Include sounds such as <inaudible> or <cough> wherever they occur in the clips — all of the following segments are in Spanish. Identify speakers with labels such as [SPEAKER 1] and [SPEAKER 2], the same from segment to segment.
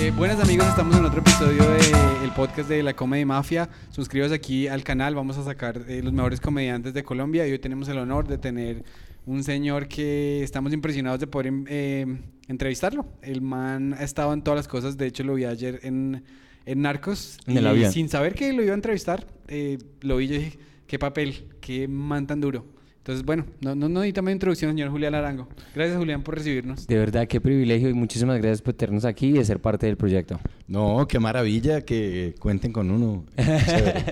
[SPEAKER 1] Eh, Buenas amigos, estamos en otro episodio del podcast de la Comedy Mafia. Suscríbase aquí al canal, vamos a sacar eh, los mejores comediantes de Colombia y hoy tenemos el honor de tener un señor que estamos impresionados de poder em, eh, entrevistarlo. El man ha estado en todas las cosas, de hecho lo vi ayer en, en Narcos
[SPEAKER 2] En el
[SPEAKER 1] y
[SPEAKER 2] avión.
[SPEAKER 1] sin saber que lo iba a entrevistar, eh, lo vi y yo dije, qué papel, qué man tan duro. Entonces, bueno, no, no, no necesita más introducción, señor Julián Arango. Gracias, Julián, por recibirnos.
[SPEAKER 2] De verdad, qué privilegio y muchísimas gracias por tenernos aquí y de ser parte del proyecto.
[SPEAKER 3] No, qué maravilla que cuenten con uno. Chévere.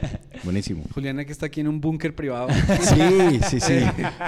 [SPEAKER 3] Buenísimo.
[SPEAKER 1] Juliana que está aquí en un búnker privado.
[SPEAKER 3] Sí,
[SPEAKER 1] <laughs>
[SPEAKER 3] sí, sí.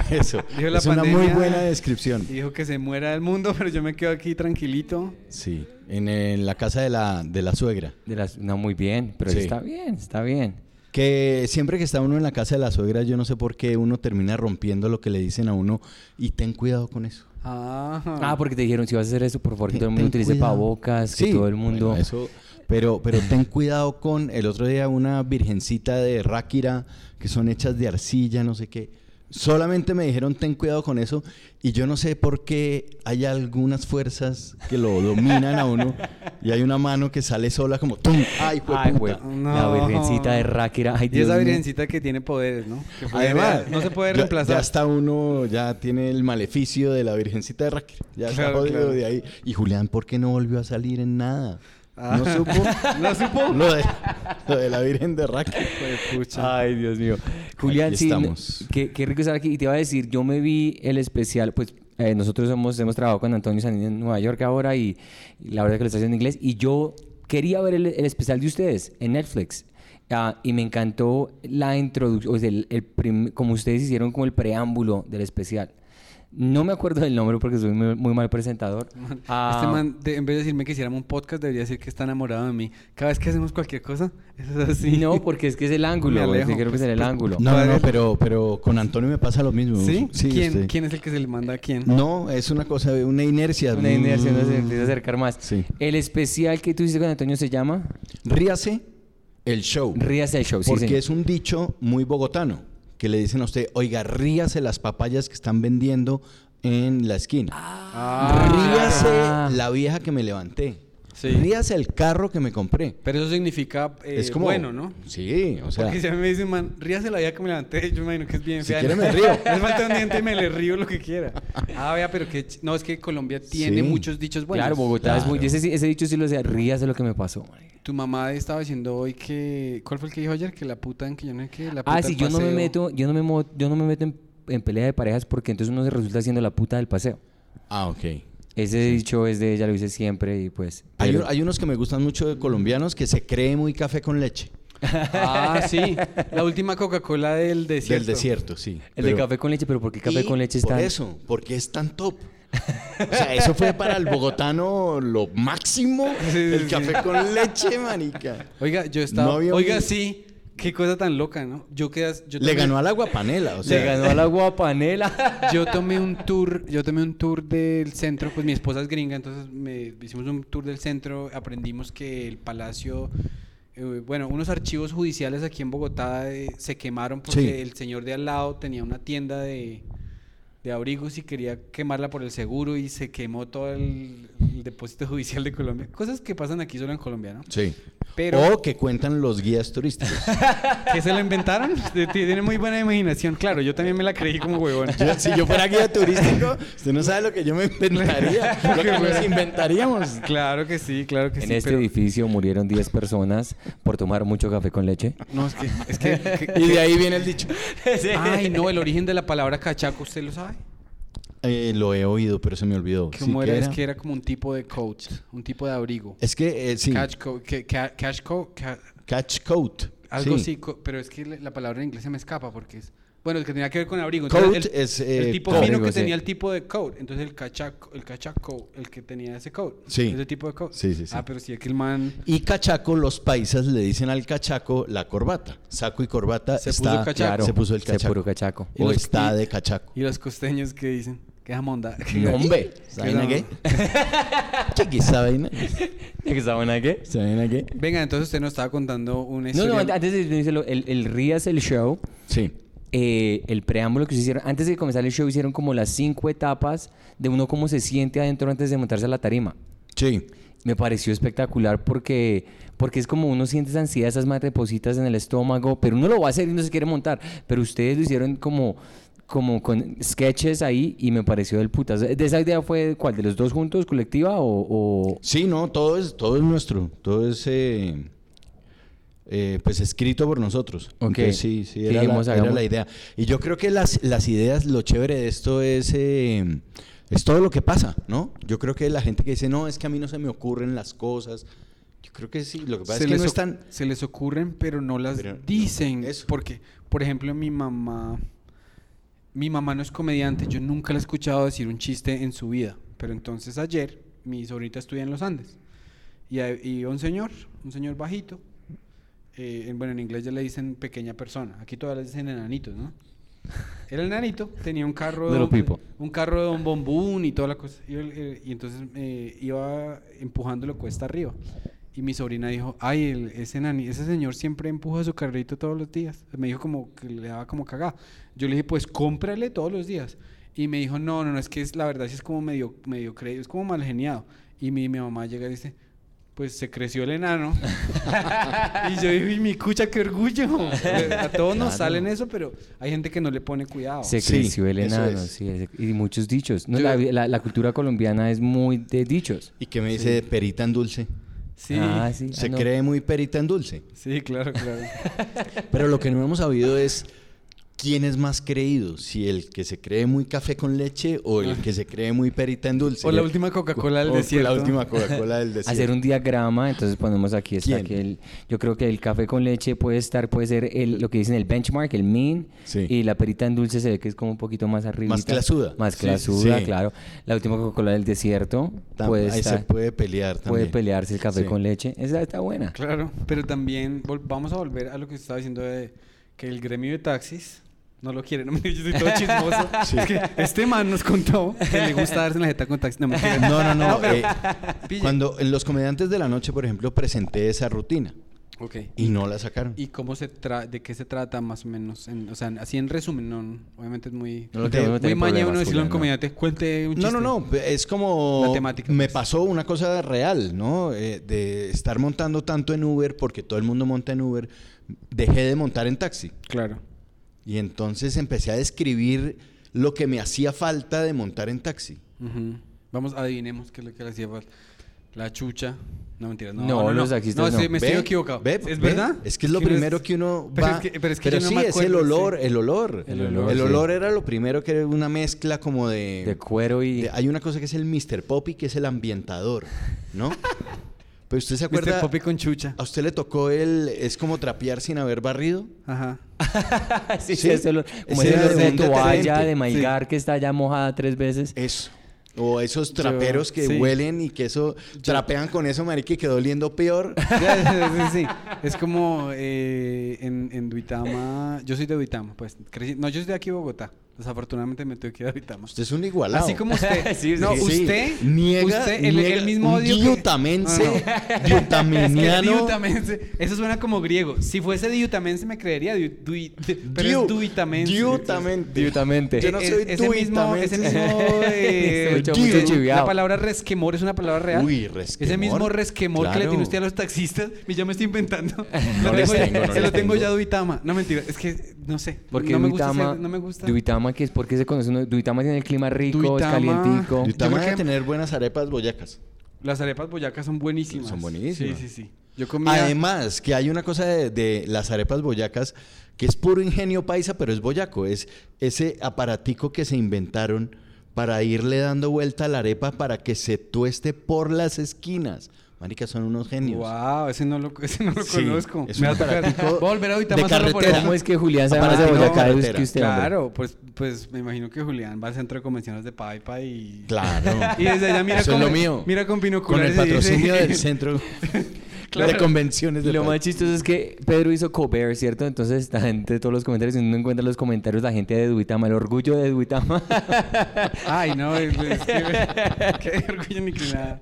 [SPEAKER 3] Eso.
[SPEAKER 1] Dijo la
[SPEAKER 3] es una muy
[SPEAKER 1] pandemia.
[SPEAKER 3] buena descripción.
[SPEAKER 1] Dijo que se muera el mundo, pero yo me quedo aquí tranquilito.
[SPEAKER 3] Sí. En, en la casa de la, de la suegra.
[SPEAKER 2] De las, no, muy bien, pero
[SPEAKER 3] Sí.
[SPEAKER 2] está bien, está bien.
[SPEAKER 3] Que siempre que está uno en la casa de la suegra, yo no sé por qué uno termina rompiendo lo que le dicen a uno y ten cuidado con eso.
[SPEAKER 1] Ah,
[SPEAKER 2] Ah, porque te dijeron si vas a hacer eso, por favor, que todo
[SPEAKER 3] Ten-
[SPEAKER 2] el mundo
[SPEAKER 3] ten
[SPEAKER 2] utilice
[SPEAKER 3] cuidado.
[SPEAKER 2] pavocas, que
[SPEAKER 3] Sí,
[SPEAKER 2] todo el mundo.
[SPEAKER 3] bueno, eso, pero,
[SPEAKER 2] <laughs>
[SPEAKER 3] pero ten cuidado con el otro día una virgencita de Ráquira que son hechas de arcilla, no sé qué. Solamente me dijeron ten cuidado con eso y yo no sé por qué hay algunas fuerzas que lo dominan a uno y hay una mano que sale sola como ¡tum!
[SPEAKER 2] Ay,
[SPEAKER 3] ¡Ay, jueputa!
[SPEAKER 2] güey. La
[SPEAKER 1] No.
[SPEAKER 2] virgencita de Ráquera. Ay,
[SPEAKER 1] y
[SPEAKER 2] Dios
[SPEAKER 1] esa
[SPEAKER 2] mío.
[SPEAKER 1] virgencita que tiene poderes, ¿no? Que puede-
[SPEAKER 3] Además,
[SPEAKER 1] no se puede
[SPEAKER 3] ya-
[SPEAKER 1] reemplazar.
[SPEAKER 3] Ya está uno, ya tiene el maleficio de la virgencita de Raquel. Ya
[SPEAKER 1] Claro,
[SPEAKER 3] está jodido
[SPEAKER 1] claro.
[SPEAKER 3] de ahí. Y Julián, ¿por qué no volvió a salir en nada?
[SPEAKER 1] Ah.
[SPEAKER 3] No supo.
[SPEAKER 1] <laughs> ¿No supo?
[SPEAKER 3] Lo de, lo de la virgen de Raquel.
[SPEAKER 1] Juepucha.
[SPEAKER 2] Ay, Dios mío. Julián,
[SPEAKER 3] Aquí
[SPEAKER 2] sí,
[SPEAKER 3] estamos.
[SPEAKER 2] Qué, qué rico estar aquí. Y te iba a decir, yo me vi el especial, pues eh, nosotros hemos, hemos trabajado con Antonio Sanín en Nueva York ahora y, y la verdad que lo está haciendo en inglés. Y yo quería ver el, el especial de ustedes en Netflix. Ah, y me encantó la introducción, o sea, el- el prim- como ustedes hicieron como el preámbulo del especial. No me acuerdo del nombre porque soy muy, muy mal
[SPEAKER 1] <laughs>
[SPEAKER 2] presentador.
[SPEAKER 1] Este
[SPEAKER 2] Ah,
[SPEAKER 1] man, de- en vez de decirme que hiciéramos un podcast, debería decir que está enamorado de mí. Cada vez que hacemos cualquier cosa, eso es así.
[SPEAKER 2] No,
[SPEAKER 3] <laughs>
[SPEAKER 2] porque es que es el ángulo.
[SPEAKER 1] Me
[SPEAKER 2] es que
[SPEAKER 1] alejo. Pues,
[SPEAKER 2] creo que es el ángulo.
[SPEAKER 3] No, no, no, pero, pero con Antonio me pasa lo mismo.
[SPEAKER 1] ¿Sí? ¿Quién,
[SPEAKER 3] usted.
[SPEAKER 1] ¿Quién es el que se le manda a quién?
[SPEAKER 3] No, es una cosa, una inercia.
[SPEAKER 2] Una inercia, no se
[SPEAKER 3] Mm.
[SPEAKER 2] empieza a acercar más.
[SPEAKER 3] Sí.
[SPEAKER 2] El especial que tú hiciste con Antonio se llama
[SPEAKER 3] Ríase el show.
[SPEAKER 2] Ríase del Show. sí,
[SPEAKER 3] Porque
[SPEAKER 2] señor.
[SPEAKER 3] es un dicho muy bogotano que le dicen a usted, oiga, ríase las papayas que están vendiendo en la esquina.
[SPEAKER 1] Ah,
[SPEAKER 3] ríase
[SPEAKER 2] claro.
[SPEAKER 3] la vieja que me levanté.
[SPEAKER 1] Sí.
[SPEAKER 3] Ríase el carro que me compré.
[SPEAKER 1] Pero eso significa eh,
[SPEAKER 3] es como
[SPEAKER 1] bueno, ¿no?
[SPEAKER 3] Sí, o sea,
[SPEAKER 1] Porque si a mí me dicen, man, ríase la vida que me levanté, yo me imagino que es bien
[SPEAKER 3] Si
[SPEAKER 1] fea.
[SPEAKER 3] quiere me río.
[SPEAKER 1] <laughs> Me falta un diente y me le río lo que quiera. Ah, vea, pero que... ch- No, es que Colombia tiene
[SPEAKER 3] Sí.
[SPEAKER 1] muchos dichos buenos.
[SPEAKER 2] claro, Bogotá es muy.
[SPEAKER 3] Claro.
[SPEAKER 2] Ese, sí- ese dicho sí lo decía, ríase lo que me pasó. marica.
[SPEAKER 1] Tu mamá estaba diciendo hoy que... ¿Cuál fue el que dijo ayer? Que la puta en que yo no sé qué, la puta
[SPEAKER 2] Ah, sí,
[SPEAKER 1] del
[SPEAKER 2] yo no me
[SPEAKER 1] paseo.
[SPEAKER 2] meto, yo no me, mo- yo no me meto en, en pelea de parejas porque entonces uno se resulta siendo la puta del paseo.
[SPEAKER 3] ah, ok.
[SPEAKER 2] Ese dicho es de ella, lo hice siempre y pues.
[SPEAKER 3] Hay,
[SPEAKER 2] pero-
[SPEAKER 3] un- hay unos que me gustan mucho de colombianos que se cree muy café con leche.
[SPEAKER 1] <laughs> Ah, sí. La última Coca-Cola del desierto.
[SPEAKER 3] Del desierto, sí.
[SPEAKER 2] el de
[SPEAKER 3] Pero-
[SPEAKER 2] café con leche, pero ¿por qué café
[SPEAKER 3] y
[SPEAKER 2] con leche
[SPEAKER 3] Por
[SPEAKER 2] está?
[SPEAKER 3] eso, porque es tan top. O sea, eso fue para el bogotano lo máximo.
[SPEAKER 1] <laughs> sí, sí.
[SPEAKER 3] el café con leche, manica.
[SPEAKER 1] Oiga, yo estaba...
[SPEAKER 3] No había
[SPEAKER 1] Oiga,
[SPEAKER 3] un-
[SPEAKER 1] sí. Qué cosa tan loca, ¿no? Yo quedas... Yo
[SPEAKER 3] Le
[SPEAKER 1] también-
[SPEAKER 3] ganó al agua panela, o sea.
[SPEAKER 2] Le ganó al agua
[SPEAKER 3] <laughs>
[SPEAKER 2] panela.
[SPEAKER 1] Yo tomé un tour, yo tomé un tour del centro, pues mi esposa es gringa, entonces me, hicimos un tour del centro, aprendimos que el palacio, eh, bueno, unos archivos judiciales aquí en Bogotá eh, se quemaron porque
[SPEAKER 3] Sí.
[SPEAKER 1] el señor de al lado tenía una tienda de, de abrigos y quería quemarla por el seguro y se quemó todo el, el depósito <laughs> judicial de Colombia. Cosas que pasan aquí solo en Colombia, ¿no?
[SPEAKER 3] Sí.
[SPEAKER 1] Pero-
[SPEAKER 3] o que cuentan los guías turísticos.
[SPEAKER 1] ¿Que se lo inventaron? <laughs> Tiene muy buena imaginación, claro, yo también me la creí como huevón.
[SPEAKER 3] Yo- si yo fuera guía turístico, usted no sabe lo que yo
[SPEAKER 1] <laughs>
[SPEAKER 3] me inventaría. lo que nos inventaríamos.
[SPEAKER 1] Claro que sí, claro que
[SPEAKER 2] En
[SPEAKER 1] sí.
[SPEAKER 2] este
[SPEAKER 1] pero-
[SPEAKER 2] edificio murieron 10 personas por tomar mucho café con leche.
[SPEAKER 1] No, es que. Es
[SPEAKER 3] <laughs>
[SPEAKER 1] que, que-
[SPEAKER 3] Y de ahí viene el dicho.
[SPEAKER 1] Ay, no, el origen de la palabra cachaco, ¿usted lo sabe?
[SPEAKER 3] Eh, lo he oído, pero se me olvidó.
[SPEAKER 1] Que
[SPEAKER 3] Sí,
[SPEAKER 1] como
[SPEAKER 3] ¿qué
[SPEAKER 1] era,
[SPEAKER 3] era?
[SPEAKER 1] es que era como un tipo de coat, un tipo de abrigo.
[SPEAKER 3] Es que, eh, sí.
[SPEAKER 1] Catch coat, que- ca- cash coat, ca-
[SPEAKER 3] Catch coat.
[SPEAKER 1] algo
[SPEAKER 3] sí.
[SPEAKER 1] así, co- pero es que la la palabra en inglés se me escapa porque es. Bueno, que tenía que ver con abrigo.
[SPEAKER 3] Coat
[SPEAKER 1] Entonces, el,
[SPEAKER 3] es, eh,
[SPEAKER 1] el tipo
[SPEAKER 3] coat.
[SPEAKER 1] fino que
[SPEAKER 2] Abrigo, sí.
[SPEAKER 1] tenía el tipo de coat. Entonces el cachaco, el cachaco, el que tenía ese coat.
[SPEAKER 3] Sí.
[SPEAKER 1] Ese tipo de coat.
[SPEAKER 3] Sí, sí, sí.
[SPEAKER 1] Ah, pero sí, es que el man
[SPEAKER 3] Y cachaco, los paisas le dicen al cachaco la corbata. Saco y corbata
[SPEAKER 1] Se
[SPEAKER 3] está,
[SPEAKER 1] puso cachaco.
[SPEAKER 3] se puso el
[SPEAKER 2] Se puro
[SPEAKER 3] cachaco.
[SPEAKER 2] cachaco.
[SPEAKER 1] Y
[SPEAKER 3] o
[SPEAKER 1] los-
[SPEAKER 3] está
[SPEAKER 1] y-
[SPEAKER 3] de cachaco.
[SPEAKER 1] y los costeños que dicen, que <laughs> jamonda.
[SPEAKER 3] No, hombre,
[SPEAKER 1] Que
[SPEAKER 3] ¿saben
[SPEAKER 1] no.
[SPEAKER 3] a qué? Chiqui, ¿saben a qué?
[SPEAKER 1] <laughs>
[SPEAKER 2] ¿Saben a qué?
[SPEAKER 3] ¿Saben a qué?
[SPEAKER 1] Venga, entonces usted nos estaba contando una
[SPEAKER 2] No,
[SPEAKER 1] historia.
[SPEAKER 2] no, antes de decirlo, el, el Rías el Show,
[SPEAKER 3] Sí.
[SPEAKER 2] eh, el preámbulo que se hicieron, antes de comenzar el show hicieron como las cinco etapas de uno cómo se siente adentro antes de montarse a la tarima.
[SPEAKER 3] Sí.
[SPEAKER 2] me pareció espectacular porque, porque es como uno siente esa ansiedad, esas maripositas en el estómago, pero uno lo va a hacer y no se quiere montar. Pero ustedes lo hicieron como, como con sketches ahí y me pareció del putas. ¿De esa idea fue cuál? ¿De los dos juntos, colectiva o...? o-
[SPEAKER 3] Sí, no, todo es, todo es nuestro. Todo es eh, eh, pues escrito por nosotros.
[SPEAKER 2] Ok.
[SPEAKER 3] Entonces, sí, sí, era,
[SPEAKER 2] Dijimos,
[SPEAKER 3] la, era
[SPEAKER 2] hagamos-
[SPEAKER 3] la idea. Y yo creo que las, las ideas, lo chévere de esto es, eh, es todo lo que pasa, ¿no? Yo creo que la gente que dice, no, es que a mí no se me ocurren las cosas. Yo creo que sí, lo que pasa
[SPEAKER 1] se,
[SPEAKER 3] es que
[SPEAKER 1] les
[SPEAKER 3] no
[SPEAKER 1] o-
[SPEAKER 3] están...
[SPEAKER 1] se les ocurren, pero no las
[SPEAKER 3] Pero no,
[SPEAKER 1] dicen.
[SPEAKER 3] eso.
[SPEAKER 1] Porque, por ejemplo, mi mamá, mi mamá no es comediante, yo nunca la he escuchado decir un chiste en su vida. Pero entonces ayer, mi sobrinita estudia en los Andes. Y ahí iba un señor, un señor bajito. eh, en- bueno, en inglés ya le dicen pequeña persona. Aquí todavía le dicen enanitos, ¿no? Era el enanito, tenía un carro
[SPEAKER 2] Little people.
[SPEAKER 1] un carro de un bombón y toda la cosa. Y, el- el- y entonces eh, iba empujándolo cuesta arriba. Y mi sobrina dijo, ay, el- ese, nani- ese señor siempre empuja su carrito todos los días. Me dijo como que le daba como cagá. Yo le dije, pues cómprale todos los días. Y me dijo, no, no, no, es que es, la verdad sí es como medio, medio creído, es como mal geniado. Y mi, mi mamá llega y dice, pues se creció el enano. <laughs> y yo digo, y mi cucha, qué orgullo. A todos nos
[SPEAKER 3] Claro.
[SPEAKER 1] salen eso, pero hay gente que no le pone cuidado.
[SPEAKER 2] Se
[SPEAKER 3] Sí,
[SPEAKER 2] creció el
[SPEAKER 3] eso
[SPEAKER 2] enano,
[SPEAKER 3] es.
[SPEAKER 2] sí, ese- y muchos dichos. No,
[SPEAKER 1] Yo-
[SPEAKER 2] la, la- la cultura colombiana es muy de dichos.
[SPEAKER 3] ¿Y que me dice de perita en dulce?
[SPEAKER 1] Sí.
[SPEAKER 2] Ah, sí.
[SPEAKER 3] Se
[SPEAKER 2] Ah, no.
[SPEAKER 3] cree muy perita en dulce.
[SPEAKER 1] Sí, claro, claro.
[SPEAKER 3] Pero lo que no hemos sabido es quién es más creído, si el que se cree muy café con leche o el que se cree muy perita en dulce.
[SPEAKER 1] O la última Coca-Cola del
[SPEAKER 3] O
[SPEAKER 1] desierto.
[SPEAKER 3] La última
[SPEAKER 1] <laughs>
[SPEAKER 3] Coca-Cola del desierto.
[SPEAKER 2] hacer un diagrama, entonces ponemos aquí está
[SPEAKER 3] ¿Quién?
[SPEAKER 2] que el- yo creo que el café con leche puede estar puede ser el, lo que dicen el benchmark, el mean
[SPEAKER 3] Sí.
[SPEAKER 2] y la perita en dulce se ve que es como un poquito más arriba.
[SPEAKER 3] clasuda.
[SPEAKER 2] Más
[SPEAKER 3] Sí,
[SPEAKER 2] clasuda,
[SPEAKER 3] sí.
[SPEAKER 2] claro. La última Coca-Cola del desierto
[SPEAKER 3] Tam-
[SPEAKER 2] puede
[SPEAKER 3] ahí
[SPEAKER 2] estar-
[SPEAKER 3] se puede pelear también.
[SPEAKER 2] puede pelearse el café
[SPEAKER 3] Sí.
[SPEAKER 2] con leche. Esa está buena.
[SPEAKER 1] Claro, pero también vol- vamos a volver a lo que estaba diciendo de que el gremio de taxis no lo quiere. No <laughs> me yo soy todo chismoso.
[SPEAKER 3] Sí.
[SPEAKER 1] Es que este man nos contó que le gusta darse en la jeta con taxis. <laughs> No, mentira.
[SPEAKER 3] <laughs> No, no, no.
[SPEAKER 1] pero-
[SPEAKER 3] eh,
[SPEAKER 1] Pille.
[SPEAKER 3] cuando en Los Comediantes de la Noche, por ejemplo, presenté esa rutina
[SPEAKER 1] Ok.
[SPEAKER 3] y no la sacaron.
[SPEAKER 1] ¿Y cómo se tra de qué se trata más o menos? En- o sea, así en resumen, no, obviamente es muy...
[SPEAKER 2] No lo
[SPEAKER 3] De-
[SPEAKER 2] tenemos, no
[SPEAKER 1] muy
[SPEAKER 2] tenemos
[SPEAKER 1] mañana uno
[SPEAKER 2] problemas,
[SPEAKER 1] decirle a un
[SPEAKER 2] Julián,
[SPEAKER 1] comediante, cuente un
[SPEAKER 3] No,
[SPEAKER 1] chiste.
[SPEAKER 3] no, no, es como...
[SPEAKER 1] La temática,
[SPEAKER 3] Me
[SPEAKER 1] pues.
[SPEAKER 3] pasó una cosa real, ¿no? Eh, de estar montando tanto en Uber, porque todo el mundo monta en Uber, dejé de montar en taxi.
[SPEAKER 1] Claro.
[SPEAKER 3] Y entonces empecé a describir lo que me hacía falta de montar en taxi.
[SPEAKER 1] Ujú. Vamos, adivinemos qué es lo que le hacía falta. La chucha. No, mentiras. No,
[SPEAKER 2] No, los taxistas
[SPEAKER 1] No, sí,
[SPEAKER 2] no.
[SPEAKER 1] me estoy
[SPEAKER 3] Ve,
[SPEAKER 1] equivocado.
[SPEAKER 3] ve,
[SPEAKER 1] ¿Es
[SPEAKER 3] ve.
[SPEAKER 1] verdad?
[SPEAKER 3] Es que es lo
[SPEAKER 1] no
[SPEAKER 3] primero que uno
[SPEAKER 1] Pero
[SPEAKER 3] va.
[SPEAKER 1] es que, pero es que
[SPEAKER 3] Pero
[SPEAKER 1] yo no
[SPEAKER 3] sí,
[SPEAKER 1] me
[SPEAKER 3] es el
[SPEAKER 1] acuerdo,
[SPEAKER 3] olor, eh,
[SPEAKER 1] sí.
[SPEAKER 3] el olor.
[SPEAKER 2] El
[SPEAKER 3] El
[SPEAKER 2] olor,
[SPEAKER 3] olor,
[SPEAKER 2] sí.
[SPEAKER 3] era lo primero que era una mezcla como de.
[SPEAKER 2] De cuero y
[SPEAKER 3] de- hay una cosa que es el Mr. Poppy, que es el ambientador,
[SPEAKER 1] <laughs>
[SPEAKER 3] ¿no? pero usted
[SPEAKER 1] Mr.
[SPEAKER 3] se acuerda. Ah,
[SPEAKER 1] Poppy con chucha.
[SPEAKER 3] ¿A usted le tocó el. Es como trapear sin haber barrido? <laughs>
[SPEAKER 1] Ajá. <laughs>
[SPEAKER 2] <laughs> sí,
[SPEAKER 3] sí.
[SPEAKER 2] ese olor- como
[SPEAKER 3] Ese
[SPEAKER 2] ese olor
[SPEAKER 3] era
[SPEAKER 2] de
[SPEAKER 3] un
[SPEAKER 2] toalla
[SPEAKER 3] detergente.
[SPEAKER 2] de Maigar que está ya mojada tres veces.
[SPEAKER 3] Eso. O esos traperos que
[SPEAKER 1] sí.
[SPEAKER 3] huelen y que eso. Trapean con eso, marica, y quedó
[SPEAKER 1] <laughs>
[SPEAKER 3] oliendo peor.
[SPEAKER 1] Ya, sí, sí, sí. Es como eh, en, en Duitama. Yo soy de Duitama, pues. crecí- no, yo soy de aquí, Bogotá. Desafortunadamente me tuve que ir a Duitama.
[SPEAKER 3] Usted es un igualado.
[SPEAKER 1] Así
[SPEAKER 3] <laughs>
[SPEAKER 1] como usted.
[SPEAKER 2] Sí, sí,
[SPEAKER 1] no,
[SPEAKER 2] sí.
[SPEAKER 1] usted.
[SPEAKER 3] niega,
[SPEAKER 1] usted, el,
[SPEAKER 3] niega
[SPEAKER 1] el mismo
[SPEAKER 3] un
[SPEAKER 1] odio. que-
[SPEAKER 3] diutamense, <laughs> diutameniano.
[SPEAKER 1] Diutamense. Eso suena como griego. Si fuese diutamense me creería. diu- dui- pero
[SPEAKER 3] Diu-
[SPEAKER 1] es duitamense.
[SPEAKER 3] diutamente.
[SPEAKER 2] Diutamente.
[SPEAKER 3] Yo no
[SPEAKER 1] E-
[SPEAKER 3] soy
[SPEAKER 1] ese mismo,
[SPEAKER 3] duitamense.
[SPEAKER 1] ese
[SPEAKER 3] <laughs>
[SPEAKER 1] <laughs> mismo eh,
[SPEAKER 2] Mucho- mucho
[SPEAKER 1] diu-
[SPEAKER 2] chiviao.
[SPEAKER 1] la palabra resquemor es una palabra real.
[SPEAKER 3] Uy, resquemor.
[SPEAKER 1] Ese mismo resquemor que le
[SPEAKER 3] Claro.
[SPEAKER 1] tiene usted a los taxistas, y ya me estoy inventando.
[SPEAKER 3] <laughs> No
[SPEAKER 1] Lo
[SPEAKER 3] les
[SPEAKER 1] tengo ya-
[SPEAKER 3] tengo,
[SPEAKER 1] se
[SPEAKER 3] no les
[SPEAKER 1] lo tengo
[SPEAKER 3] tengo.
[SPEAKER 1] ya duitama. No mentira, es que no sé.
[SPEAKER 2] Porque
[SPEAKER 1] no me gusta
[SPEAKER 2] Duitama,
[SPEAKER 1] ser- no me gusta.
[SPEAKER 2] Duitama, que es porque se conoce uno, Duitama tiene el clima rico,
[SPEAKER 1] Duitama-
[SPEAKER 2] es calientico.
[SPEAKER 1] Duit-
[SPEAKER 3] Duitama
[SPEAKER 1] Yo creo
[SPEAKER 3] debe
[SPEAKER 1] que-
[SPEAKER 3] tener buenas arepas boyacas.
[SPEAKER 1] Las arepas boyacas son buenísimas.
[SPEAKER 3] Son buenísimas.
[SPEAKER 1] Sí, sí, sí. Yo comía
[SPEAKER 3] Además, que hay una cosa de, de las arepas boyacas que es puro ingenio paisa, pero es boyaco. Es ese aparatico que se inventaron para irle dando vuelta a la arepa para que se tueste por las esquinas. Marica, son unos genios.
[SPEAKER 1] Wow, ese no lo, ese no <laughs> lo
[SPEAKER 3] Sí,
[SPEAKER 1] conozco.
[SPEAKER 3] es
[SPEAKER 1] Me va
[SPEAKER 3] un
[SPEAKER 1] a tocar.
[SPEAKER 3] aparatico
[SPEAKER 1] Voy a volver a Duitama
[SPEAKER 3] de
[SPEAKER 1] solo por
[SPEAKER 3] carretera.
[SPEAKER 1] eso.
[SPEAKER 2] ¿Cómo es que Julián sabe más de
[SPEAKER 3] Aparatico de
[SPEAKER 2] Boyacá que
[SPEAKER 3] carretera.
[SPEAKER 2] usted, hombre?
[SPEAKER 1] Claro, pues, pues me imagino que Julián va al centro de convenciones de Paipa y.
[SPEAKER 3] Claro.
[SPEAKER 1] Y desde allá mira
[SPEAKER 3] Eso es
[SPEAKER 1] con,
[SPEAKER 3] lo mío.
[SPEAKER 1] mira con
[SPEAKER 3] Con
[SPEAKER 1] binoculares.
[SPEAKER 3] el
[SPEAKER 1] y dice-
[SPEAKER 3] patrocinio del centro de
[SPEAKER 1] <laughs> Claro.
[SPEAKER 3] convenciones
[SPEAKER 2] Y
[SPEAKER 3] de
[SPEAKER 2] lo más
[SPEAKER 3] Paisa.
[SPEAKER 2] chistoso es que Pedro hizo Colbert, ¿cierto? Entonces está entre todos los comentarios, si uno encuentra los comentarios, la gente de Duitama, el orgullo de Duitama.
[SPEAKER 1] Ay, no, es, es que, <laughs> qué orgullo ni que nada.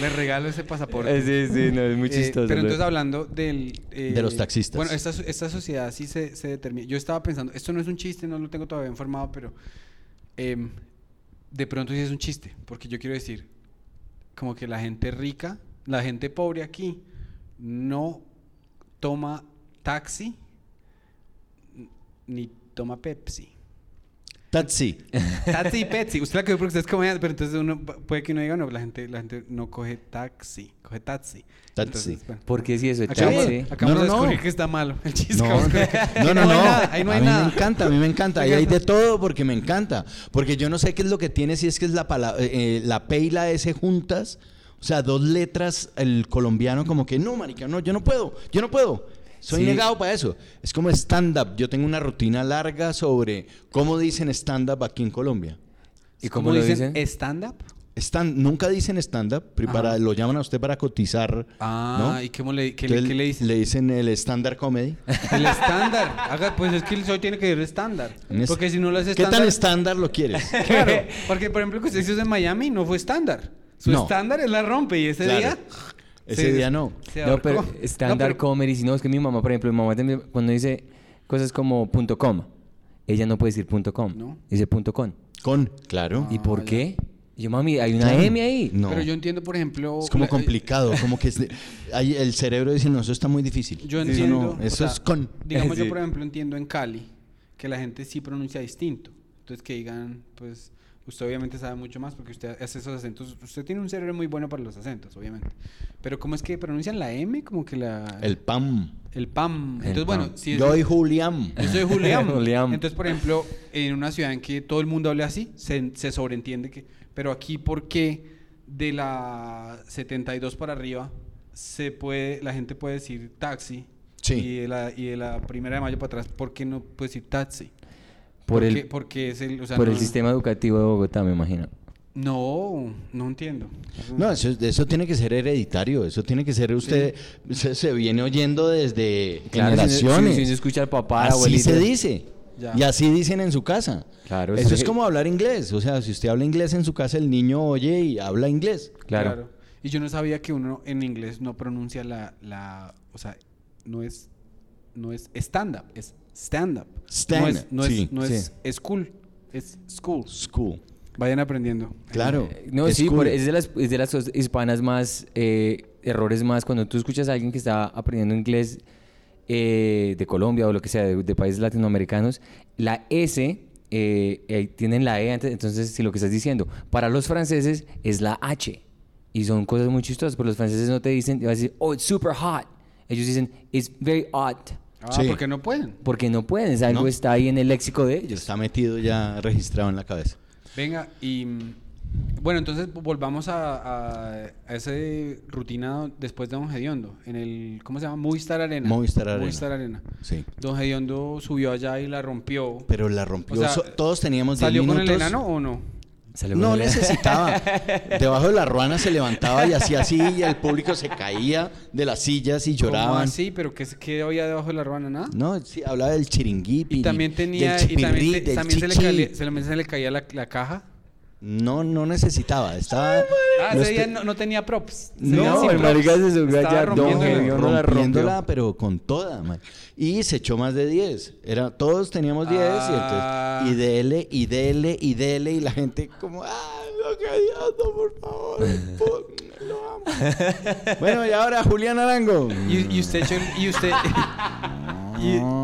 [SPEAKER 1] Le regalo ese
[SPEAKER 2] <laughs>
[SPEAKER 1] pasaporte.
[SPEAKER 2] sí, sí, no, es muy
[SPEAKER 1] Eh,
[SPEAKER 2] chistoso.
[SPEAKER 1] pero entonces hablando del... eh,
[SPEAKER 3] De los taxistas.
[SPEAKER 1] Bueno, esta, so- esta sociedad sí se, se determina. Yo estaba pensando, esto no es un chiste, no lo tengo todavía informado, pero em, de pronto sí es un chiste, porque yo quiero decir, como que la gente rica la gente pobre aquí no toma taxi n- ni toma
[SPEAKER 3] <laughs>
[SPEAKER 1] Pepsi.
[SPEAKER 3] Taxi.
[SPEAKER 1] Taxi y Pepsi. Usted la cogió porque usted es comediante, pero entonces uno puede que uno diga, no, la gente, la gente no coge taxi, coge taxi.
[SPEAKER 3] Taxi.
[SPEAKER 1] Entonces, bueno.
[SPEAKER 2] ¿Por qué si eso?
[SPEAKER 1] Acabamos,
[SPEAKER 2] Chance.
[SPEAKER 1] acabamos
[SPEAKER 3] No, no,
[SPEAKER 1] de descubrir
[SPEAKER 3] no.
[SPEAKER 1] que está malo. El chiste.
[SPEAKER 3] No,
[SPEAKER 1] acabamos de descubrir que-
[SPEAKER 3] no,
[SPEAKER 1] <laughs>
[SPEAKER 3] no,
[SPEAKER 1] ahí
[SPEAKER 3] no.
[SPEAKER 1] hay nada, ahí no hay
[SPEAKER 3] a mí
[SPEAKER 1] nada.
[SPEAKER 3] me encanta, a mí me encanta. Ahí hay de todo porque me encanta. Porque yo no sé qué es lo que tiene, si es que es la, pala- eh, eh, la P y la S juntas. O sea, dos letras, el colombiano como que, no, marica, no, yo no puedo, yo no puedo. Soy
[SPEAKER 2] Sí.
[SPEAKER 3] negado para eso. Es como stand-up. Yo tengo una rutina larga sobre cómo dicen stand-up aquí en Colombia.
[SPEAKER 2] ¿Y cómo lo dicen?
[SPEAKER 1] ¿Stand-up?
[SPEAKER 3] Stand- nunca dicen stand-up, pri-
[SPEAKER 1] Ajá.
[SPEAKER 3] para, lo llaman a usted para cotizar.
[SPEAKER 1] Ah,
[SPEAKER 3] ¿no?
[SPEAKER 1] ¿y cómo le, qué, le-
[SPEAKER 3] Entonces,
[SPEAKER 1] qué le dicen?
[SPEAKER 3] Le dicen el stand-up comedy.
[SPEAKER 1] El estándar. Haga, pues es que el soy tiene que ser estándar. Porque si no lo hace
[SPEAKER 3] ¿Qué
[SPEAKER 1] estándar. <laughs>
[SPEAKER 3] tan estándar lo quieres?
[SPEAKER 1] Claro. Porque, por ejemplo, que usted se hizo en Miami no fue estándar. Su
[SPEAKER 3] No.
[SPEAKER 1] estándar es la rompe y ese
[SPEAKER 3] Claro.
[SPEAKER 1] día.
[SPEAKER 3] Ese
[SPEAKER 1] se-
[SPEAKER 3] día no.
[SPEAKER 1] se
[SPEAKER 2] No, pero <laughs>
[SPEAKER 1] ahorcó. No,
[SPEAKER 2] estándar
[SPEAKER 1] pero-
[SPEAKER 2] comedy. Si no, es que mi mamá, por ejemplo, mi mamá también, cuando dice cosas como punto com, ella no puede decir punto com,
[SPEAKER 1] No. Ah,
[SPEAKER 2] dice punto con.
[SPEAKER 3] Con, claro.
[SPEAKER 2] ¿Y por
[SPEAKER 1] ya.
[SPEAKER 2] qué? Y Yo, mami, hay una
[SPEAKER 3] Claro.
[SPEAKER 2] M ahí.
[SPEAKER 3] No.
[SPEAKER 1] Pero yo entiendo, por ejemplo. eh,
[SPEAKER 3] es como
[SPEAKER 1] la-
[SPEAKER 3] complicado, como que es de- ahí el cerebro dice, no, eso está muy difícil.
[SPEAKER 1] Yo
[SPEAKER 3] Eso
[SPEAKER 1] entiendo.
[SPEAKER 3] no, Eso,
[SPEAKER 1] o sea,
[SPEAKER 3] es con.
[SPEAKER 1] Digamos,
[SPEAKER 3] Sí. <laughs>
[SPEAKER 1] yo, por ejemplo, entiendo en Cali que la gente sí pronuncia distinto. Entonces, que digan, pues. Usted obviamente sabe mucho más porque usted hace esos acentos. Usted tiene un cerebro muy bueno para los acentos, obviamente. Pero, ¿cómo es que pronuncian la M? Como que la.
[SPEAKER 3] El PAM.
[SPEAKER 1] El PAM.
[SPEAKER 2] El
[SPEAKER 1] Entonces, bueno,
[SPEAKER 2] PAM.
[SPEAKER 1] si es-
[SPEAKER 3] yo y Julián.
[SPEAKER 1] Yo soy Julián.
[SPEAKER 2] <laughs> Julián.
[SPEAKER 1] Entonces, por ejemplo, en una ciudad en que todo el mundo habla así, se, se sobreentiende que... Pero aquí, ¿por qué de la 72 para arriba se puede, la gente puede decir taxi?
[SPEAKER 3] Sí.
[SPEAKER 1] Y de, la, y de la primera de mayo para atrás, ¿por qué no puede decir taxi?
[SPEAKER 2] Por
[SPEAKER 1] Porque-
[SPEAKER 2] el,
[SPEAKER 1] porque es el... o sea,
[SPEAKER 2] por
[SPEAKER 1] no-
[SPEAKER 2] el sistema educativo de Bogotá, me imagino.
[SPEAKER 1] No, no entiendo.
[SPEAKER 3] No, eso, eso tiene que ser hereditario, eso tiene que ser usted, <laughs> se, se viene oyendo desde generaciones.
[SPEAKER 2] Si, si, se escucha al papá, al
[SPEAKER 3] así
[SPEAKER 2] abuelito.
[SPEAKER 3] se dice.
[SPEAKER 1] Ya.
[SPEAKER 3] Y así dicen en su casa.
[SPEAKER 2] Claro,
[SPEAKER 3] Eso
[SPEAKER 2] sí.
[SPEAKER 3] es como hablar inglés. O sea, si usted habla inglés en su casa, el niño oye y habla inglés.
[SPEAKER 2] Claro.
[SPEAKER 1] Y yo no sabía que uno en inglés no pronuncia la... la o sea, no es, no es stand-up, es stand-up. No
[SPEAKER 3] Stand-up,
[SPEAKER 1] es, no
[SPEAKER 3] sí,
[SPEAKER 1] es, no
[SPEAKER 2] sí.
[SPEAKER 1] es school, es school.
[SPEAKER 3] School.
[SPEAKER 1] Vayan aprendiendo.
[SPEAKER 3] Claro.
[SPEAKER 2] Eh, No,
[SPEAKER 3] es
[SPEAKER 2] sí,
[SPEAKER 3] cool.
[SPEAKER 2] por- es, de las, es de las cosas hispanas más, eh, errores más. Cuando tú escuchas a alguien que está aprendiendo inglés eh, de Colombia o lo que sea, de, de países latinoamericanos, la S, eh, eh, tienen la E antes, entonces si lo que estás diciendo, para los franceses es la H. Y son cosas muy chistosas, pero los franceses no te dicen, te vas a decir, oh, it's super hot. Ellos dicen, it's very hot.
[SPEAKER 1] Ah,
[SPEAKER 3] Sí.
[SPEAKER 1] porque no pueden.
[SPEAKER 2] Porque no pueden, es algo
[SPEAKER 3] No.
[SPEAKER 2] está ahí en el léxico de ellos.
[SPEAKER 3] Está metido ya registrado en la cabeza.
[SPEAKER 1] Venga, y mm, bueno, entonces volvamos a, a, a esa rutina después de Don Gediondo, en el, ¿cómo se llama? Movistar Arena.
[SPEAKER 3] Movistar Arena.
[SPEAKER 1] Movistar Arena.
[SPEAKER 3] Sí.
[SPEAKER 1] Don Gediondo subió allá y la rompió.
[SPEAKER 3] Pero la rompió.
[SPEAKER 1] O sea,
[SPEAKER 3] So- Todos teníamos 10
[SPEAKER 1] ¿Salió
[SPEAKER 3] minutos.
[SPEAKER 1] con el enano o no?
[SPEAKER 2] Sale con
[SPEAKER 3] No
[SPEAKER 2] el-
[SPEAKER 3] necesitaba. <laughs> Debajo de la ruana se levantaba y hacía así y el público se caía de las sillas y
[SPEAKER 1] ¿Cómo
[SPEAKER 3] lloraban.
[SPEAKER 1] así? ¿Pero qué, es- qué había debajo de la ruana? ¿Nada?
[SPEAKER 3] No, sí, hablaba del chiringuipi.
[SPEAKER 1] Y también tenía...
[SPEAKER 3] del
[SPEAKER 1] Y también, te-
[SPEAKER 3] chipirrí, del
[SPEAKER 1] también se, le
[SPEAKER 3] chichi.
[SPEAKER 1] caía, se le- se le caía la, la caja.
[SPEAKER 3] No, no necesitaba. Estaba.
[SPEAKER 1] Ah,
[SPEAKER 3] los
[SPEAKER 1] ese día
[SPEAKER 3] te-
[SPEAKER 1] no, no tenía props. Se
[SPEAKER 3] No,
[SPEAKER 1] veía sin
[SPEAKER 3] el
[SPEAKER 1] props.
[SPEAKER 2] marica se subió
[SPEAKER 1] Estaba
[SPEAKER 2] allá, don
[SPEAKER 1] rompiendo el-
[SPEAKER 2] Gediondo. no la rompió.
[SPEAKER 3] rompiéndola, pero con toda, man. Y se echó más de 10. Era, todos teníamos 10
[SPEAKER 1] Ah.
[SPEAKER 3] y entonces, y dele, y dele, y dele, y la gente como, ¡ay, lo que Dios, por favor! pon- lo amo".
[SPEAKER 2] <laughs>
[SPEAKER 3] bueno, y ahora Julián Arango.
[SPEAKER 1] Y, y usted echó el, y usted <laughs>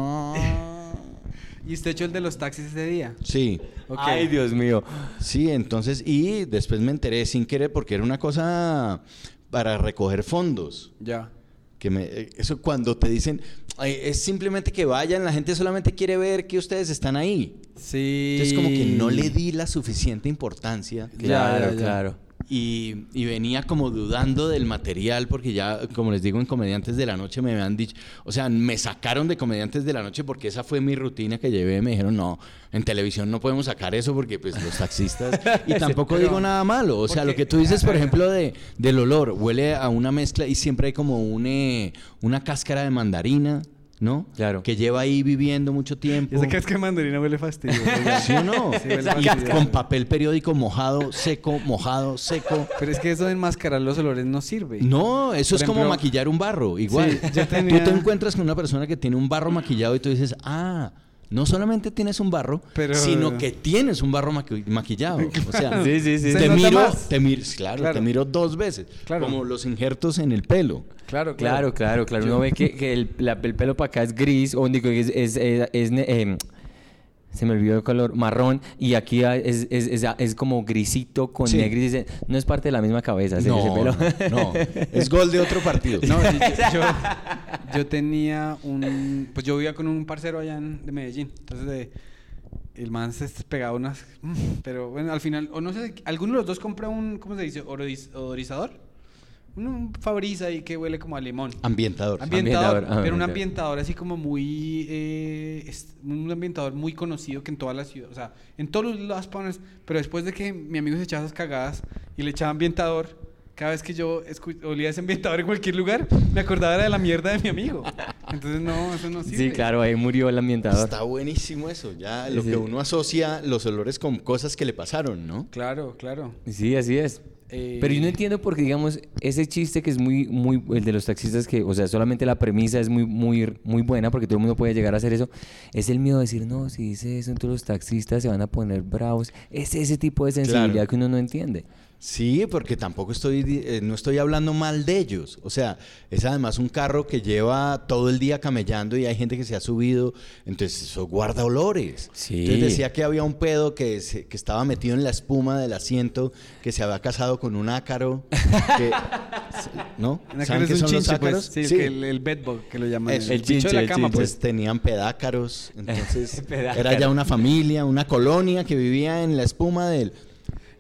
[SPEAKER 1] y, y usted echó el de los taxis ese día.
[SPEAKER 3] Sí,
[SPEAKER 1] Ok.
[SPEAKER 2] Ay, Dios mío.
[SPEAKER 3] sí, entonces, y después me enteré sin querer porque era una cosa para recoger fondos.
[SPEAKER 1] Ya.
[SPEAKER 3] Que me- eh, eso cuando te dicen, "Ay, es simplemente que vayan, la gente solamente quiere ver que ustedes están ahí.
[SPEAKER 1] Sí.
[SPEAKER 3] Entonces como que no le di la suficiente importancia
[SPEAKER 1] Ya,
[SPEAKER 2] <laughs> Claro,
[SPEAKER 1] ya,
[SPEAKER 3] <laughs>
[SPEAKER 1] ya.
[SPEAKER 2] claro.
[SPEAKER 3] y, y venía como dudando del material porque ya, como les digo, en Comediantes de la Noche me habían dicho, o sea, me sacaron de Comediantes de la Noche porque esa fue mi rutina que llevé, me dijeron, no, en televisión no podemos sacar eso porque pues los taxistas,
[SPEAKER 1] <laughs>
[SPEAKER 3] y tampoco
[SPEAKER 1] Pero-
[SPEAKER 3] digo nada malo, o sea, lo
[SPEAKER 1] porque-
[SPEAKER 3] que tú dices, por ejemplo, de, del olor, huele a una mezcla y siempre hay como un, eh, una cáscara de mandarina, ¿no?
[SPEAKER 2] Claro.
[SPEAKER 3] Que lleva ahí viviendo mucho tiempo.
[SPEAKER 1] Esa casca de mandarina huele fastidioso. ya.
[SPEAKER 3] <laughs> ¿Sí o no?
[SPEAKER 1] Sí, huele
[SPEAKER 3] y
[SPEAKER 1] fastidioso.
[SPEAKER 3] con papel periódico mojado, seco, mojado, seco.
[SPEAKER 1] Pero es que eso de enmascarar los olores no sirve.
[SPEAKER 3] No, eso
[SPEAKER 1] Por
[SPEAKER 3] es como
[SPEAKER 1] ejemplo-
[SPEAKER 3] maquillar un barro, igual.
[SPEAKER 1] Sí, yo tenía-
[SPEAKER 3] Tú te encuentras con una persona que tiene un barro maquillado y tú dices, ah, no solamente tienes un barro,
[SPEAKER 1] Pero-
[SPEAKER 3] sino que tienes un barro
[SPEAKER 1] <laughs>
[SPEAKER 3] maqui- maquillado. O sea,
[SPEAKER 2] Sí, sí, sí.
[SPEAKER 3] te
[SPEAKER 1] Se nota
[SPEAKER 3] miro,
[SPEAKER 1] más.
[SPEAKER 3] te miro, claro,
[SPEAKER 1] Claro.
[SPEAKER 3] te miro dos veces,
[SPEAKER 1] Claro.
[SPEAKER 3] como los injertos en el pelo.
[SPEAKER 1] Claro,
[SPEAKER 2] Claro, claro, claro. Uno ve que, que el, la- el pelo para acá es gris, o digo, es, es, es- es ne- em, se me olvidó el color, marrón, y aquí ah, es, es, es- es como grisito con
[SPEAKER 3] Sí.
[SPEAKER 2] negro. y dice, No es parte de la misma cabeza, ¿sí? ese
[SPEAKER 3] No,
[SPEAKER 2] pelo.
[SPEAKER 3] no, es gol de
[SPEAKER 2] <laughs>
[SPEAKER 3] otro partido.
[SPEAKER 1] No, yo, yo- yo tenía un. Pues yo vivía con un parcero allá en, de Medellín. Entonces, de- el man se pegaba unas. mm, Pero bueno, al final, o no sé, alguno de los dos compra un. ¿Cómo se dice? Odoriz- ¿Odorizador? Un, un Fabrice ahí que huele como a limón.
[SPEAKER 3] Ambientador.
[SPEAKER 1] Ambientador,
[SPEAKER 2] Ambientador, ah,
[SPEAKER 1] pero un
[SPEAKER 2] ya.
[SPEAKER 1] ambientador así como muy. eh, es- un ambientador muy conocido que en toda la ciudad. O sea, en todos los panes. Pero después de que mi amigo se echaba esas cagadas y le echaba ambientador, cada vez que yo escu- olía ese ambientador en cualquier lugar, me acordaba era de la mierda de mi amigo. Entonces, no, eso no
[SPEAKER 2] <laughs> Sí,
[SPEAKER 1] sirve.
[SPEAKER 2] claro, ahí murió el ambientador.
[SPEAKER 3] Está buenísimo eso, ya lo
[SPEAKER 2] Sí.
[SPEAKER 3] que uno asocia los olores con cosas que le pasaron, ¿no?
[SPEAKER 1] Claro, claro.
[SPEAKER 2] Sí, así es.
[SPEAKER 1] Eh,
[SPEAKER 2] Pero yo no entiendo porque, digamos, ese chiste que es muy, muy, el de los taxistas, que, o sea, solamente la premisa es muy, muy, muy buena porque todo el mundo puede llegar a hacer eso, es el miedo de decir, no, si dice eso, entonces los taxistas se van a poner bravos. Es ese tipo de sensibilidad
[SPEAKER 3] Claro.
[SPEAKER 2] que uno no entiende.
[SPEAKER 3] Sí, porque tampoco estoy, di- eh, no estoy hablando mal de ellos. O sea, es además un carro que lleva todo el día camellando y hay gente que se ha subido, entonces eso guarda olores.
[SPEAKER 2] Sí.
[SPEAKER 3] Entonces decía que había un pedo que, se- que estaba metido en la espuma del asiento, que se había casado con un ácaro.
[SPEAKER 1] <laughs>
[SPEAKER 3] que- ¿No?
[SPEAKER 1] Una cara
[SPEAKER 3] ¿Saben
[SPEAKER 1] es
[SPEAKER 3] qué
[SPEAKER 1] un
[SPEAKER 3] son los
[SPEAKER 1] chinche, pues.
[SPEAKER 3] ácaros?
[SPEAKER 1] Sí, el que- el, el bedbug que lo llaman.
[SPEAKER 3] Eso.
[SPEAKER 2] El
[SPEAKER 1] bicho
[SPEAKER 2] chinche,
[SPEAKER 1] de la
[SPEAKER 2] el
[SPEAKER 1] cama,
[SPEAKER 2] chinche.
[SPEAKER 1] pues.
[SPEAKER 3] Pues tenían
[SPEAKER 1] <laughs>
[SPEAKER 3] pedácaros, entonces
[SPEAKER 2] Pedácaros.
[SPEAKER 3] era ya una familia, una colonia que vivía en la espuma del...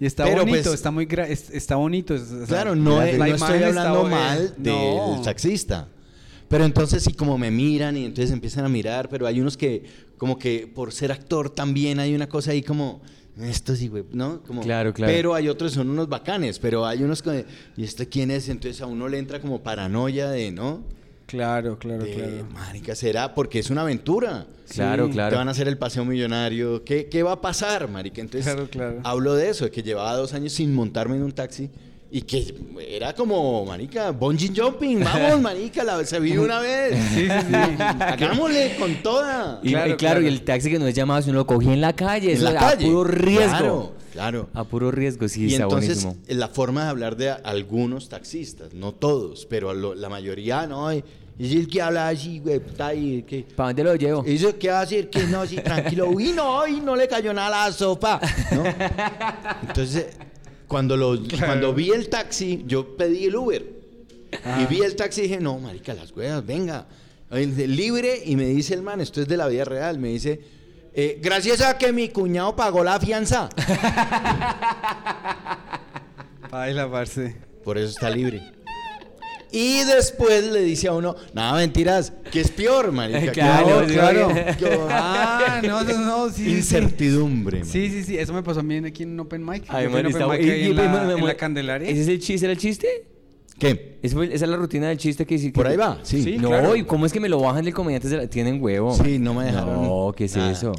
[SPEAKER 1] Y está
[SPEAKER 3] Pero,
[SPEAKER 1] bonito,
[SPEAKER 3] pues,
[SPEAKER 1] está muy gra- es- está bonito. es- o sea,
[SPEAKER 3] Claro, no,
[SPEAKER 1] la
[SPEAKER 3] eh, no
[SPEAKER 1] imagen
[SPEAKER 3] estoy
[SPEAKER 1] está
[SPEAKER 3] hablando
[SPEAKER 1] bo-
[SPEAKER 3] mal del
[SPEAKER 1] no.
[SPEAKER 3] taxista. Pero entonces sí, como me miran y entonces empiezan a mirar, pero hay unos que como que por ser actor también hay una cosa ahí como... Esto sí, güey, ¿no? Como,
[SPEAKER 2] Claro, claro.
[SPEAKER 3] Pero hay otros, que son unos bacanes, pero hay unos que... ¿Y este quién es? Entonces a uno le entra como paranoia de, ¿no?
[SPEAKER 1] Claro, claro,
[SPEAKER 3] de,
[SPEAKER 1] claro.
[SPEAKER 3] Marica, será porque es una aventura.
[SPEAKER 2] Claro, claro.
[SPEAKER 3] Te van a hacer el paseo millonario. ¿Qué, qué va a pasar, marica? Entonces,
[SPEAKER 1] Claro, claro.
[SPEAKER 3] hablo de eso, de que llevaba dos años sin montarme en un taxi y que era como, marica, bungee
[SPEAKER 2] <laughs>
[SPEAKER 3] jumping. Vamos, marica, la, se vive una vez.
[SPEAKER 1] Sí, sí, sí.
[SPEAKER 3] Hagámosle con toda.
[SPEAKER 2] Y y claro,
[SPEAKER 1] Claro,
[SPEAKER 2] y,
[SPEAKER 1] claro.
[SPEAKER 2] el taxi que no es llamado, si uno lo cogía en la calle,
[SPEAKER 3] En
[SPEAKER 2] eso
[SPEAKER 3] la
[SPEAKER 2] era
[SPEAKER 3] calle.
[SPEAKER 2] a puro riesgo.
[SPEAKER 3] Claro, claro.
[SPEAKER 2] A puro riesgo, sí,
[SPEAKER 3] Y
[SPEAKER 2] está
[SPEAKER 3] entonces
[SPEAKER 2] buenísimo.
[SPEAKER 3] la forma de hablar de a- algunos taxistas, no todos, pero a lo- la mayoría, no, eh, es el que habla así, güey, puta, y que...
[SPEAKER 2] ¿Para dónde lo llevo?
[SPEAKER 3] Eso qué va a decir que no, sí, tranquilo. Uy, no, y no le cayó nada a la sopa. ¿no? Entonces, cuando, lo, cuando vi el taxi, yo pedí el Uber.
[SPEAKER 1] Ah.
[SPEAKER 3] Y vi el taxi y dije, no, marica, las huevas, venga. Ay, dice, Libre, y me dice el man, esto es de la vida real, me dice, eh, gracias a que mi cuñado pagó la fianza.
[SPEAKER 1] Baila, parce.
[SPEAKER 3] Por eso está libre. Y después le dice a uno, nada, mentiras, que es peor, marica. que
[SPEAKER 2] Claro,
[SPEAKER 3] ahora-
[SPEAKER 2] claro.
[SPEAKER 3] que ahora-
[SPEAKER 1] Ah, no, no, no, sí. sí,
[SPEAKER 3] Incertidumbre.
[SPEAKER 1] Sí,
[SPEAKER 3] marica.
[SPEAKER 1] sí, sí, sí, eso me pasó a mí en- aquí en un Open Mic.
[SPEAKER 2] Ay,
[SPEAKER 1] Yo fui en
[SPEAKER 2] man, está
[SPEAKER 1] Open Mic
[SPEAKER 2] bu-
[SPEAKER 1] ahí
[SPEAKER 2] y- y-
[SPEAKER 1] en, la,
[SPEAKER 2] man,
[SPEAKER 1] en
[SPEAKER 2] man,
[SPEAKER 1] la Candelaria.
[SPEAKER 2] ¿Ese es el chiste? ¿Era el chiste?
[SPEAKER 3] ¿Qué?
[SPEAKER 2] Ese fue- esa es la rutina del chiste que hiciste.
[SPEAKER 3] Por ahí va, sí.
[SPEAKER 1] Sí,
[SPEAKER 2] no,
[SPEAKER 1] claro.
[SPEAKER 2] ¿y cómo es que me lo bajan del comediante? Se la- Tienen huevo.
[SPEAKER 3] Sí, no me dejaron
[SPEAKER 2] No, ¿qué es
[SPEAKER 3] nada.
[SPEAKER 2] eso?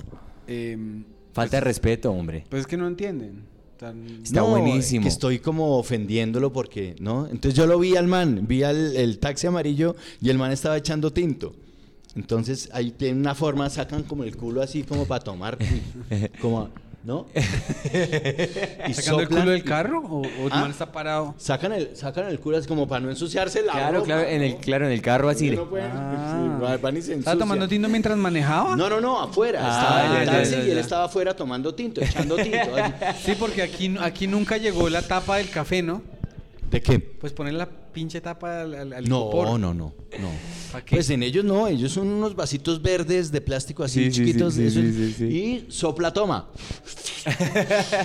[SPEAKER 1] Em,
[SPEAKER 2] Falta de respeto, hombre.
[SPEAKER 1] pues es que no entienden. Tan-
[SPEAKER 2] Está
[SPEAKER 3] No,
[SPEAKER 2] buenísimo.
[SPEAKER 3] Que estoy como ofendiéndolo porque, ¿no? Entonces yo lo vi al man, vi al el taxi amarillo y el man estaba echando tinto. Entonces ahí tienen una forma, sacan como el culo así como para tomar,
[SPEAKER 2] <laughs>
[SPEAKER 3] como, ¿no? Y
[SPEAKER 1] ¿Sacando el
[SPEAKER 3] soplan
[SPEAKER 1] culo del
[SPEAKER 3] y-
[SPEAKER 1] carro o, o el
[SPEAKER 3] Ah.
[SPEAKER 1] man está parado?
[SPEAKER 3] Sacan el, sacan el culo así como para no ensuciarse la
[SPEAKER 2] Claro,
[SPEAKER 3] ropa,
[SPEAKER 2] claro, en el,
[SPEAKER 3] ¿no?
[SPEAKER 2] claro, en el carro así.
[SPEAKER 3] No pueden-
[SPEAKER 1] Ah.
[SPEAKER 3] sí, van y se
[SPEAKER 1] ¿Estaba
[SPEAKER 3] ensucian.
[SPEAKER 1] tomando tinto mientras manejaba?
[SPEAKER 3] No, no, no, afuera.
[SPEAKER 2] Ah,
[SPEAKER 3] estaba en el
[SPEAKER 2] ya, ya,
[SPEAKER 3] taxi
[SPEAKER 1] ya,
[SPEAKER 3] y él
[SPEAKER 1] ya.
[SPEAKER 3] estaba afuera tomando tinto, echando tinto. así.
[SPEAKER 1] Sí, porque aquí, no- aquí nunca llegó la tapa del café, ¿no?
[SPEAKER 3] ¿De qué?
[SPEAKER 1] Pues poner la pinche tapa al, al, al
[SPEAKER 3] no,
[SPEAKER 1] copor.
[SPEAKER 3] no, no, no.
[SPEAKER 1] ¿Pa' qué?
[SPEAKER 3] Pues en ellos no, ellos son unos vasitos verdes de plástico así
[SPEAKER 2] Sí, sí,
[SPEAKER 3] chiquitos.
[SPEAKER 2] sí, sí,
[SPEAKER 3] eso es-
[SPEAKER 2] sí, sí,
[SPEAKER 3] Y sopla toma.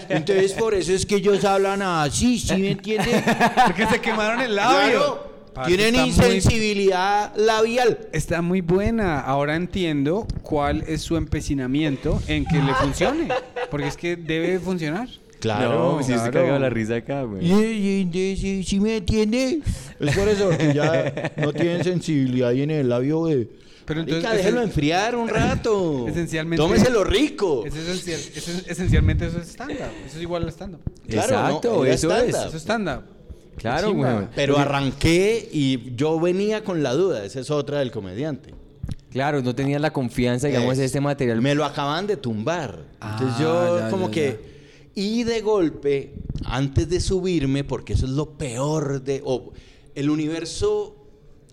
[SPEAKER 3] Entonces por eso es que ellos hablan así, ¿sí me entienden?
[SPEAKER 1] <laughs> Porque se quemaron el labio.
[SPEAKER 3] Claro.
[SPEAKER 1] Parce,
[SPEAKER 3] Tienen
[SPEAKER 1] está muy-
[SPEAKER 3] insensibilidad labial.
[SPEAKER 1] Está muy buena. Ahora entiendo cuál es su empecinamiento en que le funcione. Porque es que debe funcionar.
[SPEAKER 3] Claro.
[SPEAKER 2] no, si se
[SPEAKER 1] claro.
[SPEAKER 2] cagaba la risa acá, güey.
[SPEAKER 3] Sí, sí, sí, sí me entiende? Es por eso que ya no tienen sensibilidad ahí en el labio, güey.
[SPEAKER 1] Pero entonces-
[SPEAKER 3] Marica, déjelo enfriar un
[SPEAKER 1] <laughs>
[SPEAKER 3] rato.
[SPEAKER 1] Esencialmente-
[SPEAKER 3] Tómeselo rico.
[SPEAKER 1] Es esencial- es- esencialmente eso es stand-up. Eso es igual al stand-up.
[SPEAKER 3] Claro, no,
[SPEAKER 2] Exacto,
[SPEAKER 3] era
[SPEAKER 2] eso
[SPEAKER 3] estándar.
[SPEAKER 1] Eso es stand-up.
[SPEAKER 2] Claro,
[SPEAKER 1] Chimba.
[SPEAKER 2] güey.
[SPEAKER 3] Pero arranqué y yo venía con la duda, esa es otra del comediante.
[SPEAKER 2] Claro, no tenían la confianza, digamos, de
[SPEAKER 3] Es-
[SPEAKER 2] este material.
[SPEAKER 3] Me lo acaban de tumbar. Entonces
[SPEAKER 1] Ah,
[SPEAKER 3] yo
[SPEAKER 1] ya,
[SPEAKER 3] como
[SPEAKER 1] ya,
[SPEAKER 3] que... Y de golpe, antes de subirme, porque eso es lo peor de... o el universo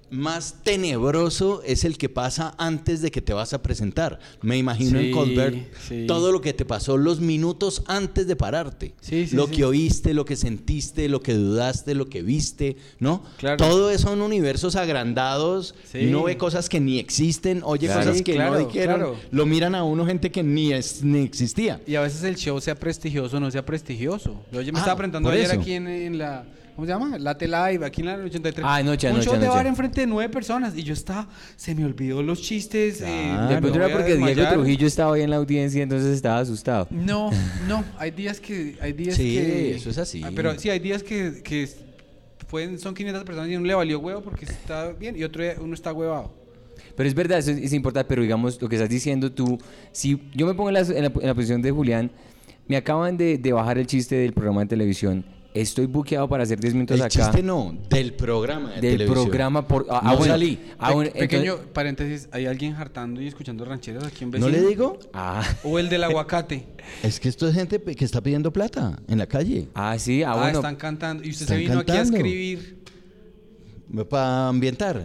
[SPEAKER 3] más tenebroso es el que pasa antes de que te vas a presentar. Me imagino
[SPEAKER 1] Sí,
[SPEAKER 3] en Colbert
[SPEAKER 1] sí.
[SPEAKER 3] todo lo que te pasó los minutos antes de pararte.
[SPEAKER 1] Sí, sí,
[SPEAKER 3] lo
[SPEAKER 1] sí.
[SPEAKER 3] que oíste, lo que sentiste, lo que dudaste, lo que viste, ¿no?
[SPEAKER 1] Claro.
[SPEAKER 3] Todo eso son universos agrandados.
[SPEAKER 1] Sí.
[SPEAKER 3] Y uno ve cosas que ni existen, oye
[SPEAKER 1] Claro.
[SPEAKER 3] cosas
[SPEAKER 1] Sí,
[SPEAKER 3] que
[SPEAKER 1] claro,
[SPEAKER 3] no dijeron.
[SPEAKER 1] claro.
[SPEAKER 3] Lo miran a uno gente que ni, es- ni existía.
[SPEAKER 1] Y a veces el show sea prestigioso o no sea prestigioso. Yo ya me
[SPEAKER 3] Ah,
[SPEAKER 1] estaba preguntando
[SPEAKER 3] por
[SPEAKER 1] ayer
[SPEAKER 3] eso.
[SPEAKER 1] aquí en, en la. ¿Cómo se llama? La Live, aquí en la 83.
[SPEAKER 2] Ah, anoche,
[SPEAKER 1] Un
[SPEAKER 2] anoche,
[SPEAKER 1] show de
[SPEAKER 2] anoche.
[SPEAKER 1] bar enfrente de nueve personas. Y yo estaba. Se me olvidó los chistes. eh,
[SPEAKER 3] Claro.
[SPEAKER 1] me
[SPEAKER 2] De
[SPEAKER 1] voy
[SPEAKER 2] pronto era
[SPEAKER 1] a
[SPEAKER 2] porque Diego
[SPEAKER 1] desmayar.
[SPEAKER 2] Trujillo estaba ahí en la audiencia, entonces estaba asustado.
[SPEAKER 3] <laughs>
[SPEAKER 1] No, no. Hay días que. Hay días
[SPEAKER 3] Sí,
[SPEAKER 1] que-
[SPEAKER 3] eso es así.
[SPEAKER 1] Ah, Pero sí, hay días que. que es- pueden, son 500 personas y uno le valió huevo porque está bien. Y otro día uno está huevado.
[SPEAKER 2] Pero es verdad, eso es, es importante, pero digamos, lo que estás diciendo tú, si yo me pongo en la, en la- en la posición de Julián, me acaban de, de bajar el chiste del programa de televisión, estoy buqueado para hacer 10 minutos
[SPEAKER 3] El
[SPEAKER 2] acá.
[SPEAKER 3] chiste no, del programa. de
[SPEAKER 2] del
[SPEAKER 3] televisión.
[SPEAKER 2] programa por...
[SPEAKER 3] No
[SPEAKER 2] bueno,
[SPEAKER 3] salí.
[SPEAKER 2] ah,
[SPEAKER 1] Pe-
[SPEAKER 2] bueno, entonces-
[SPEAKER 1] pequeño paréntesis, hay alguien hartando y escuchando rancheras aquí en
[SPEAKER 3] ¿No le digo? Eh,
[SPEAKER 2] Ah, <laughs>
[SPEAKER 1] O el del aguacate.
[SPEAKER 3] Es que esto es gente pe- que está pidiendo plata en la calle.
[SPEAKER 2] ah, sí, ah,
[SPEAKER 1] Ah,
[SPEAKER 2] bueno. <laughs>
[SPEAKER 1] están cantando. Y usted se
[SPEAKER 3] Están
[SPEAKER 1] vino aquí a
[SPEAKER 3] cantando.
[SPEAKER 1] escribir.
[SPEAKER 3] Para ambientar.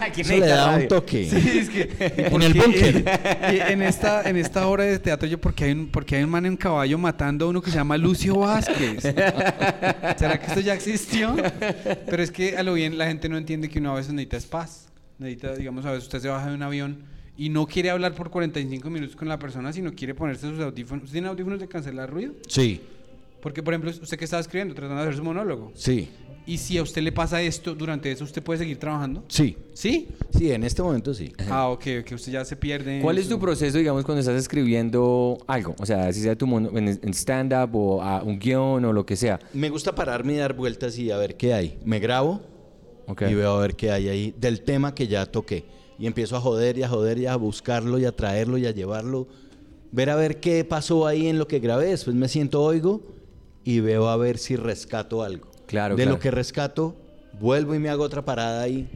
[SPEAKER 2] Aquí
[SPEAKER 3] Eso
[SPEAKER 2] necesita
[SPEAKER 3] le da
[SPEAKER 2] radio.
[SPEAKER 3] un toque.
[SPEAKER 1] <laughs> Sí, es que.
[SPEAKER 3] <laughs> En el búnker.
[SPEAKER 1] <laughs> Y
[SPEAKER 2] <laughs>
[SPEAKER 1] en esta, en esta obra de teatro, yo, porque hay, un, porque hay un man en caballo matando a uno que se llama Lucio
[SPEAKER 2] <laughs>
[SPEAKER 1] Vázquez. ¿Será que esto ya existió? Pero es que a lo bien la gente no entiende que uno a veces necesita es paz. Necesita, digamos, a veces usted se baja de un avión y no quiere hablar por 45 minutos con la persona, sino quiere ponerse sus audífonos. ¿Usted tiene audífonos de cancelar ruido?
[SPEAKER 3] Sí,
[SPEAKER 1] Porque, por ejemplo, usted que estaba escribiendo, tratando de hacer su monólogo.
[SPEAKER 3] sí,
[SPEAKER 1] Y si a usted le pasa esto, durante eso, ¿usted puede seguir trabajando?
[SPEAKER 3] sí.
[SPEAKER 1] ¿Sí?
[SPEAKER 3] Sí, en este momento sí.
[SPEAKER 1] Ah, ok, que usted ya se pierde. en
[SPEAKER 2] ¿Cuál es tu
[SPEAKER 1] su-
[SPEAKER 2] proceso, digamos, cuando estás escribiendo algo? O sea, si sea tu mono- en, en stand-up o ah, un guión o lo que sea.
[SPEAKER 3] Me gusta pararme y dar vueltas y a ver qué hay. Me grabo
[SPEAKER 2] Ok.
[SPEAKER 3] y veo a ver qué hay ahí del tema que ya toqué. Y empiezo a joder y a joder y a buscarlo y a traerlo y a llevarlo. Ver a ver qué pasó ahí en lo que grabé. Después me siento, oigo y veo a ver si rescato algo.
[SPEAKER 2] Claro,
[SPEAKER 3] De
[SPEAKER 2] claro.
[SPEAKER 3] lo que rescato, vuelvo y me hago otra parada ahí,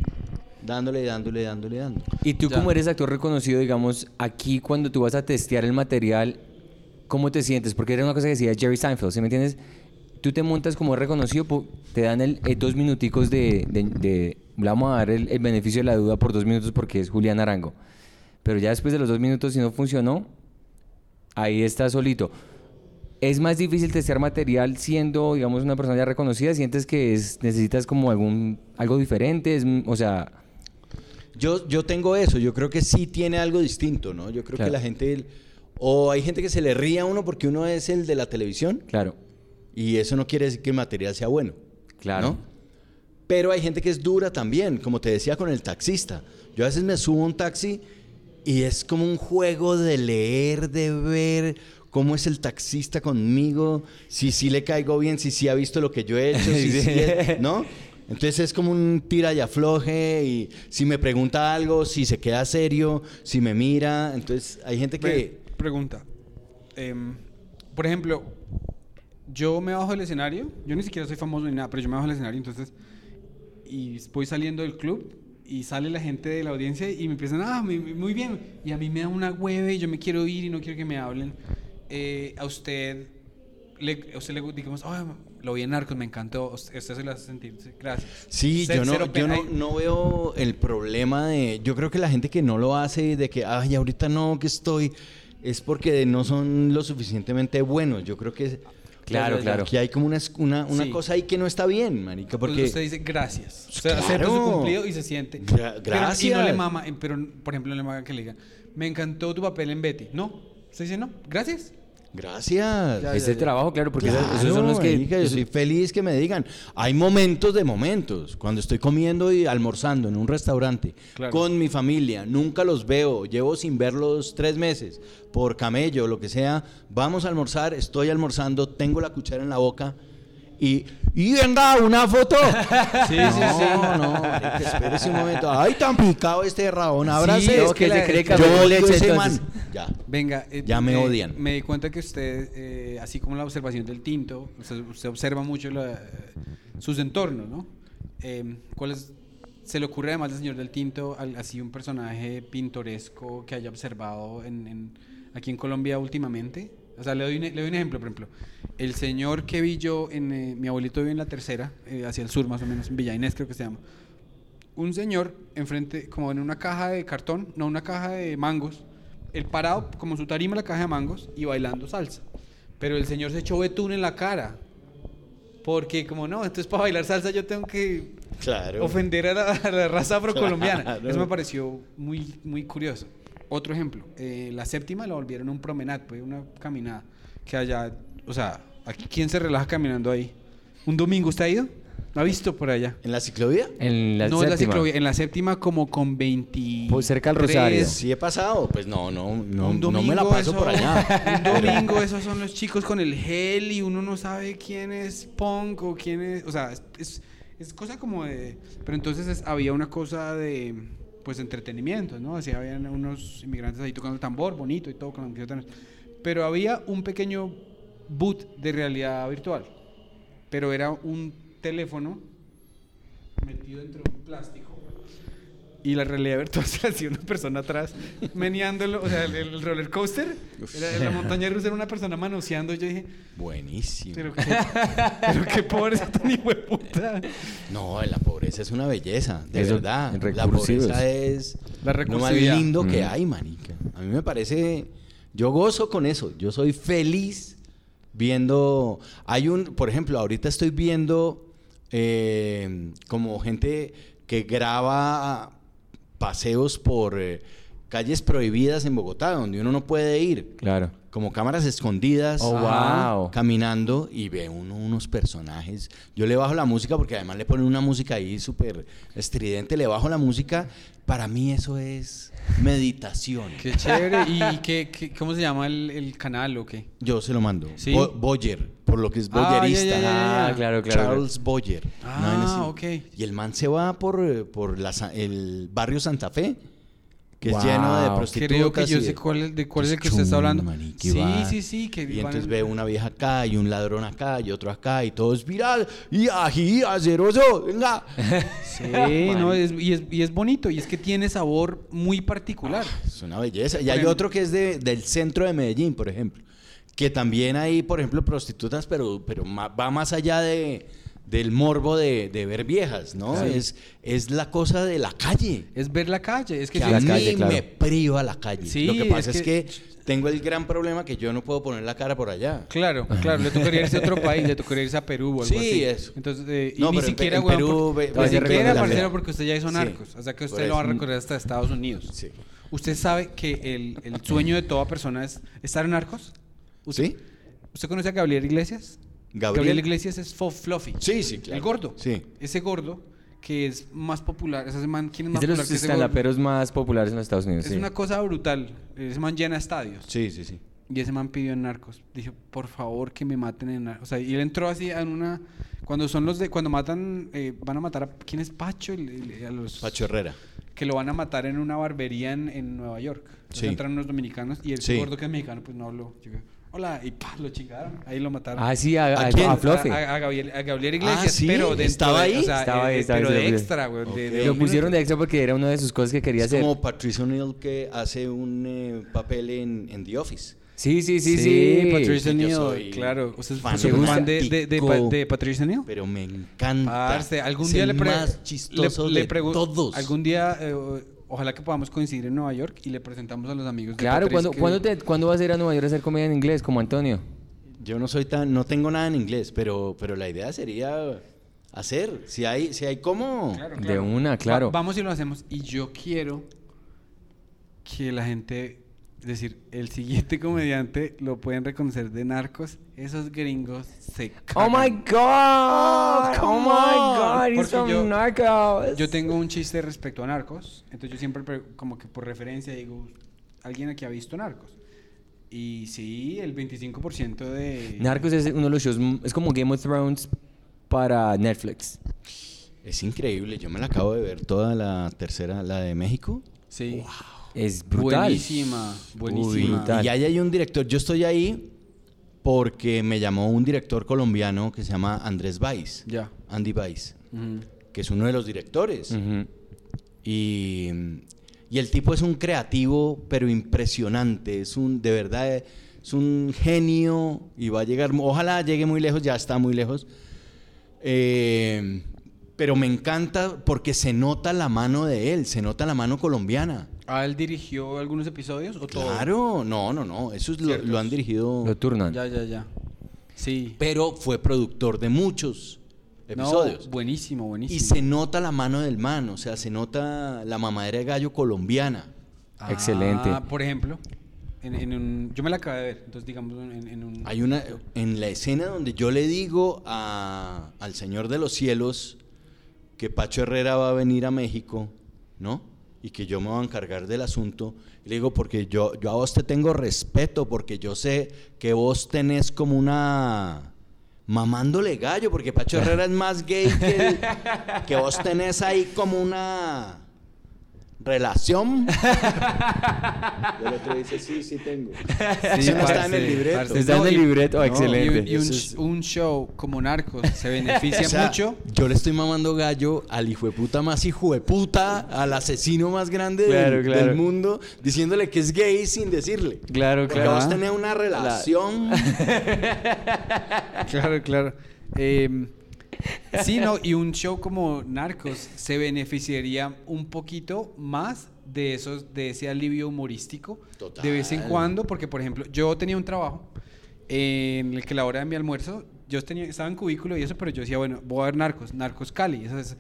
[SPEAKER 3] dándole, dándole, dándole, dándole.
[SPEAKER 2] Y tú
[SPEAKER 1] Ya.
[SPEAKER 2] como eres actor reconocido, digamos, aquí cuando tú vas a testear el material, ¿cómo te sientes? Porque era una cosa que decía Jerry Seinfeld, ¿sí me entiendes? Tú te montas como reconocido, po- te dan el, eh, dos minuticos de, de- de- Le vamos a dar el, el beneficio de la duda por dos minutos porque es Julián Arango. Pero ya después de los dos minutos, si no funcionó, ahí estás solito. ¿Es más difícil testear material siendo, digamos, una persona ya reconocida? ¿Sientes que es- necesitas como algún... algo diferente? Es, mm, o sea...
[SPEAKER 3] Yo, yo tengo eso, yo creo que sí tiene algo distinto, ¿no? Yo creo
[SPEAKER 2] Claro.
[SPEAKER 3] que la gente... O hay gente que se le ríe a uno porque uno es el de la televisión
[SPEAKER 2] Claro,
[SPEAKER 3] y eso no quiere decir que el material sea bueno.
[SPEAKER 2] claro.
[SPEAKER 3] ¿no? Pero hay gente que es dura también, como te decía con el taxista. Yo a veces me subo a un taxi y es como un juego de leer, de ver cómo es el taxista conmigo, si sí le caigo bien, si sí ha visto lo que yo he hecho, si
[SPEAKER 2] Sí.
[SPEAKER 3] sí es- ¿no? Entonces es como un tira y afloje y si me pregunta algo, si se queda serio, si me mira, entonces hay gente que...
[SPEAKER 1] Ve, Pregunta. Em, por ejemplo, yo me bajo del escenario. Yo ni siquiera soy famoso ni nada, pero yo me bajo del escenario, entonces. Y voy saliendo del club y sale la gente de la audiencia y me empiezan, ah, muy, muy bien. Y a mí me da una hueve y yo me quiero ir y no quiero que me hablen. Eh, a usted. Le, a usted le gu- digamos, "Ay, lo vi en Narcos, me encantó. a Usted usted se lo hace sentir. sí, Gracias.
[SPEAKER 3] Sí,
[SPEAKER 1] Ce-
[SPEAKER 3] yo, no,
[SPEAKER 1] cero
[SPEAKER 3] yo
[SPEAKER 1] pena.
[SPEAKER 3] no, no veo el problema de... Yo creo que la gente que no lo hace, de que, ay, ahorita no, que estoy, es porque no son lo suficientemente buenos. Yo creo que...
[SPEAKER 2] Claro, claro.
[SPEAKER 3] Que hay como una, es- una, una
[SPEAKER 1] Sí. Pues
[SPEAKER 3] cosa ahí que no está bien, marica, porque...
[SPEAKER 1] usted dice gracias.
[SPEAKER 3] Pues
[SPEAKER 1] O sea, acepta su
[SPEAKER 3] claro.
[SPEAKER 1] cumplido y se siente.
[SPEAKER 3] Gra-
[SPEAKER 1] Pero- Y no le
[SPEAKER 3] gracias.
[SPEAKER 1] mama, eh, pero por ejemplo, no le mama que le digan, me encantó tu papel en Betty. No, usted dice no, gracias.
[SPEAKER 3] Gracias.
[SPEAKER 1] Ya,
[SPEAKER 2] Es el trabajo, claro, porque
[SPEAKER 3] Claro,
[SPEAKER 2] esos- esos son los que...
[SPEAKER 3] marica, yo
[SPEAKER 2] esos-
[SPEAKER 3] soy feliz que me digan. Hay momentos de momentos. Cuando estoy comiendo y almorzando en un restaurante
[SPEAKER 1] Claro.
[SPEAKER 3] con mi familia, nunca los veo, llevo sin verlos tres meses por camello, lo que sea. Vamos a almorzar, estoy almorzando, tengo la cuchara en la boca y y venga una foto.
[SPEAKER 1] <laughs> Sí,
[SPEAKER 3] no,
[SPEAKER 1] sí, sí.
[SPEAKER 3] no, marica, espérese un momento. Ay, tan picado este rabón. Abrace.
[SPEAKER 1] es que la-
[SPEAKER 3] yo le eché
[SPEAKER 2] ese
[SPEAKER 3] ese
[SPEAKER 2] man.
[SPEAKER 3] man. Ya.
[SPEAKER 1] Venga, eh,
[SPEAKER 3] Ya me odian.
[SPEAKER 1] Me di cuenta que usted, eh, así como la observación del tinto, usted, usted observa mucho la- sus entornos, ¿no? Eh, Em, ¿Cuál es se le ocurre además al señor del tinto al- así un personaje pintoresco que haya observado en, en- aquí en Colombia últimamente? O sea, le doy, un, e- le doy un ejemplo, por ejemplo. El señor que vi yo, en, eh, mi abuelito vive en la tercera, eh, hacia el sur más o menos, en Villa Inés creo que se llama. Un señor enfrente, como en una caja de cartón, no, una caja de mangos, el parado como en su tarima la caja de mangos y bailando salsa. Pero el señor se echó betún en la cara. Porque como no, entonces para bailar salsa yo tengo que
[SPEAKER 3] Claro.
[SPEAKER 1] ofender a la, a la raza afrocolombiana.
[SPEAKER 3] Claro.
[SPEAKER 1] Eso me pareció muy, muy curioso. Otro ejemplo, eh, la séptima la volvieron un promenad, pues una caminada. Que allá, o sea, aquí, ¿quién se relaja caminando ahí? ¿Un domingo usted ha ido? ¿Lo ha visto por allá?
[SPEAKER 3] ¿En la ciclovía?
[SPEAKER 2] En la
[SPEAKER 1] no, es
[SPEAKER 2] séptima.
[SPEAKER 1] la ciclovía, en la séptima como con 20.
[SPEAKER 2] Pues cerca al Rosario.
[SPEAKER 3] Sí he pasado. Pues no, no, no, no me la paso por allá.
[SPEAKER 1] Un domingo, esos son los chicos con el gel y uno no sabe quién es punk o quién es. O sea, es, es, es cosa como de. Pero entonces es- había una cosa de. Pues entretenimiento, ¿no? Así habían unos inmigrantes ahí tocando el tambor, bonito y todo con la música tan- Pero había un pequeño boot de realidad virtual. Pero era un teléfono metido dentro de un plástico. Y la realidad virtual <laughs> se hacía una persona atrás meneándolo, o sea, el, el roller coaster,
[SPEAKER 3] Uf.
[SPEAKER 1] era- la montaña rusa era una persona manoseando. y Yo dije,
[SPEAKER 3] Buenísimo.
[SPEAKER 1] pero qué, pero qué pobre esa tan hijueputa.
[SPEAKER 3] No, la pobreza es una belleza, de
[SPEAKER 2] Eso,
[SPEAKER 3] verdad. La
[SPEAKER 2] recursivos.
[SPEAKER 3] pobreza es
[SPEAKER 1] La
[SPEAKER 3] lo más
[SPEAKER 1] recursividad.
[SPEAKER 3] lindo que
[SPEAKER 2] Mm.
[SPEAKER 3] hay, manica. A mí me parece, yo gozo con eso. Yo soy feliz viendo, hay un, por ejemplo, ahorita estoy viendo eh, como gente que graba paseos por eh, calles prohibidas en Bogotá, donde uno no puede ir.
[SPEAKER 2] Claro.
[SPEAKER 3] Como cámaras escondidas.
[SPEAKER 2] Oh,
[SPEAKER 3] Ah,
[SPEAKER 2] wow.
[SPEAKER 3] Caminando y ve uno unos personajes. Yo le bajo la música porque además le ponen una música ahí súper estridente. Le bajo la música. Para mí eso es meditación.
[SPEAKER 1] Qué chévere. ¿Y qué, qué- cómo se llama el, el canal o qué?
[SPEAKER 3] Yo se lo mando.
[SPEAKER 1] Sí.
[SPEAKER 3] Bo- Boyer, por lo que es
[SPEAKER 1] Ah, ya,
[SPEAKER 3] boyerista.
[SPEAKER 1] ya, ya, ya.
[SPEAKER 2] Ah, claro, claro.
[SPEAKER 3] Charles Boyer.
[SPEAKER 1] Ah,
[SPEAKER 3] Una vaina así.
[SPEAKER 1] ok.
[SPEAKER 3] Y el man se va por, eh, por la sa- el barrio Santa Fe, que
[SPEAKER 2] Wow.
[SPEAKER 3] es lleno de
[SPEAKER 2] Creo que
[SPEAKER 3] prostitutas.
[SPEAKER 1] Creo que yo
[SPEAKER 3] y de- pues,
[SPEAKER 1] sé cuál, es- de cuál es el que
[SPEAKER 3] Chum,
[SPEAKER 1] usted está hablando.
[SPEAKER 3] maniquí,
[SPEAKER 1] sí,
[SPEAKER 3] va.
[SPEAKER 1] sí, sí, que
[SPEAKER 3] Y entonces
[SPEAKER 1] van-
[SPEAKER 3] ve una vieja acá y un ladrón acá y otro acá y todo es viral. Y ají, aceroso,
[SPEAKER 1] <laughs>
[SPEAKER 3] venga.
[SPEAKER 1] Sí,
[SPEAKER 3] <laughs>
[SPEAKER 1] no, es- y, es, y es bonito, y es que tiene sabor muy particular.
[SPEAKER 3] Es una belleza. Y hay otro que es de- del centro de Medellín, por ejemplo. Que también hay, por ejemplo, prostitutas, pero, pero ma- va más allá de, del morbo de, de ver viejas, ¿no?
[SPEAKER 1] Sí.
[SPEAKER 3] Es, es la cosa de la calle.
[SPEAKER 1] Es ver la calle, es que
[SPEAKER 3] que
[SPEAKER 1] si
[SPEAKER 3] a
[SPEAKER 2] la
[SPEAKER 1] es-
[SPEAKER 3] mí
[SPEAKER 2] calle, claro.
[SPEAKER 3] me priva la calle.
[SPEAKER 1] Sí,
[SPEAKER 3] Lo que pasa
[SPEAKER 1] es
[SPEAKER 3] es
[SPEAKER 1] que-
[SPEAKER 3] que... tengo el gran problema que yo no puedo poner la cara por allá.
[SPEAKER 1] Claro, claro, le tocaría irse a otro país, le tocaría irse a Perú o algo
[SPEAKER 3] Sí,
[SPEAKER 1] así.
[SPEAKER 3] eso.
[SPEAKER 1] Entonces, eh, y
[SPEAKER 3] No,
[SPEAKER 1] ni
[SPEAKER 3] pero en
[SPEAKER 1] siquiera,
[SPEAKER 3] Pe- en
[SPEAKER 1] weón,
[SPEAKER 3] Perú
[SPEAKER 1] porque-
[SPEAKER 3] ve-
[SPEAKER 1] ni
[SPEAKER 2] ve-
[SPEAKER 1] siquiera,
[SPEAKER 2] recuerda la
[SPEAKER 1] parcero,
[SPEAKER 3] fea.
[SPEAKER 1] porque usted ya hizo
[SPEAKER 3] Sí,
[SPEAKER 1] narcos. o sea que
[SPEAKER 3] por
[SPEAKER 1] usted lo va a
[SPEAKER 3] eso.
[SPEAKER 1] recorrer hasta Estados Unidos.
[SPEAKER 3] Sí.
[SPEAKER 1] ¿Usted sabe que el, el sueño de toda persona es estar en narcos? ¿Usted,
[SPEAKER 3] ¿Sí?
[SPEAKER 1] ¿Usted conoce a Gabriel Iglesias?
[SPEAKER 3] Gabriel.
[SPEAKER 1] Iglesias es fo- Fluffy.
[SPEAKER 3] Sí, sí, claro.
[SPEAKER 1] El gordo.
[SPEAKER 3] Sí.
[SPEAKER 1] Ese gordo que es más popular. Ese man, ¿quién es
[SPEAKER 2] Es
[SPEAKER 1] más
[SPEAKER 2] de los
[SPEAKER 1] popular que ese gordo?
[SPEAKER 2] estandaperos más populares en los Estados Unidos.
[SPEAKER 1] Es
[SPEAKER 2] sí.
[SPEAKER 1] una cosa brutal. Ese man llena estadios.
[SPEAKER 3] Sí, sí, sí.
[SPEAKER 1] Y ese man pidió en narcos. Dijo, por favor, que me maten en narcos. O sea, y él entró así en una. Cuando son los de. Cuando matan. eh, van a matar a. ¿Quién es Pacho? El- el- a los,
[SPEAKER 3] Pacho Herrera.
[SPEAKER 1] Que lo van a matar en una barbería en, en Nueva York. Entonces
[SPEAKER 3] Sí.
[SPEAKER 1] entraron unos dominicanos y el
[SPEAKER 3] Sí.
[SPEAKER 1] gordo que es mexicano, pues no habló. Llegó, Hola, y pa, lo chingaron. Ahí lo mataron.
[SPEAKER 2] Ah, sí, a,
[SPEAKER 3] ¿A
[SPEAKER 2] a,
[SPEAKER 3] quién?
[SPEAKER 2] a Fluffy.
[SPEAKER 1] A, a- a Gabriel, a Gabriel Iglesias,
[SPEAKER 3] Ah, sí,
[SPEAKER 1] pero dentro
[SPEAKER 3] estaba
[SPEAKER 1] de-
[SPEAKER 3] ahí.
[SPEAKER 1] o sea,
[SPEAKER 2] Estaba ahí,
[SPEAKER 1] eh,
[SPEAKER 2] estaba ahí,
[SPEAKER 1] pero
[SPEAKER 2] sí,
[SPEAKER 1] de
[SPEAKER 2] lo vi.
[SPEAKER 1] extra, güey. de- de
[SPEAKER 2] Lo
[SPEAKER 1] un
[SPEAKER 2] pusieron
[SPEAKER 1] minuto.
[SPEAKER 2] de extra porque era una de sus cosas que quería
[SPEAKER 3] Es
[SPEAKER 2] hacer.
[SPEAKER 3] como Patricio O'Neill que hace un eh, papel en, en The Office.
[SPEAKER 2] Sí, sí, sí, sí.
[SPEAKER 1] Patricio
[SPEAKER 3] Yo
[SPEAKER 1] O'Neill,
[SPEAKER 3] soy
[SPEAKER 1] claro. Usted es
[SPEAKER 3] fan
[SPEAKER 1] súper
[SPEAKER 2] de
[SPEAKER 1] fan de, de, de, pa-
[SPEAKER 3] Tico.
[SPEAKER 1] de Patricio O'Neill.
[SPEAKER 3] Pero me encanta.
[SPEAKER 1] Parce, algún
[SPEAKER 3] Es
[SPEAKER 1] día
[SPEAKER 3] el
[SPEAKER 1] le pre-
[SPEAKER 3] más chistoso
[SPEAKER 1] le- le
[SPEAKER 3] de
[SPEAKER 1] pregun-
[SPEAKER 3] todos.
[SPEAKER 1] Algún día, eh, o- ojalá que podamos coincidir en Nueva York y le presentamos a los amigos. de
[SPEAKER 2] Claro,
[SPEAKER 1] Patrice
[SPEAKER 2] ¿cuándo,
[SPEAKER 1] que-
[SPEAKER 2] ¿cuándo, te- ¿cuándo vas a ir a Nueva York a hacer comedia en inglés como Antonio?
[SPEAKER 3] Yo no soy tan, no tengo nada en inglés, pero, pero la idea sería hacer. Si hay, si hay cómo.
[SPEAKER 1] Claro,
[SPEAKER 2] De
[SPEAKER 1] claro.
[SPEAKER 2] una,
[SPEAKER 1] Va-
[SPEAKER 2] claro.
[SPEAKER 1] vamos y lo hacemos. Y yo quiero que la gente, es decir, el siguiente comediante lo pueden reconocer de narcos. Esos gringos se cagan.
[SPEAKER 2] Oh my god.
[SPEAKER 3] Oh,
[SPEAKER 2] Oh
[SPEAKER 3] come
[SPEAKER 2] my god.
[SPEAKER 1] Porque
[SPEAKER 2] He's from
[SPEAKER 1] yo-
[SPEAKER 2] Narcos.
[SPEAKER 1] Yo tengo un chiste respecto a narcos, entonces yo siempre pre- como que por referencia digo, ¿alguien aquí ha visto narcos? Y sí, el 25% de...
[SPEAKER 2] Narcos es uno de los shows. m- Es como Game of Thrones para Netflix.
[SPEAKER 3] Es increíble. Yo me la acabo de ver toda la tercera, la de México.
[SPEAKER 1] Sí.
[SPEAKER 2] Es brutal.
[SPEAKER 1] Buenísima,
[SPEAKER 3] Uy,
[SPEAKER 1] buenísima.
[SPEAKER 2] brutal.
[SPEAKER 3] Y ahí hay un director. Yo estoy ahí porque me llamó un director colombiano que se llama Andrés Valls.
[SPEAKER 1] Ya.
[SPEAKER 3] Andy Valls.
[SPEAKER 1] Ujú.
[SPEAKER 3] que es uno de los directores.
[SPEAKER 2] Ujú.
[SPEAKER 3] Y, y el tipo es un creativo, pero impresionante. Es un, de verdad, es un genio y va a llegar, ojalá llegue muy lejos, ya está muy lejos. Eh, pero me encanta porque se nota la mano de él, se nota la mano colombiana.
[SPEAKER 1] ¿Ah, él dirigió algunos episodios o todo?
[SPEAKER 3] Claro, no, no, no, eso es lo,
[SPEAKER 1] Ciertos.
[SPEAKER 3] lo han dirigido.
[SPEAKER 2] Lo turnan.
[SPEAKER 1] Ya, ya, ya. Sí.
[SPEAKER 3] Pero fue productor de muchos
[SPEAKER 1] No,
[SPEAKER 3] episodios.
[SPEAKER 1] buenísimo, buenísimo.
[SPEAKER 3] y se nota la mano del man, o sea, se nota la mamadera de gallo colombiana.
[SPEAKER 2] Excelente.
[SPEAKER 1] Ah, Por ejemplo, en, en un, yo me la acabé de ver, entonces digamos en, en un... <laughs>
[SPEAKER 3] Hay una en la escena donde yo le digo a- al Señor de los Cielos que Pacho Herrera va a venir a México, ¿no? Y que yo me voy a encargar del asunto. Le digo, porque yo, yo a vos te tengo respeto, porque yo sé que vos tenés como una. Mamándole gallo, porque Pacho Herrera es más gay que, que vos tenés ahí como una. Relación. Y el otro dice, sí, sí tengo.
[SPEAKER 1] Sí,
[SPEAKER 3] Eso no está en
[SPEAKER 1] parce,
[SPEAKER 3] el libreto.
[SPEAKER 1] parce.
[SPEAKER 2] Está en el
[SPEAKER 1] y-
[SPEAKER 2] libreto, excelente.
[SPEAKER 1] Y, un- y un,
[SPEAKER 3] Eso es-
[SPEAKER 1] un show como Narcos
[SPEAKER 3] <laughs>
[SPEAKER 1] se beneficia
[SPEAKER 3] O sea,
[SPEAKER 1] mucho.
[SPEAKER 3] Yo le estoy mamando gallo al hijo de puta más hijo de puta, al asesino más grande
[SPEAKER 2] Claro,
[SPEAKER 3] del,
[SPEAKER 2] claro.
[SPEAKER 3] del mundo, diciéndole que es gay sin decirle.
[SPEAKER 2] Claro,
[SPEAKER 3] Porque
[SPEAKER 2] claro.
[SPEAKER 3] vos tenés una relación.
[SPEAKER 1] <laughs> Claro, claro. Eh, sí, no, y un show como Narcos se beneficiaría un poquito más de esos, de ese alivio humorístico
[SPEAKER 3] Total.
[SPEAKER 1] de vez en cuando, porque por ejemplo, yo tenía un trabajo en el que la hora de mi almuerzo, yo tenía, estaba en cubículo y eso, pero yo decía, bueno, voy a ver Narcos, Narcos Cali, eso es-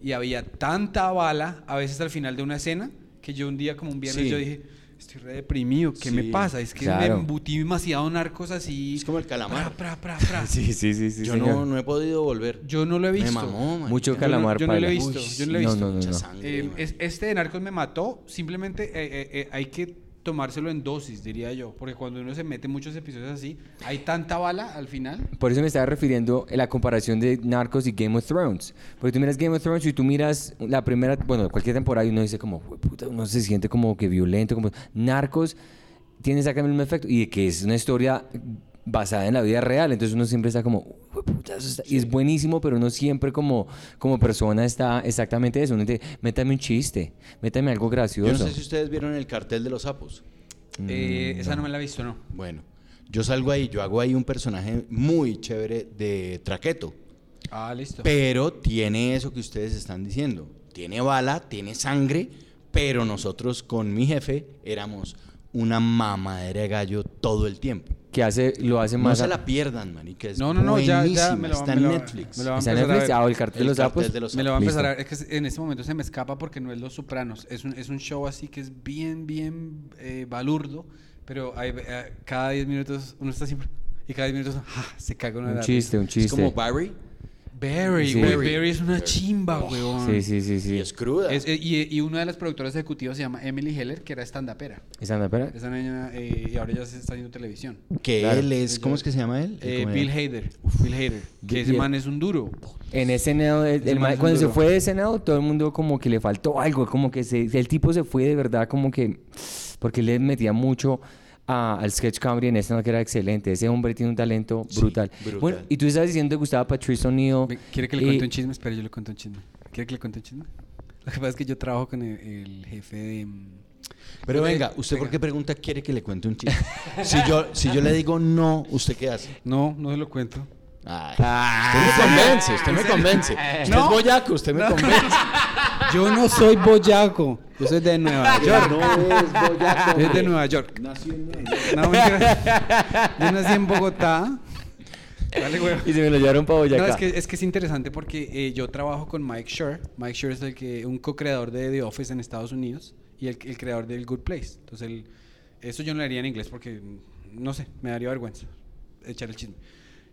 [SPEAKER 1] y había tanta bala a veces al final de una escena que yo un día como un viernes
[SPEAKER 3] Sí.
[SPEAKER 1] yo dije, estoy re deprimido, ¿qué me
[SPEAKER 3] Sí,
[SPEAKER 1] pasa? Es que
[SPEAKER 2] claro.
[SPEAKER 1] me embutí demasiado Narcos así.
[SPEAKER 3] Es como el calamar.
[SPEAKER 1] Pra, pra, pra, pra.
[SPEAKER 2] <laughs> Sí, sí, <laughs> sí, sí.
[SPEAKER 3] yo
[SPEAKER 2] señor.
[SPEAKER 3] no, no he podido volver.
[SPEAKER 1] Yo no lo he visto.
[SPEAKER 3] Me mamó, marica.
[SPEAKER 2] Mucho
[SPEAKER 1] no-
[SPEAKER 2] calamar
[SPEAKER 1] yo no lo he
[SPEAKER 2] paila.
[SPEAKER 1] visto, yo no lo he visto.
[SPEAKER 2] No, no,
[SPEAKER 3] Mucha
[SPEAKER 2] no.
[SPEAKER 3] sangre,
[SPEAKER 1] Eh,
[SPEAKER 3] marica.
[SPEAKER 1] es- este de Narcos me mató. Simplemente eh, eh, eh, hay que tomárselo en dosis, diría yo. Porque cuando uno se mete en muchos episodios así, hay tanta bala al final.
[SPEAKER 2] Por eso me estaba refiriendo a la comparación de Narcos y Game of Thrones. Porque tú miras Game of Thrones y tú miras la primera, bueno, cualquier temporada y uno dice como, "Jue puta, uno se siente como que violento, como Narcos tiene exactamente el mismo efecto y de que es una historia basada en la vida real, entonces uno siempre está como, "Jue puta, eso está-". y es buenísimo, pero uno siempre como, como persona está exactamente eso, uno dice, métame un chiste, métame algo
[SPEAKER 3] Yo no
[SPEAKER 2] gracioso.
[SPEAKER 3] sé si ustedes vieron el cartel de los sapos.
[SPEAKER 2] Mm,
[SPEAKER 1] Eh, Esa no me la he visto, no.
[SPEAKER 3] Bueno, yo salgo ahí, yo hago ahí un personaje muy chévere de traqueto.
[SPEAKER 1] Ah, listo.
[SPEAKER 3] Pero tiene eso que ustedes están diciendo. Tiene bala, tiene sangre, pero nosotros con mi jefe éramos una mamadera de gallo todo el tiempo.
[SPEAKER 2] Que hace, lo hace
[SPEAKER 3] No
[SPEAKER 2] más...
[SPEAKER 3] se
[SPEAKER 2] a-
[SPEAKER 3] la pierdan, marica. Es
[SPEAKER 1] no, no, no, ya, ya
[SPEAKER 3] buenísima,
[SPEAKER 1] me lo
[SPEAKER 3] Está
[SPEAKER 1] me
[SPEAKER 3] en
[SPEAKER 1] lo-
[SPEAKER 3] Netflix.
[SPEAKER 1] Me lo va a
[SPEAKER 2] ¿Está
[SPEAKER 1] empezar
[SPEAKER 2] en
[SPEAKER 1] a
[SPEAKER 2] Netflix?
[SPEAKER 1] ver.
[SPEAKER 2] Ah, o el cartel de
[SPEAKER 3] El
[SPEAKER 2] los
[SPEAKER 3] cartel
[SPEAKER 2] sapos.
[SPEAKER 3] de los
[SPEAKER 1] Me lo va a
[SPEAKER 2] Listo.
[SPEAKER 1] empezar a ver. Es que es- en este momento se me escapa porque no es Los Sopranos. Es un, es un show así que es bien, bien eh, balurdo. Pero hay- eh, cada 10 minutos uno está siempre. Y cada 10 minutos <laughs> ah, se caga uno de
[SPEAKER 2] Un
[SPEAKER 1] la
[SPEAKER 2] chiste, un chiste.
[SPEAKER 3] Es como Barry
[SPEAKER 1] Barry,
[SPEAKER 2] Sí.
[SPEAKER 1] güey.
[SPEAKER 2] Barry.
[SPEAKER 1] Barry es una chimba, weón.
[SPEAKER 2] Sí, sí, sí,
[SPEAKER 3] y
[SPEAKER 2] sí.
[SPEAKER 3] es cruda.
[SPEAKER 1] Es- eh, y, y una de las productoras ejecutivas se llama Emily Heller, que era stand-upera.
[SPEAKER 2] Esa no, espera.
[SPEAKER 1] Esa niña, eh, y ahora ya se está haciendo televisión.
[SPEAKER 3] que
[SPEAKER 2] claro.
[SPEAKER 3] él es... ¿Cómo es que se llama él? El
[SPEAKER 1] Eh,
[SPEAKER 3] comediante.
[SPEAKER 1] Bill Hader. Bill Hader.
[SPEAKER 2] Bill
[SPEAKER 1] Que ese
[SPEAKER 2] Hader.
[SPEAKER 1] man es un duro.
[SPEAKER 2] En SNL, el-
[SPEAKER 1] Ese
[SPEAKER 2] el
[SPEAKER 1] man
[SPEAKER 2] ma-
[SPEAKER 1] es un
[SPEAKER 2] cuando se
[SPEAKER 1] duro.
[SPEAKER 2] fue de SNL, todo el mundo como que le faltó algo, como que se- el tipo se fue de verdad como que, porque le metía mucho a- al sketch comedy en SNL que era excelente. Ese hombre tiene un talento
[SPEAKER 3] Sí,
[SPEAKER 2] brutal.
[SPEAKER 3] brutal.
[SPEAKER 2] Bueno, y tú estabas diciendo que gustaba Patrice O'Neill.
[SPEAKER 1] Ve, ¿Quiere que le
[SPEAKER 2] y-
[SPEAKER 3] Eh,
[SPEAKER 1] cuente un chisme? Espera, yo le cuento un chisme. ¿Quiere que le cuente un chisme? Lo que pasa es que yo trabajo con el, el jefe de... mm,
[SPEAKER 3] Pero
[SPEAKER 1] con el-
[SPEAKER 3] venga, ¿usted por qué pregunta quiere que le cuente un chiste? si, yo, si yo le digo no, ¿usted qué hace?
[SPEAKER 1] No, no se lo cuento.
[SPEAKER 3] Ay,
[SPEAKER 2] Ah.
[SPEAKER 3] usted me convence, usted me convence. Usted
[SPEAKER 1] No.
[SPEAKER 3] es boyaco, usted me
[SPEAKER 1] <laughs>
[SPEAKER 3] convence.
[SPEAKER 1] Yo no soy boyaco. Yo soy de
[SPEAKER 3] <laughs>
[SPEAKER 1] Nueva York.
[SPEAKER 3] No es boyaco.
[SPEAKER 1] Yo soy de
[SPEAKER 3] hombre.
[SPEAKER 1] Nueva York.
[SPEAKER 3] Nació en Nueva York.
[SPEAKER 1] No, mentira. Yo nací en Bogotá. Dale, güey.
[SPEAKER 2] Y se me lo llevaron para Boyacá.
[SPEAKER 1] No, es que, es que es interesante porque eh, yo trabajo con Mike Schur. Mike Schur es el que, un co-creador de The Office en Estados Unidos y el, el creador del Good Place. Entonces, él- eso yo no lo haría en inglés porque, mm, no sé, me daría vergüenza echar el chisme.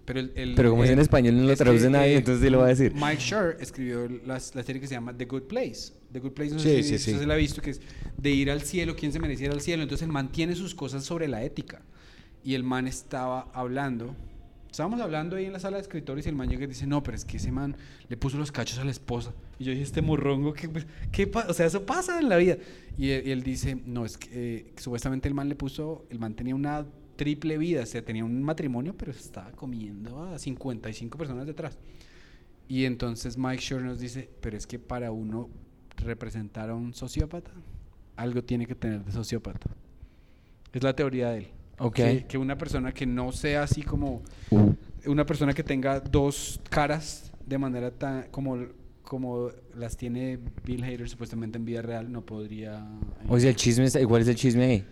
[SPEAKER 1] Pero, el, el- eh,
[SPEAKER 2] Pero como es en español, no lo
[SPEAKER 1] es que, eh,
[SPEAKER 2] traduce nadie, entonces sí lo va a decir.
[SPEAKER 1] Mike Schur escribió las- la serie que se llama The Good Place. The Good Place, no
[SPEAKER 3] Sí,
[SPEAKER 1] sé si
[SPEAKER 3] sí, sí.
[SPEAKER 1] usted se la ha visto, que es de ir al cielo, quién se mereciera al cielo. Entonces, él mantiene sus cosas sobre la ética. Y el man estaba hablando. Estábamos hablando ahí en la sala de escritores y el man llega y dice, no, pero es que ese man le puso los cachos a la esposa. Y yo dije, este morrongo, ¿qué, qué pa-?" o sea, eso pasa en la vida. Y él, y él dice, no, es que eh, supuestamente el man le puso, el man tenía una triple vida, o sea, tenía un matrimonio, pero estaba comiendo a 55 personas detrás. Y entonces Mike Shore nos dice, pero es que para uno representar a un sociópata, algo tiene que tener de sociópata. Es la teoría de él.
[SPEAKER 2] Ok. Uh.
[SPEAKER 1] Que, que una persona que no sea así como una persona que tenga dos caras de manera tan como como las tiene Bill Hader supuestamente en vida real no podría eh,
[SPEAKER 2] O sea, el chisme está, ¿cuál es el chisme ahí?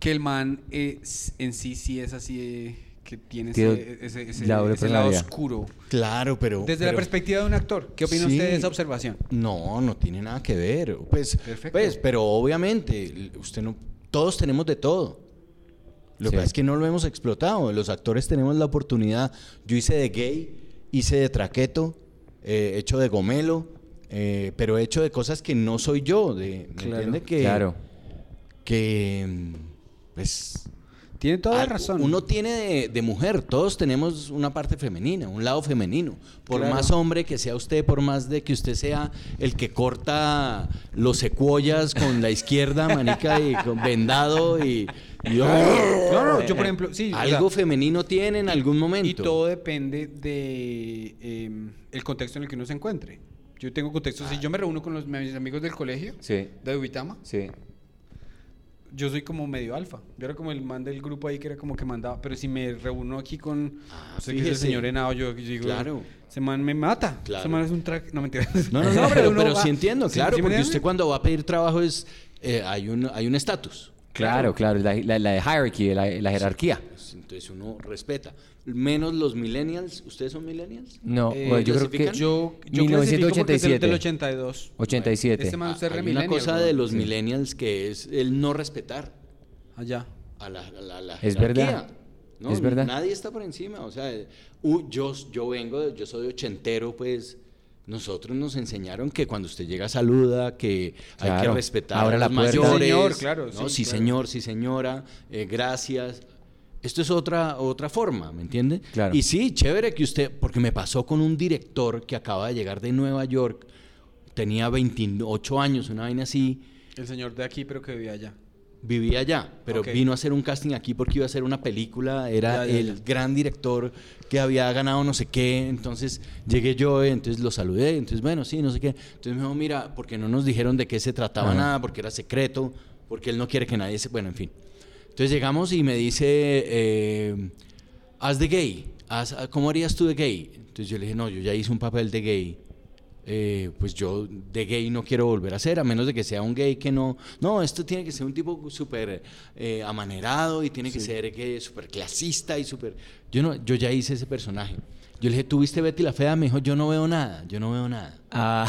[SPEAKER 1] que el man es- en sí sí es así eh, que tiene
[SPEAKER 2] Tiene
[SPEAKER 1] ese, ese- ese-
[SPEAKER 2] la doble
[SPEAKER 1] ese lado
[SPEAKER 2] personalidad.
[SPEAKER 1] oscuro
[SPEAKER 3] Claro, pero...
[SPEAKER 1] desde la
[SPEAKER 3] pero-
[SPEAKER 1] perspectiva de un actor qué opina
[SPEAKER 3] Sí.
[SPEAKER 1] usted de esa observación
[SPEAKER 3] No, no tiene nada que ver. Pues,
[SPEAKER 1] Perfecto.
[SPEAKER 3] pues, pero obviamente, l- usted no, todos tenemos de todo.
[SPEAKER 2] Sí.
[SPEAKER 3] Lo que pasa es que no lo hemos explotado. Los actores tenemos la oportunidad. Yo hice de gay, hice de traqueto, eh, hecho de gomelo, eh, pero he hecho de cosas que no soy yo. De, ¿Me
[SPEAKER 1] Claro.
[SPEAKER 3] entiende? Que,
[SPEAKER 2] Claro.
[SPEAKER 3] Que, mm, pues,
[SPEAKER 1] tiene toda la
[SPEAKER 3] al-
[SPEAKER 1] razón
[SPEAKER 3] Uno tiene de, de mujer, todos tenemos una parte femenina, un lado femenino. Por
[SPEAKER 1] Claro.
[SPEAKER 3] más hombre que sea usted, por más de que usted sea el que corta los secuoyas con la izquierda, manica, y con vendado y... y-
[SPEAKER 1] no no yo por ejemplo sí o
[SPEAKER 3] Algo
[SPEAKER 1] sea,
[SPEAKER 3] femenino tiene en algún momento.
[SPEAKER 1] Y todo depende de em, el contexto en el que uno se encuentre. Yo tengo contextos,
[SPEAKER 3] Ah.
[SPEAKER 1] si yo me reúno con los, mis amigos del colegio
[SPEAKER 2] Sí.
[SPEAKER 1] de Ubitama,
[SPEAKER 2] Sí.
[SPEAKER 1] yo soy como medio alfa. Yo era como el man del grupo ahí que era como que mandaba, pero si me reúno aquí con
[SPEAKER 3] Ah,
[SPEAKER 1] no sé qué es el
[SPEAKER 3] fíjese.
[SPEAKER 1] señor Henao, yo, yo digo,
[SPEAKER 3] Claro.
[SPEAKER 1] ese man me mata.
[SPEAKER 3] Claro.
[SPEAKER 1] Ese man es un track, no mentira.
[SPEAKER 3] <laughs> No,
[SPEAKER 1] <laughs>
[SPEAKER 3] no, no, pero,
[SPEAKER 1] uno
[SPEAKER 3] pero
[SPEAKER 1] va-
[SPEAKER 3] sí entiendo,
[SPEAKER 1] ¿sí-
[SPEAKER 3] claro,
[SPEAKER 1] sí me
[SPEAKER 3] porque
[SPEAKER 1] entiende?
[SPEAKER 3] usted cuando va a pedir trabajo es eh, hay un hay un estatus.
[SPEAKER 2] Claro, claro, la, la, la hierarchy, la, la jerarquía.
[SPEAKER 3] Pues, Entonces uno respeta. Menos los millennials. ¿ustedes son millennials?
[SPEAKER 2] No,
[SPEAKER 1] Eh,
[SPEAKER 2] bueno, yo creo que
[SPEAKER 3] ¿clasifican?
[SPEAKER 1] yo, yo 1987 del 82.
[SPEAKER 2] 87.
[SPEAKER 1] Este man usted
[SPEAKER 3] Ah,
[SPEAKER 1] es re
[SPEAKER 3] hay una
[SPEAKER 1] millennial,
[SPEAKER 3] cosa de
[SPEAKER 1] weón.
[SPEAKER 3] los millennials que es el no respetar
[SPEAKER 1] allá.
[SPEAKER 3] a la, a la- a la
[SPEAKER 2] Es
[SPEAKER 3] jerarquía,
[SPEAKER 2] verdad.
[SPEAKER 3] ¿no?
[SPEAKER 2] Es verdad.
[SPEAKER 3] Nadie está por encima. O sea, u- yo, yo vengo, de- yo soy ochentero, pues nosotros nos enseñaron que cuando usted llega saluda, que hay que
[SPEAKER 2] Claro.
[SPEAKER 3] respetar
[SPEAKER 2] Abra
[SPEAKER 3] a
[SPEAKER 2] la
[SPEAKER 3] los
[SPEAKER 2] puerta. Sí,
[SPEAKER 3] mayores.
[SPEAKER 1] señor, claro, sí,
[SPEAKER 3] ¿no? Sí,
[SPEAKER 1] claro.
[SPEAKER 3] señor, sí, señora, eh, gracias. Esto es otra, otra forma, ¿me entiende?
[SPEAKER 2] Claro.
[SPEAKER 3] Y sí, chévere que usted, porque me pasó con un director que acaba de llegar de Nueva York, tenía 28 años, una vaina así,
[SPEAKER 1] El señor de aquí pero que vivía allá.
[SPEAKER 3] Vivía allá, pero
[SPEAKER 1] Ok.
[SPEAKER 3] vino a hacer un casting aquí porque iba a hacer una película. Era
[SPEAKER 1] Ya, ya,
[SPEAKER 3] el
[SPEAKER 1] ya.
[SPEAKER 3] gran director que había ganado no sé qué. Entonces llegué yo, eh, entonces lo saludé. Entonces, bueno, sí, no sé qué. Entonces me dijo, mira, porque no nos dijeron de qué se trataba
[SPEAKER 2] Ajá.
[SPEAKER 3] nada, porque era secreto, porque él no quiere que nadie se. Bueno, en fin. Entonces llegamos y me dice, eh, haz de gay. haz- ah, ¿Cómo harías tú de gay? Entonces yo le dije, no, yo ya hice un papel de gay. Eh, pues yo de gay no quiero volver a ser, a menos de que sea un gay que no... No, esto tiene que ser un tipo súper eh, amanerado y tiene que ser que súper clasista y súper... Yo, no, yo ya hice ese personaje. Yo le dije, ¿tú viste Betty la Fea? Me dijo, yo no veo nada, yo no veo nada.
[SPEAKER 2] Ah.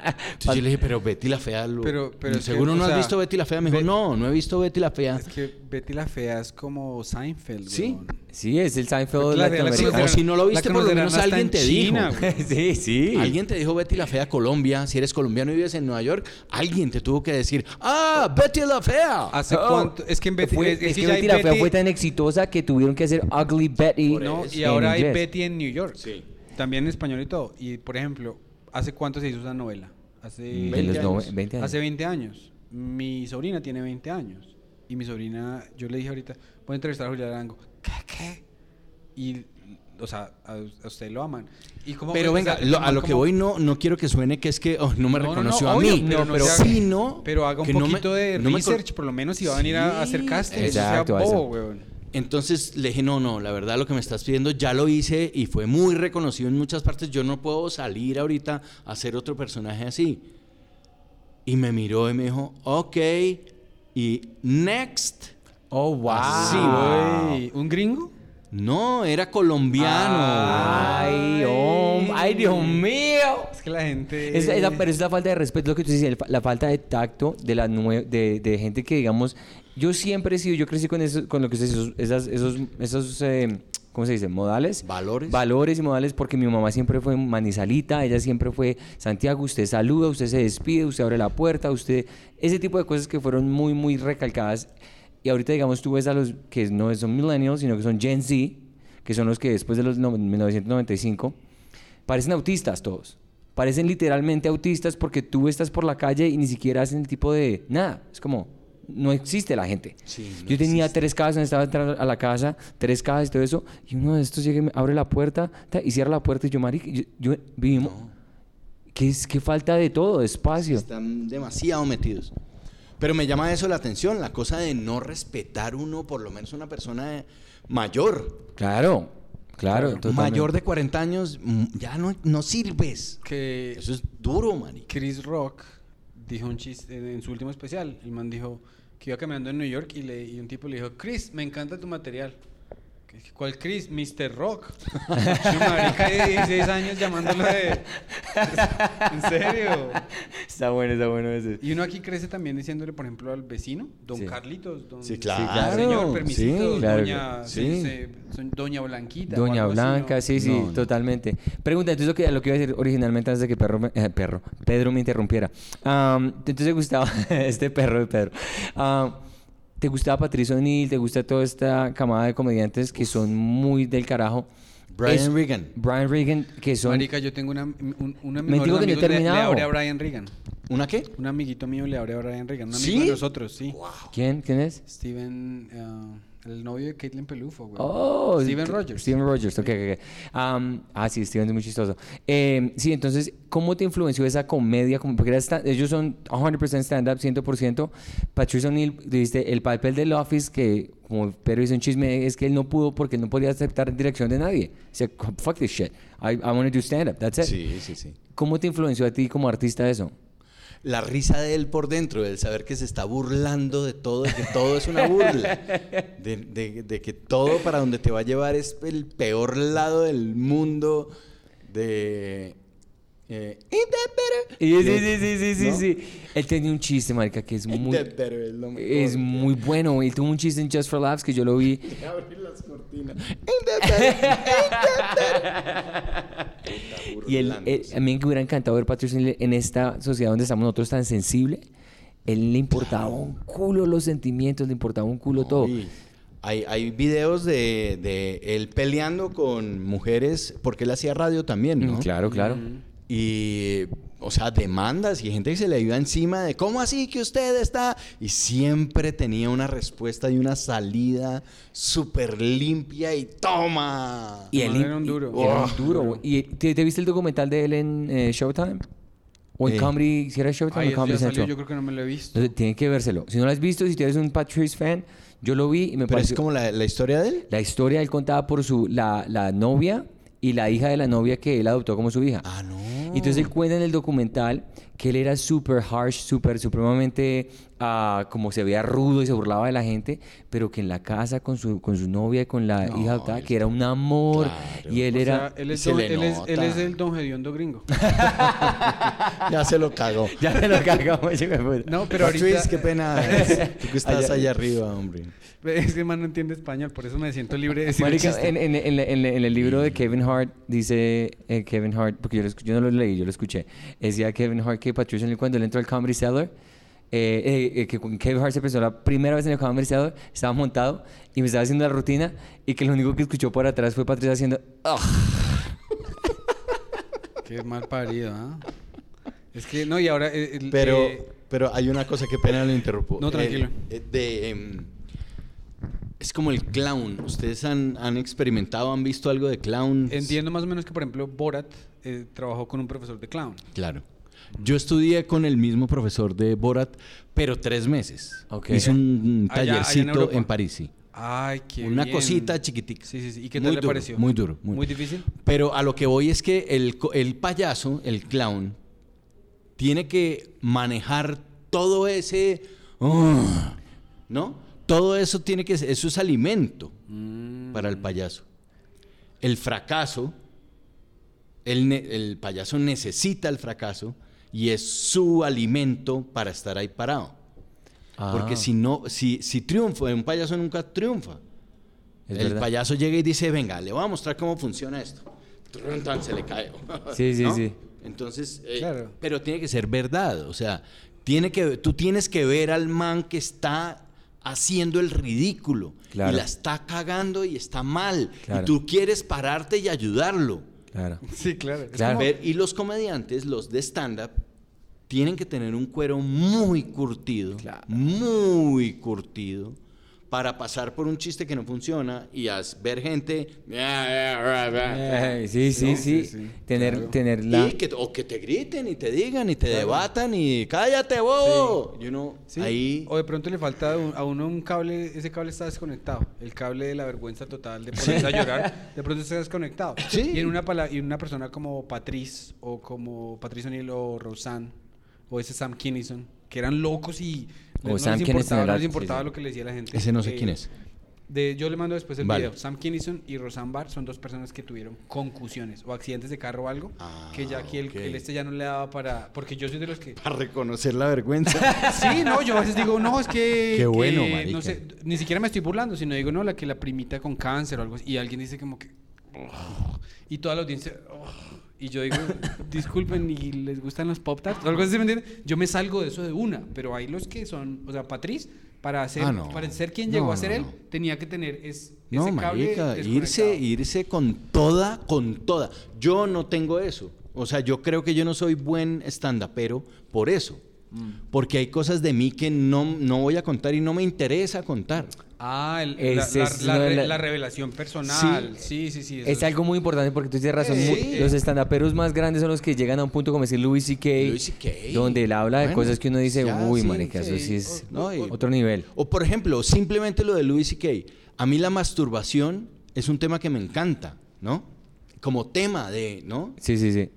[SPEAKER 2] <laughs>
[SPEAKER 3] Entonces yo le dije, pero Betty la Fea... Lo,
[SPEAKER 1] Pero- pero es que,
[SPEAKER 3] ¿Seguro
[SPEAKER 1] o
[SPEAKER 3] no has
[SPEAKER 1] sea,
[SPEAKER 3] visto Betty la Fea? Me dijo,
[SPEAKER 1] Be-
[SPEAKER 3] no, no he visto Betty la Fea.
[SPEAKER 1] Es que Betty la Fea es como Seinfeld,
[SPEAKER 3] Sí.
[SPEAKER 1] weón.
[SPEAKER 2] Sí, es el Seinfeld
[SPEAKER 1] La- la- la-
[SPEAKER 2] latinoamericano.
[SPEAKER 3] Como si no lo
[SPEAKER 1] la
[SPEAKER 3] viste, por lo
[SPEAKER 1] conocerán
[SPEAKER 3] menos
[SPEAKER 1] hasta
[SPEAKER 3] alguien
[SPEAKER 1] en
[SPEAKER 3] te
[SPEAKER 1] China,
[SPEAKER 3] dijo.
[SPEAKER 1] güey.
[SPEAKER 2] <laughs> sí,
[SPEAKER 3] <laughs>
[SPEAKER 2] sí.
[SPEAKER 3] Alguien te dijo Betty la Fea Colombia, si eres colombiano y vives en Nueva York, alguien te tuvo que decir, ah, Betty la Fea.
[SPEAKER 1] ¿Hace
[SPEAKER 2] Oh.
[SPEAKER 1] cuánto? Es que en Betty
[SPEAKER 2] Fue-
[SPEAKER 1] es,
[SPEAKER 2] es que
[SPEAKER 1] ya hay
[SPEAKER 2] Betty la Fea
[SPEAKER 1] Betty-
[SPEAKER 2] fue tan exitosa que tuvieron que hacer Ugly Betty.
[SPEAKER 1] ¿no?
[SPEAKER 3] eso.
[SPEAKER 1] y
[SPEAKER 2] en
[SPEAKER 1] ahora hay
[SPEAKER 2] inglés.
[SPEAKER 1] Betty en New York.
[SPEAKER 3] Sí.
[SPEAKER 1] También en español y todo. Y por ejemplo, ¿hace cuánto se hizo esa novela? Hace
[SPEAKER 2] De
[SPEAKER 3] 20
[SPEAKER 2] los
[SPEAKER 3] años.
[SPEAKER 2] noven- 20 años.
[SPEAKER 1] Hace 20 años. Mi sobrina tiene 20 años. Y mi sobrina, yo le dije ahorita, voy a entrevistar a Julián Arango. ¿Qué? ¿Qué? Y, o sea, a, a usted lo aman. ¿Y cómo
[SPEAKER 3] Pero
[SPEAKER 1] fue que
[SPEAKER 3] venga,
[SPEAKER 1] se-
[SPEAKER 3] lo- a lo que
[SPEAKER 1] cómo-
[SPEAKER 3] voy no, no quiero que suene que es que oh, no
[SPEAKER 1] No, no,
[SPEAKER 3] me
[SPEAKER 1] no,
[SPEAKER 3] reconoció a
[SPEAKER 1] obvio,
[SPEAKER 3] mí.
[SPEAKER 1] pero no
[SPEAKER 3] pero
[SPEAKER 1] se haga-
[SPEAKER 3] sino
[SPEAKER 1] Pero haga un
[SPEAKER 3] que no me-
[SPEAKER 1] poquito de
[SPEAKER 3] no me con-
[SPEAKER 1] research, por lo menos, si va a venir a, a hacer
[SPEAKER 3] Sí,
[SPEAKER 1] casting. no sea
[SPEAKER 2] exacto,
[SPEAKER 1] bobo,
[SPEAKER 2] eso.
[SPEAKER 1] weón.
[SPEAKER 3] Entonces le dije, no, no, la verdad lo que me estás pidiendo ya lo hice y fue muy reconocido en muchas partes. Yo no puedo salir ahorita a hacer otro personaje así. Y me miró y me dijo, ok, y next.
[SPEAKER 2] Oh, wow.
[SPEAKER 3] Así,
[SPEAKER 1] Ey, ¿Un gringo?
[SPEAKER 3] No, era colombiano.
[SPEAKER 2] Ay, hom- ay, Dios mío.
[SPEAKER 1] Es que la gente...
[SPEAKER 2] Es, es la, pero es la falta de respeto, lo que tú dices, el fa- la falta de tacto de la nue- de, de gente que, digamos, yo siempre he sido, yo crecí con eso, con lo que ustedes, esos, esas- esos, esos eh, ¿cómo se dice? Modales.
[SPEAKER 3] Valores.
[SPEAKER 2] Valores y modales, porque mi mamá siempre fue manizalita, ella siempre fue Santiago, usted saluda, usted se despide, usted abre la puerta, usted. Ese tipo de cosas que fueron muy, muy recalcadas. Y ahorita, digamos, tú ves a los que no son millennials, sino que son Gen Z, que son los que después de los no- 1995 parecen autistas todos. Parecen literalmente autistas porque tú estás por la calle y ni siquiera hacen el tipo de nada. Es como, no existe la gente. Yo tenía tres casas, necesitaba entrar a la casa, tres casas y todo eso, y uno de estos llega y me abre la puerta ta, y cierra la puerta y yo, marica, yo, yo- vivimos... ¿Qué, es, qué falta de todo, de espacio.
[SPEAKER 3] Están demasiado metidos. Pero me llama eso la atención, la cosa de no respetar uno, por lo menos una persona mayor.
[SPEAKER 2] Claro, claro. totalmente.
[SPEAKER 3] Mayor de 40 años, mm, ya no, no sirves.
[SPEAKER 1] Que
[SPEAKER 3] Eso es duro, marica.
[SPEAKER 1] Chris Rock dijo un chiste en en su último especial. El man dijo que iba caminando en New York y, le, y un tipo le dijo, Chris, me encanta tu material. Que- que, ¿Cuál Chris? Mr. Rock. <laughs> Su marica de 16 años llamándolo de... <laughs> ¿En serio?
[SPEAKER 2] Está bueno, está bueno ese.
[SPEAKER 1] Y uno aquí crece también diciéndole, por ejemplo, al vecino, don
[SPEAKER 2] Sí.
[SPEAKER 1] Carlitos, don
[SPEAKER 3] Sí, claro.
[SPEAKER 1] señor
[SPEAKER 2] Sí,
[SPEAKER 1] permisito,
[SPEAKER 2] claro.
[SPEAKER 1] doña,
[SPEAKER 3] Sí.
[SPEAKER 1] se- se- doña Blanquita. o
[SPEAKER 2] Doña
[SPEAKER 1] algo así, ¿no?
[SPEAKER 2] Blanca, sí, sí,
[SPEAKER 3] No, no.
[SPEAKER 2] totalmente. Pregunta, entonces lo que, lo que iba a decir originalmente antes de que perro, me- eh, perro, Pedro me interrumpiera. Am, entonces, Gustavo, <laughs> este perro de Pedro. am, ¿Te gustaba Patricio O'Neill? ¿Te gusta toda esta camada de comediantes que son muy del carajo?
[SPEAKER 3] Brian
[SPEAKER 2] Es-
[SPEAKER 3] Regan.
[SPEAKER 2] Brian Regan, que son...
[SPEAKER 1] Marica, yo tengo una, un, un amigo
[SPEAKER 2] Mentira que no he
[SPEAKER 1] le, le
[SPEAKER 2] terminado.
[SPEAKER 1] abre a Brian Regan.
[SPEAKER 3] ¿Una qué?
[SPEAKER 1] Un amiguito mío le abre a Brian Regan. Un amigo
[SPEAKER 3] ¿Sí?
[SPEAKER 1] de nosotros, sí.
[SPEAKER 2] ¿Quién? ¿Quién es?
[SPEAKER 1] Steven, eh, el novio de Caitlin Pelufo, güey.
[SPEAKER 2] Oh,
[SPEAKER 1] Steven
[SPEAKER 2] ent-
[SPEAKER 1] Rogers.
[SPEAKER 2] Steven Rogers, ok, ok, ok. Am, ah, sí, Steven es muy chistoso. Eh, sí, entonces, ¿cómo te influenció esa comedia? Como, porque era sta- ellos son 100% stand-up, 100%. Patricia O'Neill, dijiste, el papel del Office, que como Pedro hizo un chisme, es que él no pudo porque él no podía aceptar dirección de nadie. O sea, "Co- fuck this shit. I, I want to do stand-up, that's it.
[SPEAKER 3] Sí, sí, sí.
[SPEAKER 2] ¿Cómo te influenció a ti como artista eso?
[SPEAKER 3] La risa de él por dentro, el saber que se está burlando de todo, de que todo es una burla, de, de- de que todo para donde te va a llevar es el peor lado del mundo, de... eh, "Ain't that better?"
[SPEAKER 2] Sí, sí,
[SPEAKER 3] De-
[SPEAKER 2] sí, sí, sí, sí,
[SPEAKER 3] ¿no? Eh,
[SPEAKER 2] sí. Él tenía un chiste, marica, que es
[SPEAKER 3] "Ain't
[SPEAKER 2] muy...
[SPEAKER 3] that better?" es lo mejor.
[SPEAKER 2] Es muy bueno. Él tuvo un chiste en Just for Laughs que yo lo vi...
[SPEAKER 3] Te abrí las cortinas. "Ain't
[SPEAKER 2] <laughs>
[SPEAKER 3] that better?" Ain't that better?
[SPEAKER 2] Y él,
[SPEAKER 3] Burlándose.
[SPEAKER 2] él- a mí me hubiera encantado ver Patricio O'Neill en esta sociedad donde estamos nosotros tan sensible. Él le importaba un culo los sentimientos, le importaba un culo todo.
[SPEAKER 3] Sí. Hay, hay videos de, de él peleando con mujeres, porque él hacía radio también, ¿no?
[SPEAKER 2] Mm, Claro, claro.
[SPEAKER 3] Y, o sea, demandas y gente que se le iba encima de, ¿cómo así que usted está? Y siempre tenía una respuesta y una salida súper limpia y toma.
[SPEAKER 2] Y
[SPEAKER 1] El
[SPEAKER 2] él
[SPEAKER 1] man era un duro.
[SPEAKER 2] y- era un
[SPEAKER 3] Oh.
[SPEAKER 2] duro, güey. ¿Y te, te viste el documental de él en eh, Showtime? ¿O en
[SPEAKER 3] Eh.
[SPEAKER 2] Comedy? Si era Showtime
[SPEAKER 1] Ay,
[SPEAKER 2] o
[SPEAKER 1] eso
[SPEAKER 2] Comedy
[SPEAKER 1] ya salió,
[SPEAKER 2] Central.
[SPEAKER 1] yo creo que no me lo he visto.
[SPEAKER 2] Entonces, tienen que vérselo. Si no lo has visto, si tú eres un Patrice fan, yo lo vi y me
[SPEAKER 3] Pero es
[SPEAKER 2] pareció...
[SPEAKER 3] como la, la historia de él.
[SPEAKER 2] La historia él contaba por su, la, la novia y la hija de la novia que él adoptó como su hija.
[SPEAKER 3] Ah, no.
[SPEAKER 2] Y Entonces él cuenta en el documental que él era súper harsh, súper, supremamente, ah, como se veía rudo y se burlaba de la gente, pero que en la casa con su, con su novia y con la
[SPEAKER 3] No,
[SPEAKER 2] hija adoptada,
[SPEAKER 3] él-
[SPEAKER 2] que era un amor.
[SPEAKER 3] Claro.
[SPEAKER 2] Y él
[SPEAKER 1] O
[SPEAKER 2] era...
[SPEAKER 1] sea, él, es
[SPEAKER 3] Se
[SPEAKER 1] don-
[SPEAKER 3] le
[SPEAKER 1] él es- él
[SPEAKER 3] nota.
[SPEAKER 1] es el don Gediondo gringo. <laughs>
[SPEAKER 3] ya se lo cagó.
[SPEAKER 2] <laughs> Ya se lo cargamos. hijo de puta.
[SPEAKER 1] No, pero ahorita... Eh,
[SPEAKER 3] Patrice, qué pena. Tú que estás
[SPEAKER 2] Allá-
[SPEAKER 3] allá arriba, hombre.
[SPEAKER 1] Es que el man no entiende español, por eso me siento libre de decir el
[SPEAKER 2] Marica, eh,
[SPEAKER 1] chiste.
[SPEAKER 2] en, en- en- en- en el libro de Kevin Hart dice eh, Kevin Hart, porque yo, lo escu- yo no lo leí, yo lo escuché. Decía Kevin Hart que Patricia O'Neill cuando él entró al Comedy Cellar, eh, eh, eh, que cuando Kevin Hart se presentó la primera vez en el Comedy Cellar, estaba montado y me estaba haciendo la rutina y que lo único que escuchó por atrás fue Patricia haciendo, "Ugh".
[SPEAKER 1] Qué mal parido, ¿ah? Es que, no, y ahora... eh, el-
[SPEAKER 3] Pero,
[SPEAKER 1] eh,
[SPEAKER 3] pero hay una cosa que pena lo interrumpo.
[SPEAKER 1] No, tranquilo.
[SPEAKER 3] Eh, eh, de, em, es como el clown. ¿Ustedes han, han experimentado, han visto algo de clown?
[SPEAKER 1] entiendo más o menos que, por ejemplo, Borat eh, trabajó con un profesor de clown.
[SPEAKER 3] Claro. Yo estudié con el mismo profesor de Borat, pero tres meses.
[SPEAKER 2] Ok.
[SPEAKER 3] Hice un
[SPEAKER 1] Allá- allá en
[SPEAKER 3] tallercito
[SPEAKER 1] Europa.
[SPEAKER 3] en, París, sí.
[SPEAKER 1] Ay, qué
[SPEAKER 3] Una
[SPEAKER 1] bien.
[SPEAKER 3] cosita chiquitica.
[SPEAKER 1] Sí, sí, sí. ¿Y qué tal
[SPEAKER 3] Muy
[SPEAKER 1] le
[SPEAKER 3] duro,
[SPEAKER 1] pareció?
[SPEAKER 3] muy duro, muy
[SPEAKER 1] Muy,
[SPEAKER 3] duro.
[SPEAKER 1] difícil.
[SPEAKER 3] Pero a lo que voy es que el, co- el payaso, el clown, tiene que manejar todo ese... "Ah", ¿No? Todo eso tiene que... ser- Eso es alimento
[SPEAKER 1] Mm,
[SPEAKER 3] para el payaso. El fracaso, el, ne- el payaso necesita el fracaso y es su alimento para estar ahí parado. Porque
[SPEAKER 2] Ah,
[SPEAKER 3] si no, si, si triunfa, un payaso nunca triunfa.
[SPEAKER 2] es
[SPEAKER 3] el
[SPEAKER 2] verdad.
[SPEAKER 3] payaso llega y dice, venga, le voy a mostrar cómo funciona esto. Trun, tan, se le cae.
[SPEAKER 2] <laughs> Sí, sí,
[SPEAKER 3] ¿no?
[SPEAKER 2] sí.
[SPEAKER 3] Entonces, eh,
[SPEAKER 1] Claro.
[SPEAKER 3] pero tiene que ser verdad. O sea, tiene que, tú tienes que ver al man que está haciendo el ridículo.
[SPEAKER 2] Claro.
[SPEAKER 3] Y la está cagando y está mal.
[SPEAKER 2] Claro.
[SPEAKER 3] Y tú quieres pararte y ayudarlo.
[SPEAKER 2] Claro.
[SPEAKER 1] Sí, claro.
[SPEAKER 2] Claro.
[SPEAKER 3] Ver- y los comediantes, los de stand-up, tienen que tener un cuero muy curtido, muy curtido, para pasar por un chiste que no funciona y as- ver gente
[SPEAKER 2] Ay, sí, sí,
[SPEAKER 1] Eh, No,
[SPEAKER 2] sí,
[SPEAKER 1] sí, sí,
[SPEAKER 2] Tener,
[SPEAKER 1] claro.
[SPEAKER 2] tener la...
[SPEAKER 3] y que, o que te griten y te digan y te debatan y cállate bobo. Y uno
[SPEAKER 1] Sí,
[SPEAKER 3] ahí
[SPEAKER 1] O de pronto le falta a un- a uno un cable, ese cable está desconectado, el cable de la vergüenza total de ponerse a llorar, de pronto está desconectado.
[SPEAKER 3] Sí.
[SPEAKER 1] Y en una pala- y en una persona como Patrice o como Patrice O'Neill o Roseanne o ese Sam Kinison, que eran locos y
[SPEAKER 2] O
[SPEAKER 1] no,
[SPEAKER 2] Sam
[SPEAKER 1] les
[SPEAKER 2] Kinison
[SPEAKER 1] importaba, no
[SPEAKER 2] era-
[SPEAKER 1] les importaba
[SPEAKER 2] sí, sí.
[SPEAKER 1] lo que le decía la gente.
[SPEAKER 3] ese no sé
[SPEAKER 1] Eh,
[SPEAKER 3] quién es.
[SPEAKER 1] de- yo le mando después el
[SPEAKER 3] Vale.
[SPEAKER 1] video. Sam Kinison y Roseanne Barr son dos personas que tuvieron concusiones o accidentes de carro o algo,
[SPEAKER 3] Ah,
[SPEAKER 1] que ya aquí el,
[SPEAKER 3] ok.
[SPEAKER 1] el este ya no le daba para... Porque yo soy de los que...
[SPEAKER 3] Para reconocer la <laughs> vergüenza.
[SPEAKER 1] Sí, no, yo a veces digo, no, es que...
[SPEAKER 3] Qué
[SPEAKER 1] que,
[SPEAKER 3] bueno, marica.
[SPEAKER 1] no sé, Ni siquiera me estoy burlando, sino digo, no, la que la primita con cáncer o algo así. Y alguien dice como que... "Ugh", y toda la audiencia... "Ugh", y yo digo, disculpen, ¿y les gustan los pop-tarts? O algo así, ¿me entienden? Yo me salgo de eso de una, pero hay los que son... O sea, Patriz, para, hacer,
[SPEAKER 3] Ah, no.
[SPEAKER 1] para ser quien
[SPEAKER 3] No,
[SPEAKER 1] llegó a
[SPEAKER 3] no,
[SPEAKER 1] ser él,
[SPEAKER 3] no.
[SPEAKER 1] tenía que tener es,
[SPEAKER 3] No,
[SPEAKER 1] ese cable
[SPEAKER 3] marica, irse,
[SPEAKER 1] desconectado.
[SPEAKER 3] irse con toda, con toda. Yo no tengo eso. O sea, yo creo que yo no soy buen estandapero por eso.
[SPEAKER 1] Mm.
[SPEAKER 3] Porque hay cosas de mí que no, no voy a contar y no me interesa contar.
[SPEAKER 1] Ah, el- la,
[SPEAKER 2] Ese
[SPEAKER 1] la-
[SPEAKER 2] es
[SPEAKER 1] la
[SPEAKER 2] lo de
[SPEAKER 1] re-
[SPEAKER 2] la-
[SPEAKER 1] la revelación personal. Sí, sí, sí. eso
[SPEAKER 2] Es algo muy importante porque tú tienes razón.
[SPEAKER 3] Sí.
[SPEAKER 2] muy- los estandaperos más grandes son los que llegan a un punto como decir Louis C.K.
[SPEAKER 3] Louis C.K..
[SPEAKER 2] Donde él habla de
[SPEAKER 3] Bueno,
[SPEAKER 2] cosas que uno dice,
[SPEAKER 3] ya,
[SPEAKER 2] uy,
[SPEAKER 3] sí,
[SPEAKER 2] marica, eso
[SPEAKER 3] sí.
[SPEAKER 2] sí es
[SPEAKER 3] O- no, y-
[SPEAKER 2] otro nivel.
[SPEAKER 3] O por ejemplo, simplemente lo de Louis C.K. A mí la masturbación es un tema que me encanta, ¿no? Como tema de, ¿no?
[SPEAKER 2] Sí, sí, sí.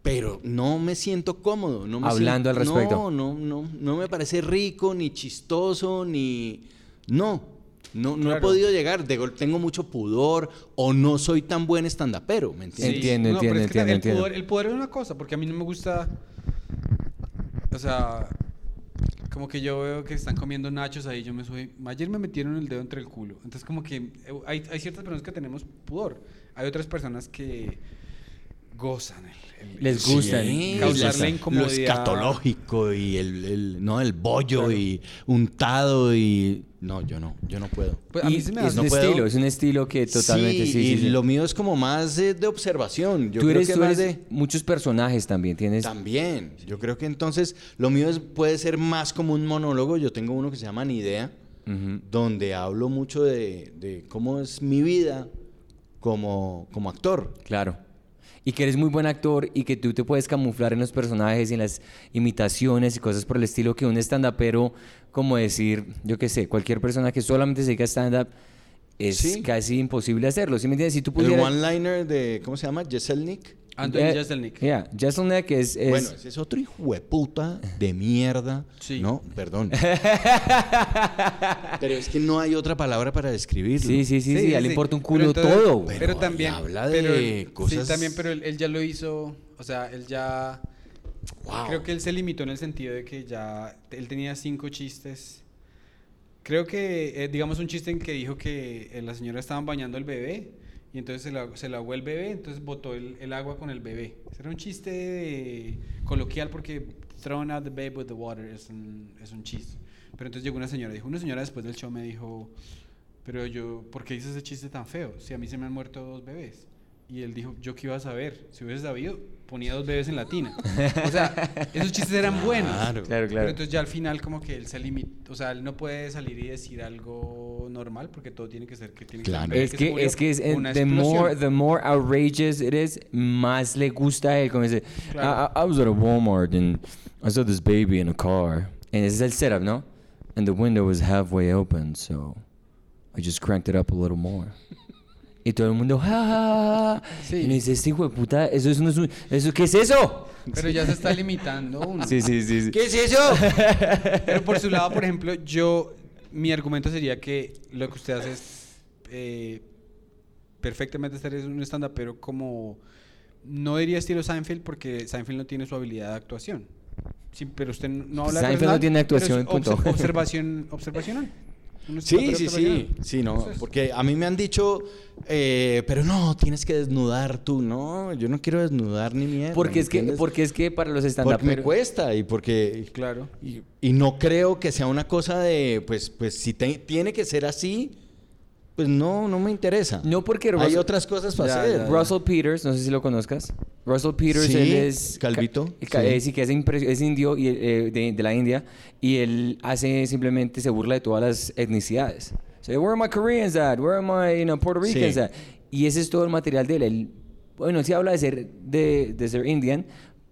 [SPEAKER 3] Pero no me siento cómodo. No me
[SPEAKER 2] Hablando al
[SPEAKER 3] siento-
[SPEAKER 2] respecto.
[SPEAKER 3] No, no, no. No me parece rico, ni chistoso, ni... No. No, no he
[SPEAKER 1] Claro.
[SPEAKER 3] podido llegar. De gol- tengo mucho pudor o no soy tan buen estandapero,
[SPEAKER 1] Sí.
[SPEAKER 3] ¿me entiendes?
[SPEAKER 2] Entiendo,
[SPEAKER 1] No, pero
[SPEAKER 2] entiendo,
[SPEAKER 1] es que
[SPEAKER 2] entiendo,
[SPEAKER 1] el
[SPEAKER 2] entiendo.
[SPEAKER 1] Poder, el poder es una cosa, porque a mí no me gusta. O sea, como que yo veo que están comiendo nachos ahí, yo me soy. Ayer me metieron el dedo entre el culo. Entonces, como que eh, hay, hay ciertas personas que tenemos pudor. Hay otras personas que gozan el. el-
[SPEAKER 2] Les gusta.
[SPEAKER 3] Sí,
[SPEAKER 1] Causar
[SPEAKER 3] lo-
[SPEAKER 1] la incomodidad.
[SPEAKER 3] Lo escatológico y el, el- no, el bollo y untado y... No, yo no, yo no puedo.
[SPEAKER 1] Pues a mí
[SPEAKER 2] Y
[SPEAKER 1] se me
[SPEAKER 2] es
[SPEAKER 1] hace-
[SPEAKER 2] un
[SPEAKER 3] No puedo.
[SPEAKER 2] estilo, es un estilo que totalmente, sí, sí,
[SPEAKER 3] y
[SPEAKER 2] sí.
[SPEAKER 3] lo mío es como más eh, de, observación. Yo
[SPEAKER 2] tú
[SPEAKER 3] creo
[SPEAKER 2] eres,
[SPEAKER 3] que
[SPEAKER 2] tú
[SPEAKER 3] más
[SPEAKER 2] eres
[SPEAKER 3] de...
[SPEAKER 2] muchos personajes también, tienes...
[SPEAKER 3] También. Yo creo que entonces lo mío es- puede ser más como un monólogo. Yo tengo uno que se llama Ni Idea,
[SPEAKER 2] Ujú.
[SPEAKER 3] donde hablo mucho de, de cómo es mi vida como, como actor.
[SPEAKER 2] Claro. Y que eres muy buen actor y que tú te puedes camuflar en los personajes y en las imitaciones y cosas por el estilo que un stand-upero, como decir, yo qué sé, cualquier persona que solamente se dedica a stand-up, es
[SPEAKER 3] Sí.
[SPEAKER 2] casi imposible hacerlo. ¿Sí me entiendes? Si tú
[SPEAKER 3] El
[SPEAKER 2] pudieras...
[SPEAKER 3] one-liner de, ¿cómo se llama? Jeselnik.
[SPEAKER 1] Anthony
[SPEAKER 2] Eh,
[SPEAKER 1] Jeselnik.
[SPEAKER 2] Yeah, Jeselnik es... es-
[SPEAKER 3] Bueno, ese es otro hijo de puta de mierda.
[SPEAKER 1] Sí.
[SPEAKER 3] No,
[SPEAKER 2] <laughs>
[SPEAKER 3] perdón. Pero es que no hay otra palabra para describirlo.
[SPEAKER 2] sí, sí, sí, sí, a él le importa un culo
[SPEAKER 1] Pero entonces-
[SPEAKER 2] todo.
[SPEAKER 3] Bueno,
[SPEAKER 1] Pero,
[SPEAKER 3] ahí
[SPEAKER 1] también.
[SPEAKER 3] habla
[SPEAKER 1] pero
[SPEAKER 3] de
[SPEAKER 1] él-
[SPEAKER 3] cosas-
[SPEAKER 1] Sí, también, pero él, él ya lo hizo. O sea, él ya.
[SPEAKER 3] Wow.
[SPEAKER 1] Creo que él se limitó en el sentido de que ya él tenía cinco chistes. Creo que, eh, digamos, un chiste en que dijo que eh, la señora estaban bañando al bebé y entonces se la- se la ahogó el bebé, entonces botó el, el agua con el bebé. Ese Era un chiste de- coloquial porque thrown out the baby with the water es un, es un chiste. Pero entonces llegó una señora, dijo, una señora después del show me dijo, pero yo, ¿por qué hice ese chiste tan feo? Si a mí se me han muerto dos bebés. Y él dijo, yo qué iba a saber, si hubiese sabido, ponía dos bebés en la tina. O sea, esos chistes eran buenos.
[SPEAKER 3] Claro.
[SPEAKER 2] Claro,
[SPEAKER 1] Pero
[SPEAKER 2] claro.
[SPEAKER 1] entonces ya al final como que él se limita, o sea, él no puede salir y decir algo normal porque todo tiene que ser que tiene
[SPEAKER 3] Claro.
[SPEAKER 1] ser
[SPEAKER 2] Es que, es que es, eh,
[SPEAKER 1] se murió, una
[SPEAKER 2] the,
[SPEAKER 1] explosión.
[SPEAKER 2] more, the more outrageous it is, más le gusta a él. Como dice, "Ah,
[SPEAKER 1] Claro.
[SPEAKER 2] I, I- I was at a Walmart and I saw this baby in a car. And ese es el setup, ¿no? And the window was halfway open, so I just cranked it up a little more. Y todo el mundo, ja, ja, ja, ja".
[SPEAKER 1] Sí.
[SPEAKER 2] Y uno dice, este hijo de puta, eso, es no es un- eso, ¿qué es eso?
[SPEAKER 1] Pero ya se está limitando uno.
[SPEAKER 2] Sí, sí, sí. sí.
[SPEAKER 3] ¿Qué es eso?
[SPEAKER 1] Pero por su lado, por ejemplo, yo, mi argumento sería que lo que usted hace es eh, perfectamente estar en un stand-up, pero como, no diría estilo Seinfeld, porque Seinfeld no tiene su habilidad de actuación. Sí, pero usted no habla de
[SPEAKER 2] Seinfeld
[SPEAKER 1] personal,
[SPEAKER 2] no tiene
[SPEAKER 1] pero
[SPEAKER 2] actuación,
[SPEAKER 1] es
[SPEAKER 2] punto.
[SPEAKER 3] <laughs>
[SPEAKER 1] obs- observación, observacional. Un
[SPEAKER 2] Pues
[SPEAKER 3] Sí,
[SPEAKER 1] stand-upero
[SPEAKER 3] sí, sí,
[SPEAKER 1] observacional.
[SPEAKER 3] sí, no,
[SPEAKER 1] Eso es.
[SPEAKER 3] porque a mí me han dicho, eh, pero no, tienes que desnudar tú, no, yo no quiero desnudar ni mierda.
[SPEAKER 2] Porque
[SPEAKER 3] ¿me
[SPEAKER 2] es, que,
[SPEAKER 3] entiendes?
[SPEAKER 2] porque es que para los stand
[SPEAKER 3] Porque me cuesta y porque,
[SPEAKER 1] Claro.
[SPEAKER 3] y, y no creo que sea una cosa de, pues, pues si te- tiene que ser así, pues no, no me interesa.
[SPEAKER 2] No porque
[SPEAKER 3] Hay
[SPEAKER 2] Russell-
[SPEAKER 3] otras cosas para
[SPEAKER 1] Ya,
[SPEAKER 3] hacer.
[SPEAKER 1] ya, ya.
[SPEAKER 2] Eh, Russell Peters, no sé si lo conozcas. Russell Peters,
[SPEAKER 3] Sí,
[SPEAKER 2] él es...
[SPEAKER 3] calvito,
[SPEAKER 2] ca- ca-
[SPEAKER 3] sí.
[SPEAKER 2] eh, sí, que es, impre- es indio y, eh, de, de la India. Y él hace simplemente, se burla de todas las etnicidades. So, where are my Koreans at? Where are my you know, Puerto
[SPEAKER 3] Sí.
[SPEAKER 2] Ricans at? Y ese es todo el material de él. Él- bueno, él sí habla de ser, de, de ser indian,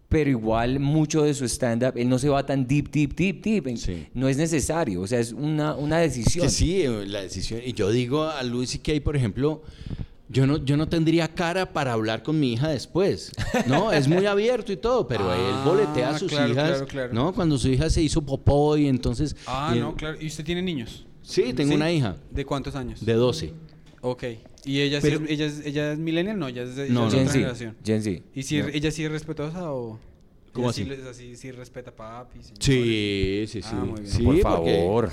[SPEAKER 2] pero igual mucho de su stand-up, él no se va tan deep, deep, deep, deep. En-
[SPEAKER 3] Sí.
[SPEAKER 2] No es necesario. O sea, es una, una
[SPEAKER 3] Es
[SPEAKER 2] decisión.
[SPEAKER 3] Que sí, eh, la decisión. Y yo digo a Luis y Kay, por ejemplo, yo no, yo no tendría cara para hablar con mi hija después.
[SPEAKER 1] <laughs>
[SPEAKER 3] No, es muy abierto y todo, pero
[SPEAKER 1] Ah,
[SPEAKER 3] él boletea a sus
[SPEAKER 1] claro,
[SPEAKER 3] hijas.
[SPEAKER 1] claro, claro.
[SPEAKER 3] No, cuando su hija se hizo popó y entonces.
[SPEAKER 1] Ah,
[SPEAKER 3] y-
[SPEAKER 1] no, claro. ¿Y usted tiene niños?
[SPEAKER 3] Sí, tengo
[SPEAKER 1] ¿Sí?
[SPEAKER 3] una hija
[SPEAKER 1] ¿De cuántos años?
[SPEAKER 3] de 12.
[SPEAKER 1] Ok. ¿Y ella, sí
[SPEAKER 3] Pero-
[SPEAKER 1] es, ella, es, ella es millennial? No, ella es, ella
[SPEAKER 3] No,
[SPEAKER 1] es de
[SPEAKER 3] no.
[SPEAKER 2] Gen
[SPEAKER 1] otra
[SPEAKER 2] Z.
[SPEAKER 1] generación.
[SPEAKER 2] Gen Z.
[SPEAKER 1] ¿Y si
[SPEAKER 2] No.
[SPEAKER 1] ella sí es respetuosa o...?
[SPEAKER 3] ¿Cómo
[SPEAKER 1] ella sí
[SPEAKER 3] así?
[SPEAKER 1] le- así sí respeta papi, señores?
[SPEAKER 3] Sí, sí, sí.
[SPEAKER 1] Ah, muy bien.
[SPEAKER 3] Sí,
[SPEAKER 2] Por
[SPEAKER 3] porque
[SPEAKER 2] favor.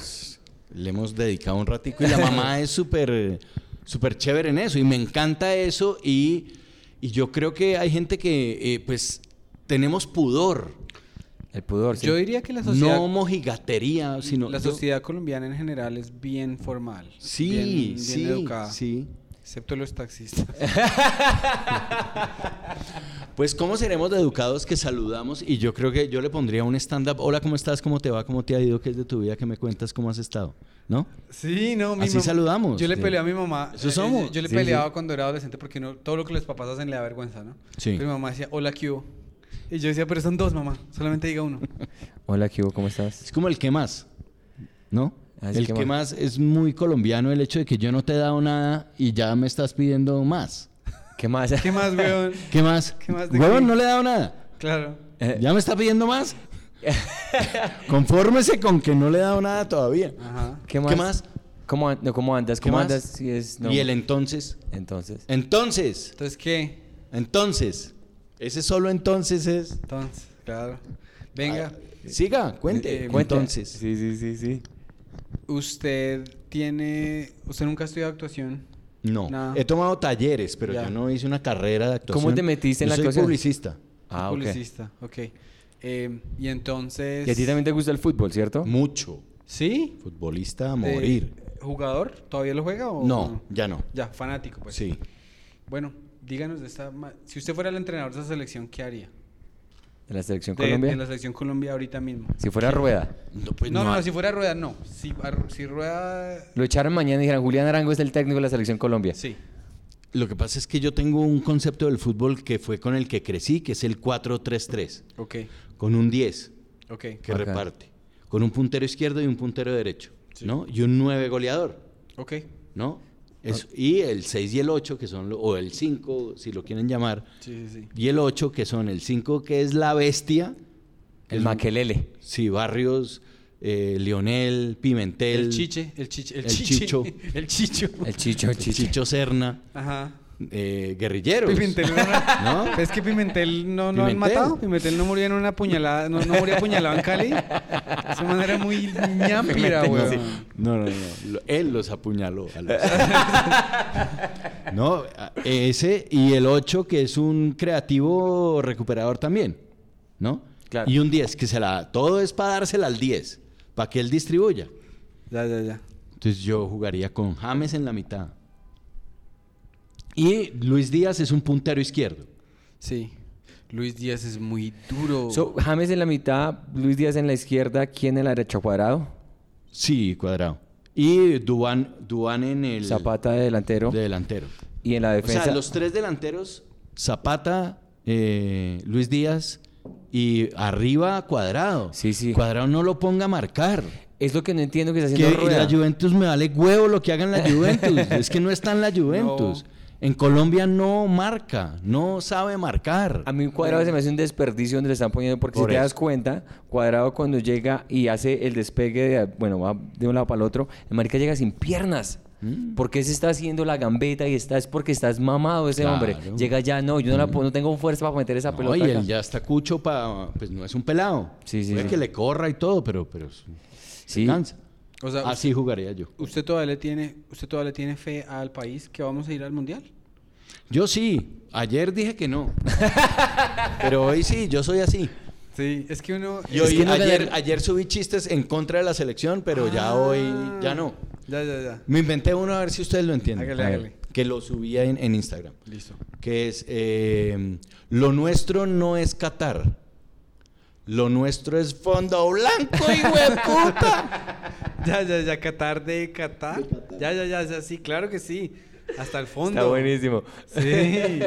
[SPEAKER 3] Le hemos dedicado un ratico y
[SPEAKER 1] <laughs>
[SPEAKER 3] la mamá es súper súper chévere en eso y me encanta eso y, y yo creo que hay gente que eh, pues tenemos pudor,
[SPEAKER 2] El pudor, sí.
[SPEAKER 1] Yo diría que la sociedad...
[SPEAKER 3] pues no mojigatería, sino
[SPEAKER 1] la
[SPEAKER 3] yo-
[SPEAKER 1] sociedad colombiana en general es bien formal.
[SPEAKER 3] sí,
[SPEAKER 1] bien- bien
[SPEAKER 3] sí,
[SPEAKER 1] educada,
[SPEAKER 3] sí.
[SPEAKER 1] Excepto los taxistas. <laughs>
[SPEAKER 3] Pues cómo seremos de educados que saludamos y yo creo que yo le pondría un stand up, hola, ¿cómo estás? ¿Cómo te va? ¿Cómo te ha ido? ¿Qué es de tu vida? ¿Qué me cuentas? ¿Cómo has estado? ¿No?
[SPEAKER 1] Sí, no, mi
[SPEAKER 3] Así
[SPEAKER 1] mam-
[SPEAKER 3] saludamos.
[SPEAKER 1] Yo le
[SPEAKER 3] Sí.
[SPEAKER 1] peleé a mi mamá.
[SPEAKER 3] Eso
[SPEAKER 1] eh,
[SPEAKER 3] somos.
[SPEAKER 1] Yo, yo le
[SPEAKER 2] Sí,
[SPEAKER 1] peleaba
[SPEAKER 2] sí.
[SPEAKER 1] cuando era adolescente porque uno- todo lo que los papás hacen le da vergüenza, ¿no?
[SPEAKER 3] Sí.
[SPEAKER 1] Pero mi mamá decía, hola, ¿qué hubo?". Y yo decía, pero son dos, mamá. Solamente diga
[SPEAKER 3] <laughs>
[SPEAKER 1] uno.
[SPEAKER 2] <laughs> Hola, Kibo, ¿cómo estás?
[SPEAKER 3] Es como el que más, ¿no?
[SPEAKER 2] Ah, es
[SPEAKER 3] el que,
[SPEAKER 2] más.
[SPEAKER 3] más. es muy colombiano el hecho de que yo no te he dado nada y ya me estás pidiendo más.
[SPEAKER 2] ¿Qué más?
[SPEAKER 1] ¿Qué más, weón?
[SPEAKER 3] ¿Qué más?
[SPEAKER 1] <laughs> ¿Qué más de
[SPEAKER 3] Huevón,
[SPEAKER 1] qué?
[SPEAKER 3] no le he dado nada.
[SPEAKER 1] Claro.
[SPEAKER 2] <laughs> Eh. <laughs>
[SPEAKER 3] ¿Ya me está pidiendo más? Confórmese con que no le he dado nada todavía.
[SPEAKER 1] Ajá.
[SPEAKER 2] ¿Qué más?
[SPEAKER 3] más?
[SPEAKER 2] ¿Cómo, an- no, ¿cómo andas?
[SPEAKER 3] ¿Qué
[SPEAKER 2] ¿Cómo
[SPEAKER 3] más?
[SPEAKER 2] andas? Si es, no.
[SPEAKER 3] Y el eh, entonces.
[SPEAKER 2] Entonces.
[SPEAKER 3] Entonces.
[SPEAKER 1] Entonces, ¿qué?
[SPEAKER 3] Entonces. Ese solo entonces es.
[SPEAKER 1] Entonces, claro. Venga,
[SPEAKER 3] Ah, siga, cuente.
[SPEAKER 1] Eh,
[SPEAKER 2] Cuenta.
[SPEAKER 3] Entonces.
[SPEAKER 2] Sí, sí, sí, sí.
[SPEAKER 1] usted tiene... Usted nunca ha estudiado actuación.
[SPEAKER 3] No.
[SPEAKER 1] Nada.
[SPEAKER 3] He tomado talleres, pero
[SPEAKER 1] Ya.
[SPEAKER 3] yo no hice una carrera de actuación.
[SPEAKER 2] ¿Cómo te metiste en
[SPEAKER 3] Yo
[SPEAKER 2] la
[SPEAKER 3] soy
[SPEAKER 2] actuación?
[SPEAKER 3] publicista.
[SPEAKER 2] Ah, ok.
[SPEAKER 1] Publicista, ok. Eh, y entonces...
[SPEAKER 2] Y a ti también te gusta el fútbol, ¿cierto?
[SPEAKER 3] Mucho.
[SPEAKER 1] ¿Sí?
[SPEAKER 3] Futbolista a morir.
[SPEAKER 1] Eh, ¿Jugador? ¿Todavía lo juega o...?
[SPEAKER 3] No, ya no.
[SPEAKER 1] Ya, fanático, pues.
[SPEAKER 3] Sí.
[SPEAKER 1] Bueno, díganos de esta... ma- Si usted fuera el entrenador de esa selección, ¿qué haría?
[SPEAKER 2] ¿De la selección
[SPEAKER 1] De,
[SPEAKER 2] Colombia?
[SPEAKER 1] de la selección Colombia ahorita mismo.
[SPEAKER 2] Si fuera Rueda.
[SPEAKER 3] No, pues
[SPEAKER 1] no, no,
[SPEAKER 3] no,
[SPEAKER 1] no, si fuera Rueda, no. Si, a- si Rueda...
[SPEAKER 2] Lo echaron mañana y dijeron, Julián Arango es el técnico de la selección Colombia.
[SPEAKER 1] Sí.
[SPEAKER 3] Lo que pasa es que yo tengo un concepto del fútbol que fue con el que crecí, que es el 4-3-3,
[SPEAKER 1] Ok,
[SPEAKER 3] con un 10
[SPEAKER 1] ok.
[SPEAKER 3] que
[SPEAKER 2] Acá.
[SPEAKER 3] reparte, con un puntero izquierdo y un puntero derecho,
[SPEAKER 1] Sí.
[SPEAKER 3] ¿no? Y un 9 goleador,
[SPEAKER 1] Ok.
[SPEAKER 3] ¿no?
[SPEAKER 1] Ah.
[SPEAKER 3] Es- y el 6 y el 8, que son, lo- o el 5, si lo quieren llamar,
[SPEAKER 1] Sí, sí, sí.
[SPEAKER 3] y el 8, que son el 5, que es la bestia.
[SPEAKER 2] El
[SPEAKER 3] Es-
[SPEAKER 2] Maquelele.
[SPEAKER 3] Sí, Barrios, eh, Lionel, Pimentel.
[SPEAKER 1] El, chiche, el chiche, el,
[SPEAKER 3] el
[SPEAKER 1] chiche,
[SPEAKER 3] chicho.
[SPEAKER 1] <laughs> el chicho.
[SPEAKER 2] El Chicho, el
[SPEAKER 3] Chicho,
[SPEAKER 2] Chicho.
[SPEAKER 3] Serna,
[SPEAKER 1] Ajá.
[SPEAKER 3] eh,
[SPEAKER 1] <laughs>
[SPEAKER 3] guerrilleros.
[SPEAKER 1] Pimentel no,
[SPEAKER 3] ¿No?
[SPEAKER 1] Es que Pimentel no lo han
[SPEAKER 3] Pimentel.
[SPEAKER 1] matado. Pimentel no murió en una puñalada, no, no murió apuñalado en Cali. De esa manera muy ñampira,
[SPEAKER 3] Pimentel,
[SPEAKER 1] güey.
[SPEAKER 3] sí. No, no, no. Lo- Él los apuñaló. a los- no, a- ese y el 8, que es un creativo recuperador también, ¿no?
[SPEAKER 2] Claro.
[SPEAKER 3] Y un 10, que se la... Todo es para dársela al 10, para que él distribuya.
[SPEAKER 1] Ya, ya, ya.
[SPEAKER 3] Entonces yo jugaría con James en la mitad. Y Luis Díaz es un puntero izquierdo.
[SPEAKER 1] Sí. Luis Díaz es muy duro.
[SPEAKER 2] So, James en la mitad, Luis Díaz en la izquierda, ¿quién en la derecha? Cuadrado.
[SPEAKER 3] Sí, cuadrado. Y Duan, Duan en el...
[SPEAKER 2] Zapata de delantero.
[SPEAKER 3] de delantero.
[SPEAKER 2] Y en la defensa.
[SPEAKER 3] O sea, los tres delanteros, Zapata, eh, Luis Díaz y arriba Cuadrado.
[SPEAKER 2] Sí, sí.
[SPEAKER 3] Cuadrado no lo ponga a marcar.
[SPEAKER 2] Es lo que no entiendo que está
[SPEAKER 3] Que
[SPEAKER 2] haciendo
[SPEAKER 3] y
[SPEAKER 2] Rueda.
[SPEAKER 3] la Juventus me vale huevo lo
[SPEAKER 2] <laughs>
[SPEAKER 3] que hagan la Juventus. es que no está en la Juventus. En Colombia no marca, no sabe marcar.
[SPEAKER 2] A mí Cuadrado se me hace un desperdicio donde le están poniendo, porque
[SPEAKER 3] Por
[SPEAKER 2] si te
[SPEAKER 3] eso.
[SPEAKER 2] das cuenta, Cuadrado cuando llega y hace el despegue, de, bueno, va de un lado para el otro, el marica llega sin piernas.
[SPEAKER 3] Mm.
[SPEAKER 2] ¿Por qué se está haciendo la gambeta y está? Es porque estás mamado ese
[SPEAKER 3] Claro. Mm.
[SPEAKER 2] hombre. Llega ya, no, yo no, la, puedo- no tengo fuerza para meter esa
[SPEAKER 3] No,
[SPEAKER 2] pelota.
[SPEAKER 3] y
[SPEAKER 2] acá.
[SPEAKER 3] él ya está cucho para... Pues no es un pelado.
[SPEAKER 2] Sí, sí,
[SPEAKER 3] Puede
[SPEAKER 2] sí.
[SPEAKER 3] que le corra y todo, pero, pero es-
[SPEAKER 2] Sí.
[SPEAKER 3] cansa.
[SPEAKER 1] O sea,
[SPEAKER 3] Así jugaría yo.
[SPEAKER 1] ¿usted todavía le tiene usted todavía le tiene fe al país que vamos a ir al mundial?
[SPEAKER 3] Yo sí. Ayer dije
[SPEAKER 2] <laughs>
[SPEAKER 3] que no. pero hoy sí, yo soy así.
[SPEAKER 1] Sí, es que uno
[SPEAKER 3] Y
[SPEAKER 2] Es
[SPEAKER 3] hoy-
[SPEAKER 2] que no
[SPEAKER 3] ayer,
[SPEAKER 2] ganar-
[SPEAKER 1] Ah.
[SPEAKER 3] ayer subí chistes en contra de la selección, pero ya hoy ya no.
[SPEAKER 1] Ya, ya, ya.
[SPEAKER 3] Me inventé uno a ver si ustedes lo entienden.
[SPEAKER 1] Hágale, hágale.
[SPEAKER 3] Que lo subía en, en Instagram.
[SPEAKER 1] Listo.
[SPEAKER 3] Que es, eh, lo nuestro no es Qatar. Lo nuestro es fondo blanco, hijo de puta.
[SPEAKER 1] Ya, ya, ya, Qatar de Qatar. Ya, ya, ya, ya, sí, claro que sí. Hasta el fondo.
[SPEAKER 2] Está buenísimo.
[SPEAKER 1] Sí.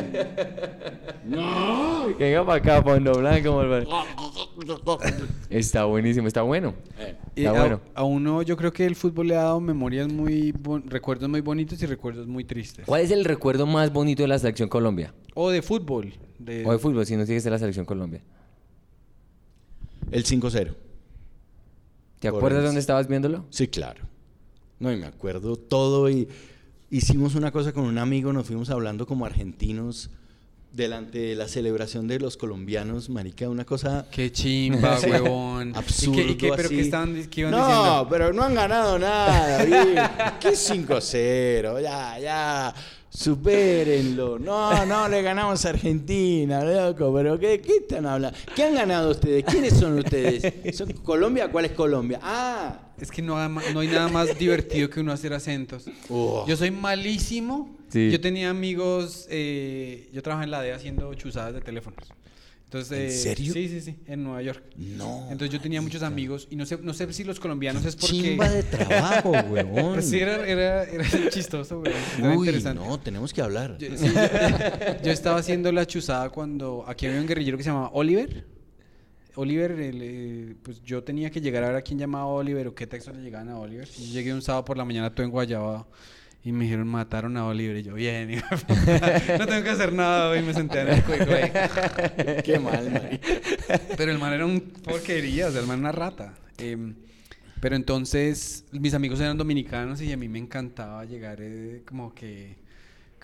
[SPEAKER 2] Que venga para acá, Fondo Blanco, Malvar. Está buenísimo, está bueno.
[SPEAKER 1] Y
[SPEAKER 2] Está
[SPEAKER 1] a,
[SPEAKER 2] bueno.
[SPEAKER 1] a uno yo creo que el fútbol le ha dado memorias muy bon- recuerdos muy bonitos y recuerdos muy tristes.
[SPEAKER 2] ¿Cuál es el recuerdo más bonito de la selección Colombia?
[SPEAKER 1] O de fútbol. de-
[SPEAKER 2] O de fútbol, si no tienes la selección Colombia.
[SPEAKER 3] El 5-0.
[SPEAKER 2] ¿Te
[SPEAKER 3] Por
[SPEAKER 2] acuerdas
[SPEAKER 3] eso.
[SPEAKER 2] dónde estabas viéndolo?
[SPEAKER 3] Sí, claro. No, y me acuerdo todo y hicimos una cosa con un amigo, nos fuimos hablando como argentinos delante de la celebración de los colombianos, marica, una cosa
[SPEAKER 1] Qué chimba, huevón.
[SPEAKER 3] absurda.
[SPEAKER 1] ¿Y qué, y qué- pero qué estaban di- qué iban
[SPEAKER 3] no,
[SPEAKER 1] diciendo?
[SPEAKER 3] pero no han ganado nada,
[SPEAKER 1] <laughs>
[SPEAKER 3] David. ¿Qué 5-0? Ya, ya. Supérenlo. No, no, le ganamos a Argentina, loco. Pero ¿qué, qué están hablando? ¿Qué han ganado ustedes? ¿Quiénes son ustedes? ¿Son Colombia? ¿Cuál es Colombia? Ah.
[SPEAKER 1] Es que no, ha- no hay nada más divertido que uno hacer acentos.
[SPEAKER 3] Oh.
[SPEAKER 1] Yo soy malísimo.
[SPEAKER 2] Sí.
[SPEAKER 1] Yo tenía amigos, eh, yo trabajaba en la DEA haciendo chuzadas de teléfonos. Entonces,
[SPEAKER 3] ¿En
[SPEAKER 1] eh,
[SPEAKER 3] serio?
[SPEAKER 1] Sí, sí, sí, en Nueva York.
[SPEAKER 3] No.
[SPEAKER 1] Entonces yo tenía muchos amigos y no sé, no sé si los colombianos es porque...
[SPEAKER 3] Chimba de trabajo,
[SPEAKER 1] <laughs>
[SPEAKER 3] huevón.
[SPEAKER 1] Pues sí, era, era, era chistoso, güey. Era
[SPEAKER 3] Uy,
[SPEAKER 1] interesante.
[SPEAKER 3] no, tenemos que hablar.
[SPEAKER 1] Yo, sí, yo- yo estaba haciendo la chuzada cuando aquí había un guerrillero que se llamaba Oliver. Oliver, el, eh, pues yo tenía que llegar a ver a quién llamaba Oliver o qué textos le llegaban a Oliver. Y yo llegué un sábado por la mañana, tú en Guayabao. Y me dijeron, mataron a Oliver. Y yo, bien, hijo de puta, no tengo que hacer nada. hoy", Y me senté en el cueco. ahí.
[SPEAKER 2] <laughs>
[SPEAKER 3] <laughs> Qué mal, marica.
[SPEAKER 1] Pero el man era un porquería, o sea, el man era una rata. Em, pero entonces, mis amigos eran dominicanos y a mí me encantaba llegar eh, como que...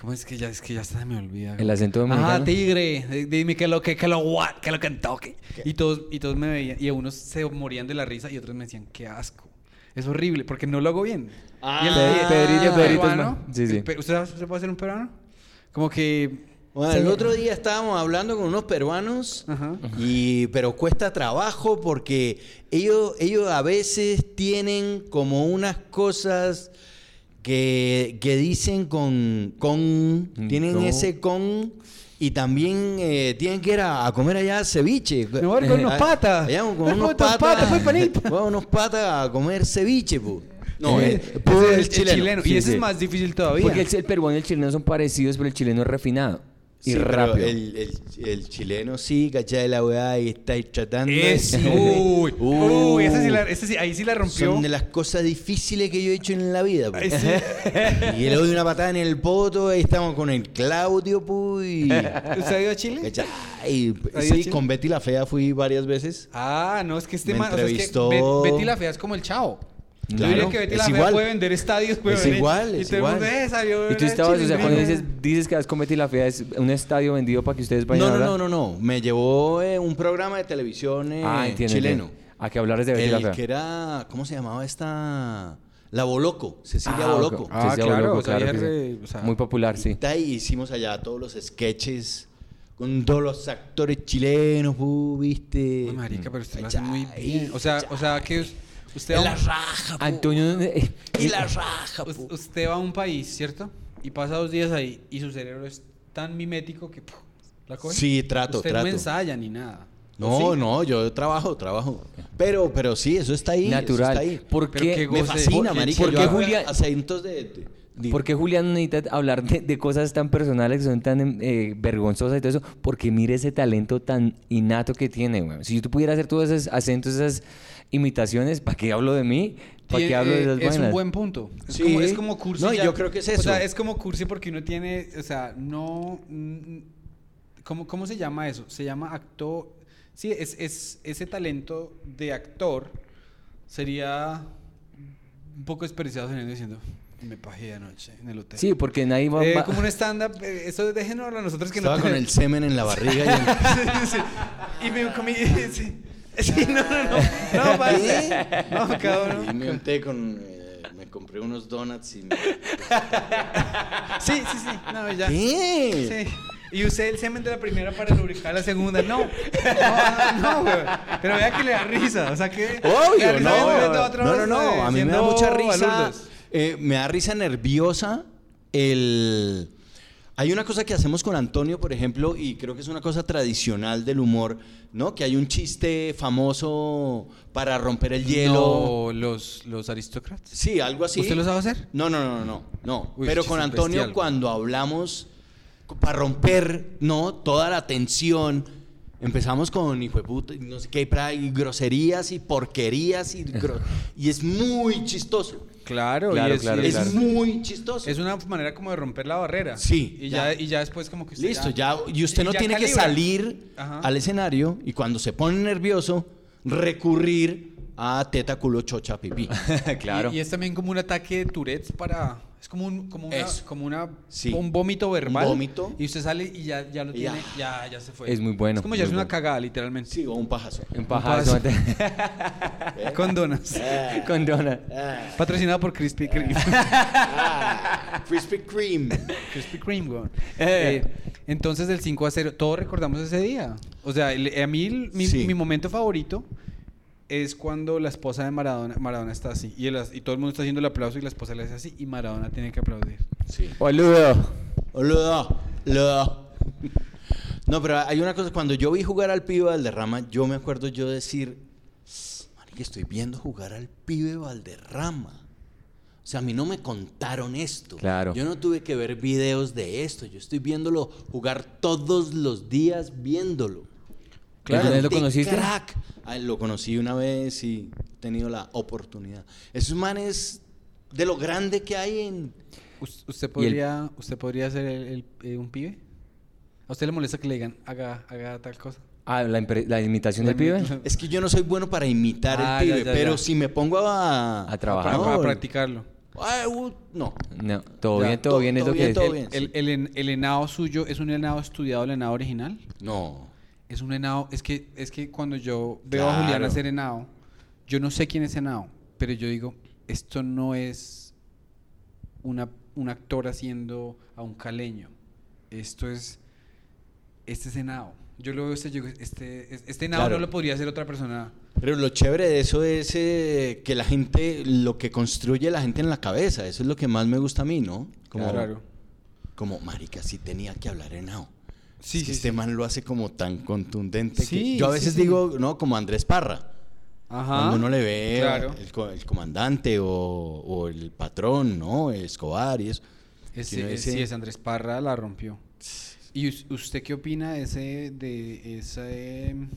[SPEAKER 1] ¿Cómo es que ya, es que ya hasta se me olvida?
[SPEAKER 2] El acento
[SPEAKER 1] Ah,
[SPEAKER 2] dominicano.
[SPEAKER 1] tigre, eh, dime que lo que, que lo what, que lo Kentucky. Y todos, y todos me veían, y unos se morían de la risa y otros me decían, qué asco. Es horrible, porque no lo hago bien.
[SPEAKER 3] Ah.
[SPEAKER 1] y
[SPEAKER 3] Pe- Pedrito-
[SPEAKER 1] y el
[SPEAKER 2] Pedrito es
[SPEAKER 1] peruano,
[SPEAKER 2] más- sí, sí.
[SPEAKER 1] el pe- ¿Usted sabe- usted puede hacer un peruano? Como que...
[SPEAKER 3] Bueno, el otro día estábamos hablando con unos peruanos,
[SPEAKER 1] Ajá.
[SPEAKER 3] y, pero cuesta trabajo porque ellos, ellos a veces tienen como unas cosas que, que dicen con, Mm, con tienen
[SPEAKER 2] No.
[SPEAKER 3] ese con y también eh, tienen que ir a, a comer allá ceviche.
[SPEAKER 1] Me voy a ir con unos
[SPEAKER 3] Ah,
[SPEAKER 1] patas.
[SPEAKER 3] Allá con
[SPEAKER 1] Me <laughs> voy
[SPEAKER 3] unos
[SPEAKER 1] con unos
[SPEAKER 3] patas.
[SPEAKER 1] patas, pues, panita.
[SPEAKER 3] <laughs> Voy a unos patas a comer ceviche, pu. No,
[SPEAKER 2] Eh,
[SPEAKER 3] eh, pu
[SPEAKER 1] Ese
[SPEAKER 3] es chileno.
[SPEAKER 1] Pues Y
[SPEAKER 2] Sí,
[SPEAKER 1] ese es
[SPEAKER 2] sí.
[SPEAKER 1] más difícil todavía.
[SPEAKER 2] Porque el, el peruano y el chileno son parecidos, pero el chileno es refinado y
[SPEAKER 3] Sí, pero
[SPEAKER 2] rápido.
[SPEAKER 3] El, el- el chileno sí, ¿cachai? La weá y está ahí tratando. de-
[SPEAKER 1] Es-
[SPEAKER 3] <laughs>
[SPEAKER 1] uy,
[SPEAKER 3] Uh,
[SPEAKER 1] uy, esa sí la- esa sí- ahí sí la rompió.
[SPEAKER 3] Son de las cosas difíciles que yo he hecho en la vida, pu.
[SPEAKER 1] Ahí sí.
[SPEAKER 3] <laughs> Y le doy una patada en el poto, ahí estamos con el Claudio,
[SPEAKER 2] <laughs>
[SPEAKER 3] puy.
[SPEAKER 1] ¿Usted ha ido a Chile?
[SPEAKER 3] ¿Cachai?
[SPEAKER 1] ¿Ahí a
[SPEAKER 3] Sí,
[SPEAKER 1] Chile?
[SPEAKER 3] con Betty la Fea fui varias veces.
[SPEAKER 1] Ah, no, es que este
[SPEAKER 3] Me
[SPEAKER 1] man. o sea, es que
[SPEAKER 3] entrevistó.
[SPEAKER 1] Bet- Betty la Fea es como el chavo. Yo
[SPEAKER 3] Claro,
[SPEAKER 1] diría que Betty
[SPEAKER 3] es
[SPEAKER 1] la Fea
[SPEAKER 3] igual.
[SPEAKER 1] puede vender estadios, puede
[SPEAKER 3] Es
[SPEAKER 1] vender-
[SPEAKER 3] igual,
[SPEAKER 1] y
[SPEAKER 3] es
[SPEAKER 1] todo el mundo,
[SPEAKER 3] igual.
[SPEAKER 1] "Eh, salió
[SPEAKER 2] Y tú
[SPEAKER 1] una
[SPEAKER 2] estabas, o sea, cuando
[SPEAKER 1] chilindrina".
[SPEAKER 2] dices, dices que has cometido la fea, es un estadio vendido para que ustedes vayan
[SPEAKER 3] No,
[SPEAKER 2] a
[SPEAKER 3] no,
[SPEAKER 2] hablar?
[SPEAKER 3] no, no, no. Me llevó eh, un programa de televisión eh,
[SPEAKER 2] Ah, entiendo.
[SPEAKER 3] chileno.
[SPEAKER 2] entiendo. A que hablares de Betty la
[SPEAKER 3] El
[SPEAKER 2] fea.
[SPEAKER 3] que era, ¿cómo se llamaba esta? La Boloco, Cecilia
[SPEAKER 2] Ah,
[SPEAKER 3] Boloco.
[SPEAKER 2] ok.
[SPEAKER 1] Ah,
[SPEAKER 2] Sí, sí,
[SPEAKER 1] claro,
[SPEAKER 2] Boloco,
[SPEAKER 1] o sea,
[SPEAKER 2] claro que
[SPEAKER 1] ella
[SPEAKER 2] sí.
[SPEAKER 1] re- o sea-
[SPEAKER 2] Muy popular, sí.
[SPEAKER 3] Está ahí, hicimos allá todos los sketches con todos los actores chilenos, pu, viste.
[SPEAKER 1] Uy, marica, pero usted lo hace
[SPEAKER 3] Cachai,
[SPEAKER 1] muy bien. O sea, o sea que us- usted
[SPEAKER 3] En
[SPEAKER 1] va,
[SPEAKER 3] la
[SPEAKER 1] a
[SPEAKER 3] raja, pu.
[SPEAKER 2] Antonio, <laughs> eh,
[SPEAKER 3] Y la raja,
[SPEAKER 1] un- us-
[SPEAKER 3] pu.
[SPEAKER 1] usted va a un país, ¿cierto? Y pasa dos días ahí y su cerebro es tan mimético que. puf, ¿La coge?
[SPEAKER 3] Sí, trato,
[SPEAKER 1] usted
[SPEAKER 3] trato.
[SPEAKER 1] no ensaya ni nada.
[SPEAKER 3] No,
[SPEAKER 1] ¿O sí?
[SPEAKER 3] no, yo trabajo, trabajo. Pero, pero sí, eso está ahí. eso está ahí.
[SPEAKER 2] natural. ¿Por
[SPEAKER 1] Pero qué
[SPEAKER 2] qué,
[SPEAKER 1] goce.
[SPEAKER 3] Me
[SPEAKER 1] José,
[SPEAKER 3] fascina,
[SPEAKER 1] ¿por-
[SPEAKER 3] marica.
[SPEAKER 2] por
[SPEAKER 3] yo
[SPEAKER 2] qué
[SPEAKER 3] hago
[SPEAKER 2] Julián-
[SPEAKER 3] acentos de- de- de-
[SPEAKER 2] ¿Por qué Julián necesita hablar de, de cosas tan personales que son tan eh, vergonzosas y todo eso? Porque mire ese talento tan innato que tiene, weón. Si yo te pudiera hacer todos esos acentos, esas imitaciones, ¿para qué hablo de mí? ¿Para
[SPEAKER 1] Tien-
[SPEAKER 2] qué hablo de
[SPEAKER 1] eh,
[SPEAKER 2] esas
[SPEAKER 1] Es un
[SPEAKER 2] vainas?
[SPEAKER 1] buen punto. Es,
[SPEAKER 3] Sí.
[SPEAKER 1] como, es como cursi.
[SPEAKER 3] No, y yo creo que es
[SPEAKER 1] O sea,
[SPEAKER 3] eso.
[SPEAKER 1] es como cursi porque uno tiene, o sea, no... mm, ¿Cómo, cómo se llama eso? Se llama actor... Sí, es, es- ese talento de actor sería un poco desperdiciado saliendo diciendo, me pajé anoche en el hotel.
[SPEAKER 2] Sí, porque nadie va...
[SPEAKER 1] Eh,
[SPEAKER 2] va-
[SPEAKER 1] como un stand-up, eh, eso déjenos a nosotros que
[SPEAKER 3] Estaba
[SPEAKER 1] no
[SPEAKER 3] con el semen en la barriga y
[SPEAKER 1] <laughs>
[SPEAKER 3] en-
[SPEAKER 1] Sí, sí. Y me comí... <laughs> Sí, Sí, no, no, no. No, parce. <laughs> No, cabrón.
[SPEAKER 3] Ah. Y me unté con. eh, me compré unos donuts y. Me...
[SPEAKER 1] Sí, sí, sí. No, ya.
[SPEAKER 3] ¿Qué?
[SPEAKER 1] Sí. Y usé el semen de la primera para lubricar la segunda. No. No, no, no, güey. Pero vea que le da risa. O sea que. le da
[SPEAKER 3] Obvio,
[SPEAKER 1] risa viendo
[SPEAKER 3] no.
[SPEAKER 1] a otro,
[SPEAKER 3] No, no, no.
[SPEAKER 1] eh,
[SPEAKER 3] A mí me da
[SPEAKER 1] siendo
[SPEAKER 3] mucha risa.
[SPEAKER 1] balurdos.
[SPEAKER 3] Eh, me da risa nerviosa el... Hay una cosa que hacemos con Antonio, por ejemplo, y creo que es una cosa tradicional del humor, ¿no? Que hay un chiste famoso para romper el hielo.
[SPEAKER 1] No, los, los aristócratas.
[SPEAKER 3] Sí, algo así.
[SPEAKER 1] ¿Usted lo sabe hacer?
[SPEAKER 3] No, no, no, no, no. no.
[SPEAKER 1] Uy,
[SPEAKER 3] Pero
[SPEAKER 1] sí,
[SPEAKER 3] con
[SPEAKER 1] sí,
[SPEAKER 3] Antonio
[SPEAKER 1] bestial.
[SPEAKER 3] cuando hablamos para romper, ¿no? Toda la tensión. Empezamos con hijo de puta, y no sé qué, pra- y groserías y porquerías
[SPEAKER 1] <laughs>
[SPEAKER 3] y, gro- y es muy chistoso.
[SPEAKER 1] Claro,
[SPEAKER 2] Claro,
[SPEAKER 1] y es,
[SPEAKER 2] claro,
[SPEAKER 1] y
[SPEAKER 3] es
[SPEAKER 1] es,
[SPEAKER 2] claro.
[SPEAKER 3] muy chistoso.
[SPEAKER 1] es una manera como de romper la barrera.
[SPEAKER 3] Sí,
[SPEAKER 1] Y ya,
[SPEAKER 3] ya.
[SPEAKER 1] y ya después como que usted
[SPEAKER 3] Listo, ya. Y usted
[SPEAKER 1] y
[SPEAKER 3] no
[SPEAKER 1] ya
[SPEAKER 3] tiene que
[SPEAKER 1] calibra.
[SPEAKER 3] salir
[SPEAKER 1] Ajá.
[SPEAKER 3] al escenario y cuando se pone nervioso, recurrir a teta, culo, chocha,
[SPEAKER 1] <laughs>
[SPEAKER 3] pipí.
[SPEAKER 2] claro.
[SPEAKER 1] Y, y es también como un ataque de Tourette's para... Es como un como una,
[SPEAKER 3] Eso.
[SPEAKER 1] como una,
[SPEAKER 3] Sí.
[SPEAKER 1] un vómito verbal.
[SPEAKER 3] vómito.
[SPEAKER 1] Y usted sale y ya, ya lo
[SPEAKER 3] Y ya.
[SPEAKER 1] tiene, ya. ya se fue.
[SPEAKER 2] Es muy bueno,
[SPEAKER 1] Es como ya
[SPEAKER 2] muy
[SPEAKER 1] es una
[SPEAKER 2] bueno.
[SPEAKER 1] cagada, literalmente.
[SPEAKER 3] sí, o un pajazo.
[SPEAKER 2] <laughs> En paja, eso-
[SPEAKER 1] <laughs>
[SPEAKER 2] <laughs>
[SPEAKER 1] Con
[SPEAKER 3] <laughs>
[SPEAKER 1] donas.
[SPEAKER 3] Ah,
[SPEAKER 1] <laughs>
[SPEAKER 2] con dona.
[SPEAKER 3] ah,
[SPEAKER 1] Patrocinado por Krispy
[SPEAKER 3] <laughs>
[SPEAKER 1] Kreme.
[SPEAKER 3] ah, Krispy Kreme.
[SPEAKER 1] Krispy Kreme, weón.
[SPEAKER 2] Eh.
[SPEAKER 1] Eh, entonces, del 5 a 0, todos recordamos ese día. O sea, el- a mí el- mi,
[SPEAKER 3] Sí.
[SPEAKER 1] mi momento favorito es cuando la esposa de Maradona, Maradona está así y, el as- y todo el mundo está haciendo el aplauso y la esposa le hace así y Maradona tiene que aplaudir.
[SPEAKER 3] Sí.
[SPEAKER 2] Boludo.
[SPEAKER 3] Boludo, boludo. No, pero hay una cosa. Cuando yo vi jugar al pibe Valderrama, yo me acuerdo yo decir, que estoy viendo jugar al pibe Valderrama. O sea, a mí no me contaron esto.
[SPEAKER 2] Claro.
[SPEAKER 3] Yo no tuve que ver videos de esto. Yo estoy viéndolo jugar todos los días viéndolo.
[SPEAKER 2] ¿Alguna vez lo
[SPEAKER 3] De
[SPEAKER 2] conociste?
[SPEAKER 3] Crack. Ay, lo conocí una vez y he tenido la oportunidad. Esos manes de lo grande que hay en
[SPEAKER 1] Us- ¿Usted podría, usted podría ser el- el- eh, un pibe? ¿A usted le molesta que le digan haga, haga tal cosa?
[SPEAKER 2] Ah, la, impre- la imitación
[SPEAKER 1] La
[SPEAKER 2] del pibe.
[SPEAKER 3] <laughs>
[SPEAKER 1] imitación.
[SPEAKER 3] Es que yo no soy bueno para imitar
[SPEAKER 1] Ah,
[SPEAKER 3] el
[SPEAKER 1] ya,
[SPEAKER 3] pibe,
[SPEAKER 1] ya,
[SPEAKER 3] pero
[SPEAKER 1] ya.
[SPEAKER 3] si me pongo a,
[SPEAKER 2] A trabajar.
[SPEAKER 1] Para,
[SPEAKER 3] no,
[SPEAKER 1] para practicarlo.
[SPEAKER 3] ay, uh, no.
[SPEAKER 2] No, todo
[SPEAKER 1] Ya,
[SPEAKER 2] bien, todo
[SPEAKER 3] todo-
[SPEAKER 2] bien es
[SPEAKER 3] todo
[SPEAKER 2] lo
[SPEAKER 3] bien,
[SPEAKER 2] que es.
[SPEAKER 3] todo
[SPEAKER 2] El-
[SPEAKER 3] bien.
[SPEAKER 1] El, el, en- el henao suyo es un henao estudiado, el henao original.
[SPEAKER 3] No.
[SPEAKER 1] Es un henao. Es que, es que cuando yo veo a
[SPEAKER 3] Claro.
[SPEAKER 1] Julián hacer henao, yo no sé quién es henao, pero yo digo, esto no es una, un actor haciendo a un caleño. Esto es. Este es henao. Yo lo veo, este, yo digo, este, es- este henao
[SPEAKER 3] Claro.
[SPEAKER 1] no lo podría hacer otra persona.
[SPEAKER 3] Pero lo chévere de eso es eh, que la gente, lo que construye la gente en la cabeza, eso es lo que más me gusta a mí, ¿no? Como,
[SPEAKER 1] Claro.
[SPEAKER 3] como marica, sí tenía que hablar en AO.
[SPEAKER 1] Sí,
[SPEAKER 3] Es que
[SPEAKER 1] sí,
[SPEAKER 3] este man lo hace como tan contundente. que-
[SPEAKER 1] Sí,
[SPEAKER 3] yo a
[SPEAKER 1] sí,
[SPEAKER 3] veces
[SPEAKER 1] sí.
[SPEAKER 3] digo, ¿no? Como Andrés Parra.
[SPEAKER 1] Ajá.
[SPEAKER 3] Cuando uno le ve
[SPEAKER 1] Claro.
[SPEAKER 3] el, co- el comandante o, o el patrón, ¿no? Escobar y eso.
[SPEAKER 1] Ese-
[SPEAKER 3] que uno
[SPEAKER 1] ese-
[SPEAKER 3] dice-
[SPEAKER 1] sí, es Andrés Parra la rompió. ¿Y us- usted qué opina de ese, de ese em,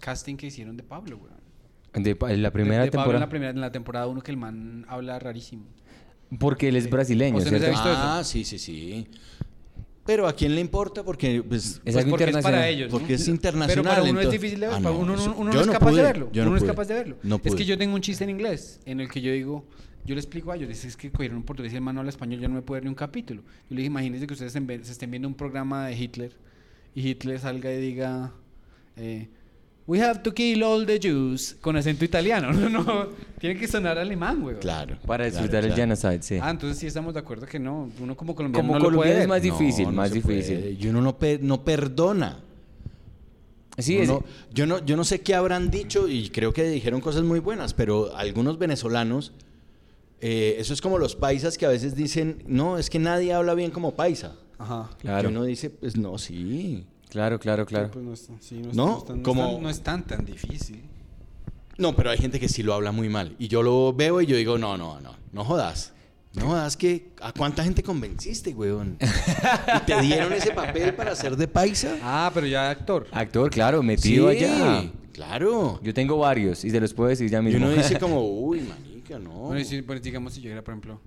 [SPEAKER 1] casting que hicieron de Pablo, weón?
[SPEAKER 2] de pa- la
[SPEAKER 1] De-
[SPEAKER 2] primera
[SPEAKER 1] de Pablo en
[SPEAKER 2] temporada.
[SPEAKER 1] la primera, en la temporada 1 que el man habla rarísimo.
[SPEAKER 2] Porque él es brasileño,
[SPEAKER 1] O sea, no
[SPEAKER 2] ¿cierto?
[SPEAKER 1] se ha visto
[SPEAKER 3] ah, sí, sí, sí. Pero ¿a quién le importa? Porque pues,
[SPEAKER 2] Es algo
[SPEAKER 1] porque es
[SPEAKER 2] internacional.
[SPEAKER 1] para ellos. ¿no?
[SPEAKER 3] Porque es internacional,
[SPEAKER 1] Pero para uno
[SPEAKER 3] entonces-
[SPEAKER 1] es difícil de ver.
[SPEAKER 3] Ah,
[SPEAKER 1] para
[SPEAKER 3] no,
[SPEAKER 1] uno,
[SPEAKER 3] eso-
[SPEAKER 1] uno- uno
[SPEAKER 3] yo
[SPEAKER 1] no es
[SPEAKER 3] no
[SPEAKER 1] capaz de
[SPEAKER 3] pude,
[SPEAKER 1] verlo.
[SPEAKER 3] yo
[SPEAKER 1] uno
[SPEAKER 3] no
[SPEAKER 1] no es
[SPEAKER 3] pude,
[SPEAKER 1] capaz de verlo.
[SPEAKER 3] no
[SPEAKER 1] es que
[SPEAKER 3] pude.
[SPEAKER 1] yo tengo un chiste en inglés en el que yo digo, yo le explico a ellos, dice, es que cogieron un portugués y el man no habla español, yo no me puedo ver ni un capítulo. Yo le dije, imagínense que ustedes en vez- se estén viendo un programa de Hitler y Hitler salga y diga, eh, We have to kill all the Jews con acento italiano. <laughs> No, no, tiene que sonar alemán, güey.
[SPEAKER 3] Claro.
[SPEAKER 2] Para
[SPEAKER 3] claro,
[SPEAKER 2] disfrutar el
[SPEAKER 3] claro.
[SPEAKER 2] genocide, sí.
[SPEAKER 1] Ah, entonces sí estamos de acuerdo que no. Uno como colombiano
[SPEAKER 2] Como
[SPEAKER 1] no lo puede
[SPEAKER 2] colombiano es
[SPEAKER 1] ver.
[SPEAKER 2] más difícil,
[SPEAKER 3] No, no
[SPEAKER 2] más
[SPEAKER 3] se
[SPEAKER 2] difícil.
[SPEAKER 3] puede. Y uno no, pe- no perdona.
[SPEAKER 2] Sí,
[SPEAKER 3] Uno
[SPEAKER 2] es,
[SPEAKER 3] no- yo, no, yo no sé qué habrán dicho y creo que dijeron cosas muy buenas, pero algunos venezolanos, eh, eso es como los paisas que a veces dicen, no, es que nadie habla bien como paisa.
[SPEAKER 1] Ajá.
[SPEAKER 2] Claro.
[SPEAKER 3] Y uno dice, pues no, sí.
[SPEAKER 2] claro, claro, claro.
[SPEAKER 1] Pues no es, sí, no es-
[SPEAKER 3] ¿No?
[SPEAKER 1] no es tan- no es
[SPEAKER 3] Como-
[SPEAKER 1] tan- no es tan tan difícil.
[SPEAKER 3] No, pero hay gente que sí lo habla muy mal. Y yo lo veo y yo digo, no, no, no, no jodas. No jodas que a cuánta gente convenciste, weón. ¿Y te dieron ese papel para ser de paisa?
[SPEAKER 1] Ah, pero ya actor.
[SPEAKER 2] Actor, claro, metido allá.
[SPEAKER 3] Claro.
[SPEAKER 2] Yo tengo varios y se los puedo decir ya
[SPEAKER 3] Y
[SPEAKER 2] mismo. <laughs>
[SPEAKER 3] uno dice como, uy, manica, no.
[SPEAKER 1] Bueno, y si- pues, digamos si yo era, por ejemplo,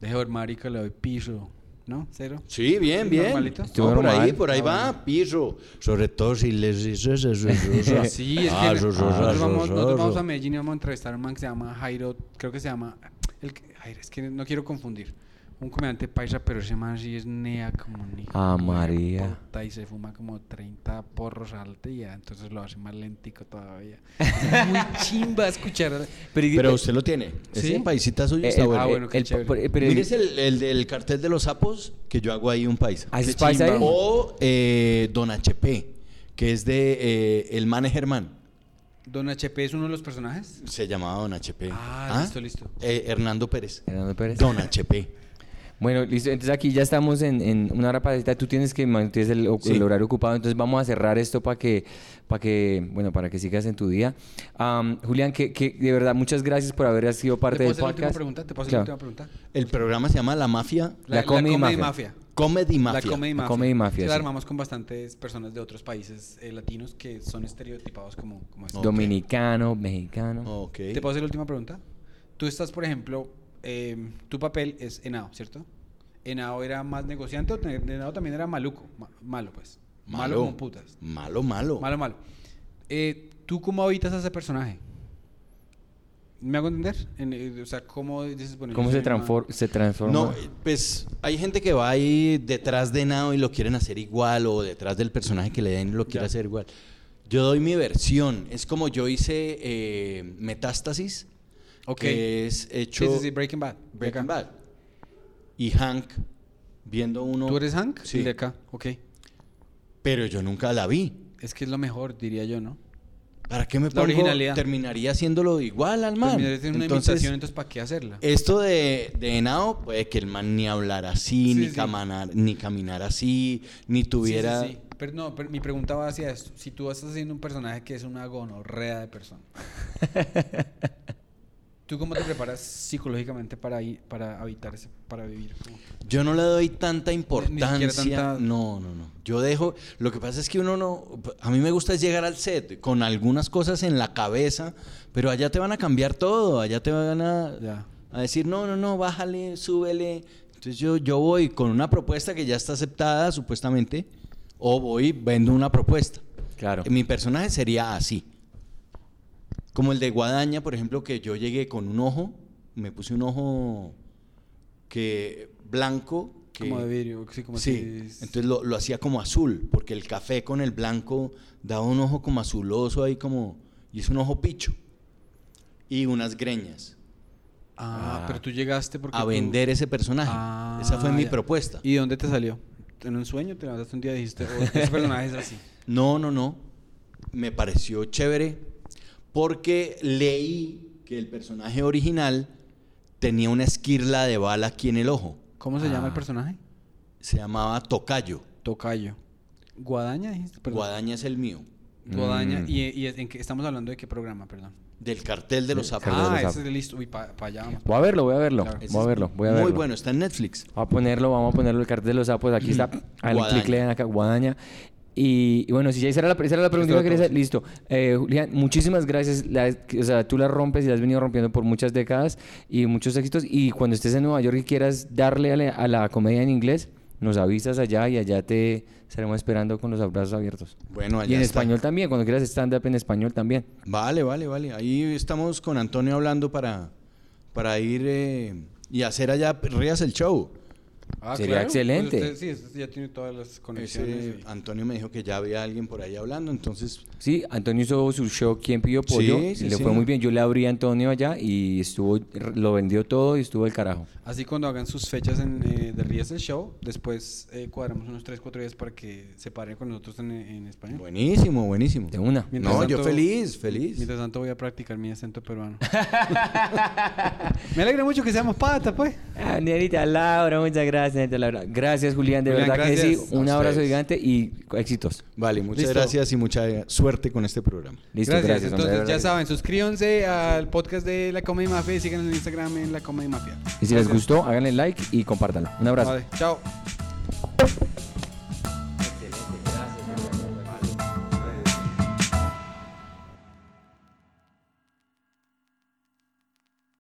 [SPEAKER 1] deje ver marica, le doy piso, ¿no? Cero.
[SPEAKER 3] Sí, bien, bien.
[SPEAKER 1] Normalito.
[SPEAKER 3] No, por
[SPEAKER 2] Normal. Ah,
[SPEAKER 3] ahí, por ahí va, pirro. Sobre todo si les...
[SPEAKER 1] <laughs> Sí, es que
[SPEAKER 3] Ah, ro,
[SPEAKER 1] nosotros,
[SPEAKER 3] ro, ro, ro,
[SPEAKER 1] vamos,
[SPEAKER 3] ro,
[SPEAKER 1] nosotros vamos
[SPEAKER 3] ro.
[SPEAKER 1] a Medellín y vamos a entrevistar a un man que se llama Jairo, creo que se llama, el, que- Jairo, es que no quiero confundir, un comediante paisa, pero ese man sí es nea como ni.
[SPEAKER 2] Ah, María.
[SPEAKER 1] puta, Y se fuma como 30 porros al día, entonces lo hace más lentico
[SPEAKER 3] <laughs>
[SPEAKER 1] todavía. Es muy chimba escuchar.
[SPEAKER 3] Pero usted lo tiene.
[SPEAKER 1] Sí.
[SPEAKER 3] Ese paisita suyo
[SPEAKER 2] Eh, eh,
[SPEAKER 3] está
[SPEAKER 1] ah,
[SPEAKER 3] bueno.
[SPEAKER 1] bueno, qué
[SPEAKER 2] el-
[SPEAKER 1] chévere.
[SPEAKER 2] por- eh, pero el-
[SPEAKER 3] Mires el, el del cartel de los sapos, que yo hago ahí un paisa.
[SPEAKER 2] Ah, ¿ese es
[SPEAKER 3] Qué
[SPEAKER 2] paisa
[SPEAKER 3] chimba.
[SPEAKER 2] ahí?
[SPEAKER 3] O eh, Don HP, que es de eh, El Mane eh, Germán.
[SPEAKER 1] ¿Don HP es uno de los personajes?
[SPEAKER 3] Se llamaba Don HP.
[SPEAKER 1] Ah, listo, listo.
[SPEAKER 3] eh, Hernando Pérez.
[SPEAKER 2] Hernando Pérez.
[SPEAKER 3] Don HP.
[SPEAKER 2] Bueno, listo. Entonces aquí ya estamos en, en una hora parecida. Tú tienes que mantienes el, o-
[SPEAKER 3] Sí.
[SPEAKER 2] el horario ocupado. Entonces vamos a cerrar esto para que, para que, bueno, para que sigas en tu día. Am, Julián, que, que de verdad muchas gracias por haber sido
[SPEAKER 1] ¿Te
[SPEAKER 2] parte
[SPEAKER 1] puedo
[SPEAKER 2] del
[SPEAKER 1] hacer la última
[SPEAKER 2] podcast.
[SPEAKER 1] pregunta? ¿Te puedo hacer la
[SPEAKER 2] Claro.
[SPEAKER 1] última pregunta?
[SPEAKER 3] El programa se llama La Mafia.
[SPEAKER 2] La Comedy Mafia.
[SPEAKER 3] Comedy
[SPEAKER 1] La
[SPEAKER 3] Mafia.
[SPEAKER 1] Comedy
[SPEAKER 2] La
[SPEAKER 1] Mafia.
[SPEAKER 2] Comedy Mafia,
[SPEAKER 1] Se la
[SPEAKER 2] sí.
[SPEAKER 1] armamos con bastantes personas de otros países eh, latinos que son estereotipados como, como esto.
[SPEAKER 3] Ok.
[SPEAKER 2] Dominicano, mexicano.
[SPEAKER 3] Ok.
[SPEAKER 1] ¿Te puedo hacer la última pregunta? Tú estás, por ejemplo, eh, tu papel es Henao, ¿cierto? ¿Henao era más negociante o te- Henao también era maluco? ma- malo, pues. Malo. como putas.
[SPEAKER 3] Malo, malo.
[SPEAKER 1] Malo, malo. Eh, ¿Tú cómo habitas a ese personaje? ¿Me hago entender? En, eh, o sea, ¿cómo dices, bueno, yo
[SPEAKER 2] ¿Cómo se,
[SPEAKER 1] soy una-
[SPEAKER 2] transfor- se transforma?
[SPEAKER 3] No, eh, pues hay gente que va ahí detrás de Nao y lo quieren hacer igual o detrás del personaje que le den y lo quiere
[SPEAKER 1] Ya.
[SPEAKER 3] hacer igual. Yo doy mi versión. Es como yo hice eh, Metástasis,
[SPEAKER 1] Ok.
[SPEAKER 3] que es hecho
[SPEAKER 1] Sí, sí, sí, Breaking Bad.
[SPEAKER 3] Eh, Breaking
[SPEAKER 1] Acá.
[SPEAKER 3] Bad. Y Hank, viendo uno...
[SPEAKER 1] ¿Tú eres Hank?
[SPEAKER 3] Sí.
[SPEAKER 1] El de acá, ok.
[SPEAKER 3] Pero yo nunca la vi.
[SPEAKER 1] Es que es lo mejor, diría yo, ¿no?
[SPEAKER 3] ¿Para qué me
[SPEAKER 1] La
[SPEAKER 3] pongo?
[SPEAKER 1] originalidad.
[SPEAKER 3] Terminaría haciéndolo igual al man.
[SPEAKER 1] Terminaría siendo Pues una imitación, entonces ¿para qué hacerla?
[SPEAKER 3] Esto de, de Henao, puede que el man ni hablara así,
[SPEAKER 1] Sí,
[SPEAKER 3] ni,
[SPEAKER 1] sí.
[SPEAKER 3] caminar, ni caminar así, ni
[SPEAKER 1] Sí, sí,
[SPEAKER 3] tuviera...
[SPEAKER 1] sí. Pero no, pero mi pregunta va hacia esto. Si tú estás haciendo un personaje que es una gonorrea de
[SPEAKER 3] <laughs>
[SPEAKER 1] persona, ¿tú cómo te preparas psicológicamente para, ir- para habitar ese, para vivir? como-
[SPEAKER 3] Yo no le doy tanta
[SPEAKER 1] siquiera
[SPEAKER 3] importancia.
[SPEAKER 1] tanta-
[SPEAKER 3] No, no, no. Yo dejo. Lo que pasa es que uno no. A mí me gusta es llegar al set con algunas cosas en la cabeza, pero allá te van a cambiar todo. Allá te van a,
[SPEAKER 1] Ya.
[SPEAKER 3] a decir, no, no, no, bájale, súbele. Entonces yo, yo voy con una propuesta que ya está aceptada, supuestamente, o voy, vendo una propuesta.
[SPEAKER 1] eh,
[SPEAKER 2] Claro.
[SPEAKER 3] Mi personaje sería así. Como el de Guadaña, por ejemplo, que yo llegué con un ojo, me puse un ojo que blanco. Que,
[SPEAKER 1] Como de vidrio, sí, como
[SPEAKER 3] sí,
[SPEAKER 1] si-
[SPEAKER 3] entonces lo, lo hacía como azul, porque el café con el blanco daba un ojo como azuloso ahí como... Y es un ojo picho. Y unas greñas.
[SPEAKER 1] Ah,
[SPEAKER 2] Ah.
[SPEAKER 1] pero tú llegaste porque
[SPEAKER 3] a
[SPEAKER 1] tú-
[SPEAKER 3] vender ese personaje.
[SPEAKER 1] Ah,
[SPEAKER 3] Esa fue mi
[SPEAKER 1] ya.
[SPEAKER 3] propuesta.
[SPEAKER 1] ¿Y dónde te salió? ¿En un sueño? ¿Te levantaste un día y dijiste, "Oh,
[SPEAKER 2] <laughs>
[SPEAKER 1] ese personaje es así?
[SPEAKER 3] No, no, no. Me pareció chévere porque leí que el personaje original tenía una esquirla de bala aquí en el ojo.
[SPEAKER 1] ¿Cómo se llama el
[SPEAKER 2] Ah.
[SPEAKER 1] personaje?
[SPEAKER 3] Se llamaba Tocayo.
[SPEAKER 1] Tocayo. ¿Guadaña dijiste? Perdón.
[SPEAKER 3] Guadaña es el mío.
[SPEAKER 1] Guadaña.
[SPEAKER 2] Mm.
[SPEAKER 1] ¿Y, y en qué- estamos hablando de qué programa, perdón?
[SPEAKER 3] Del cartel de los
[SPEAKER 2] Carlos
[SPEAKER 3] zapatos.
[SPEAKER 2] de
[SPEAKER 1] Ah,
[SPEAKER 2] los
[SPEAKER 1] ese
[SPEAKER 2] Zap.
[SPEAKER 1] es listo. Uy, para allá vamos.
[SPEAKER 2] Voy a verlo, voy a verlo.
[SPEAKER 1] Claro.
[SPEAKER 3] Ese
[SPEAKER 2] Voy a
[SPEAKER 3] es
[SPEAKER 2] verlo, voy a verlo.
[SPEAKER 3] Muy bueno, está en Netflix.
[SPEAKER 2] Voy a ponerlo, vamos a ponerlo el cartel de los sapos. Aquí
[SPEAKER 3] <clears throat>
[SPEAKER 2] está. Al
[SPEAKER 3] Guadaña.
[SPEAKER 2] clic le dan acá, Guadaña. Y, y bueno, si ya esa era la, esa era la pregunta que quería hacer, listo. Eh, Julián, muchísimas gracias. La- o sea, tú la rompes y la has venido rompiendo por muchas décadas y muchos éxitos. Y cuando estés en Nueva York y quieras darle a la, a la comedia en inglés, nos avisas allá y allá te estaremos esperando con los abrazos abiertos.
[SPEAKER 3] Bueno, allá
[SPEAKER 2] y en
[SPEAKER 3] está.
[SPEAKER 2] español también, cuando quieras stand-up en español también.
[SPEAKER 3] Vale, vale, vale. Ahí estamos con Antonio hablando para, para ir eh, y hacer allá pues, Rías el show.
[SPEAKER 1] Ah,
[SPEAKER 2] Sería excelente.
[SPEAKER 1] Pues usted- sí, usted ya tiene todas las conexiones.
[SPEAKER 3] Ese-
[SPEAKER 1] y-
[SPEAKER 3] Antonio me dijo que ya había alguien por ahí hablando, entonces
[SPEAKER 2] Sí, Antonio hizo su show ¿Quién pidió pollo?
[SPEAKER 3] Sí,
[SPEAKER 2] y
[SPEAKER 3] sí,
[SPEAKER 2] le
[SPEAKER 3] sí.
[SPEAKER 2] fue muy bien. Yo le abrí a Antonio allá y estuvo, lo vendió todo y estuvo el carajo.
[SPEAKER 1] Así cuando hagan sus fechas en, eh, de Rías el Show, después eh, cuadramos unos 3, 4 días para que se paren con nosotros en, en español.
[SPEAKER 3] Buenísimo, buenísimo.
[SPEAKER 2] De una.
[SPEAKER 1] Mientras
[SPEAKER 3] no, yo
[SPEAKER 1] tanto-
[SPEAKER 3] feliz, feliz.
[SPEAKER 1] Mientras tanto voy a practicar mi acento peruano. <laughs> Me alegra mucho que seamos patas, pues.
[SPEAKER 2] Ah, Nerita Laura, muchas gracias, Nerita Laura. Gracias, Julián, de
[SPEAKER 1] Julián,
[SPEAKER 2] verdad que
[SPEAKER 1] gracias
[SPEAKER 2] sí. Un
[SPEAKER 3] a
[SPEAKER 2] abrazo
[SPEAKER 3] ustedes.
[SPEAKER 2] gigante y éxitos.
[SPEAKER 3] Vale, muchas
[SPEAKER 1] Listo.
[SPEAKER 3] gracias y mucha suerte con este programa.
[SPEAKER 2] Listo,
[SPEAKER 1] gracias.
[SPEAKER 2] gracias. hombre, de
[SPEAKER 1] Entonces,
[SPEAKER 2] verdad
[SPEAKER 1] ya
[SPEAKER 2] que sí.
[SPEAKER 1] saben, suscríbanse al podcast de La Comedy Mafia y síganos en Instagram en La Comedy Mafia.
[SPEAKER 2] Y si les
[SPEAKER 1] Gracias.
[SPEAKER 2] gustó, háganle like y compártanlo. Un abrazo.
[SPEAKER 1] Vale, chao.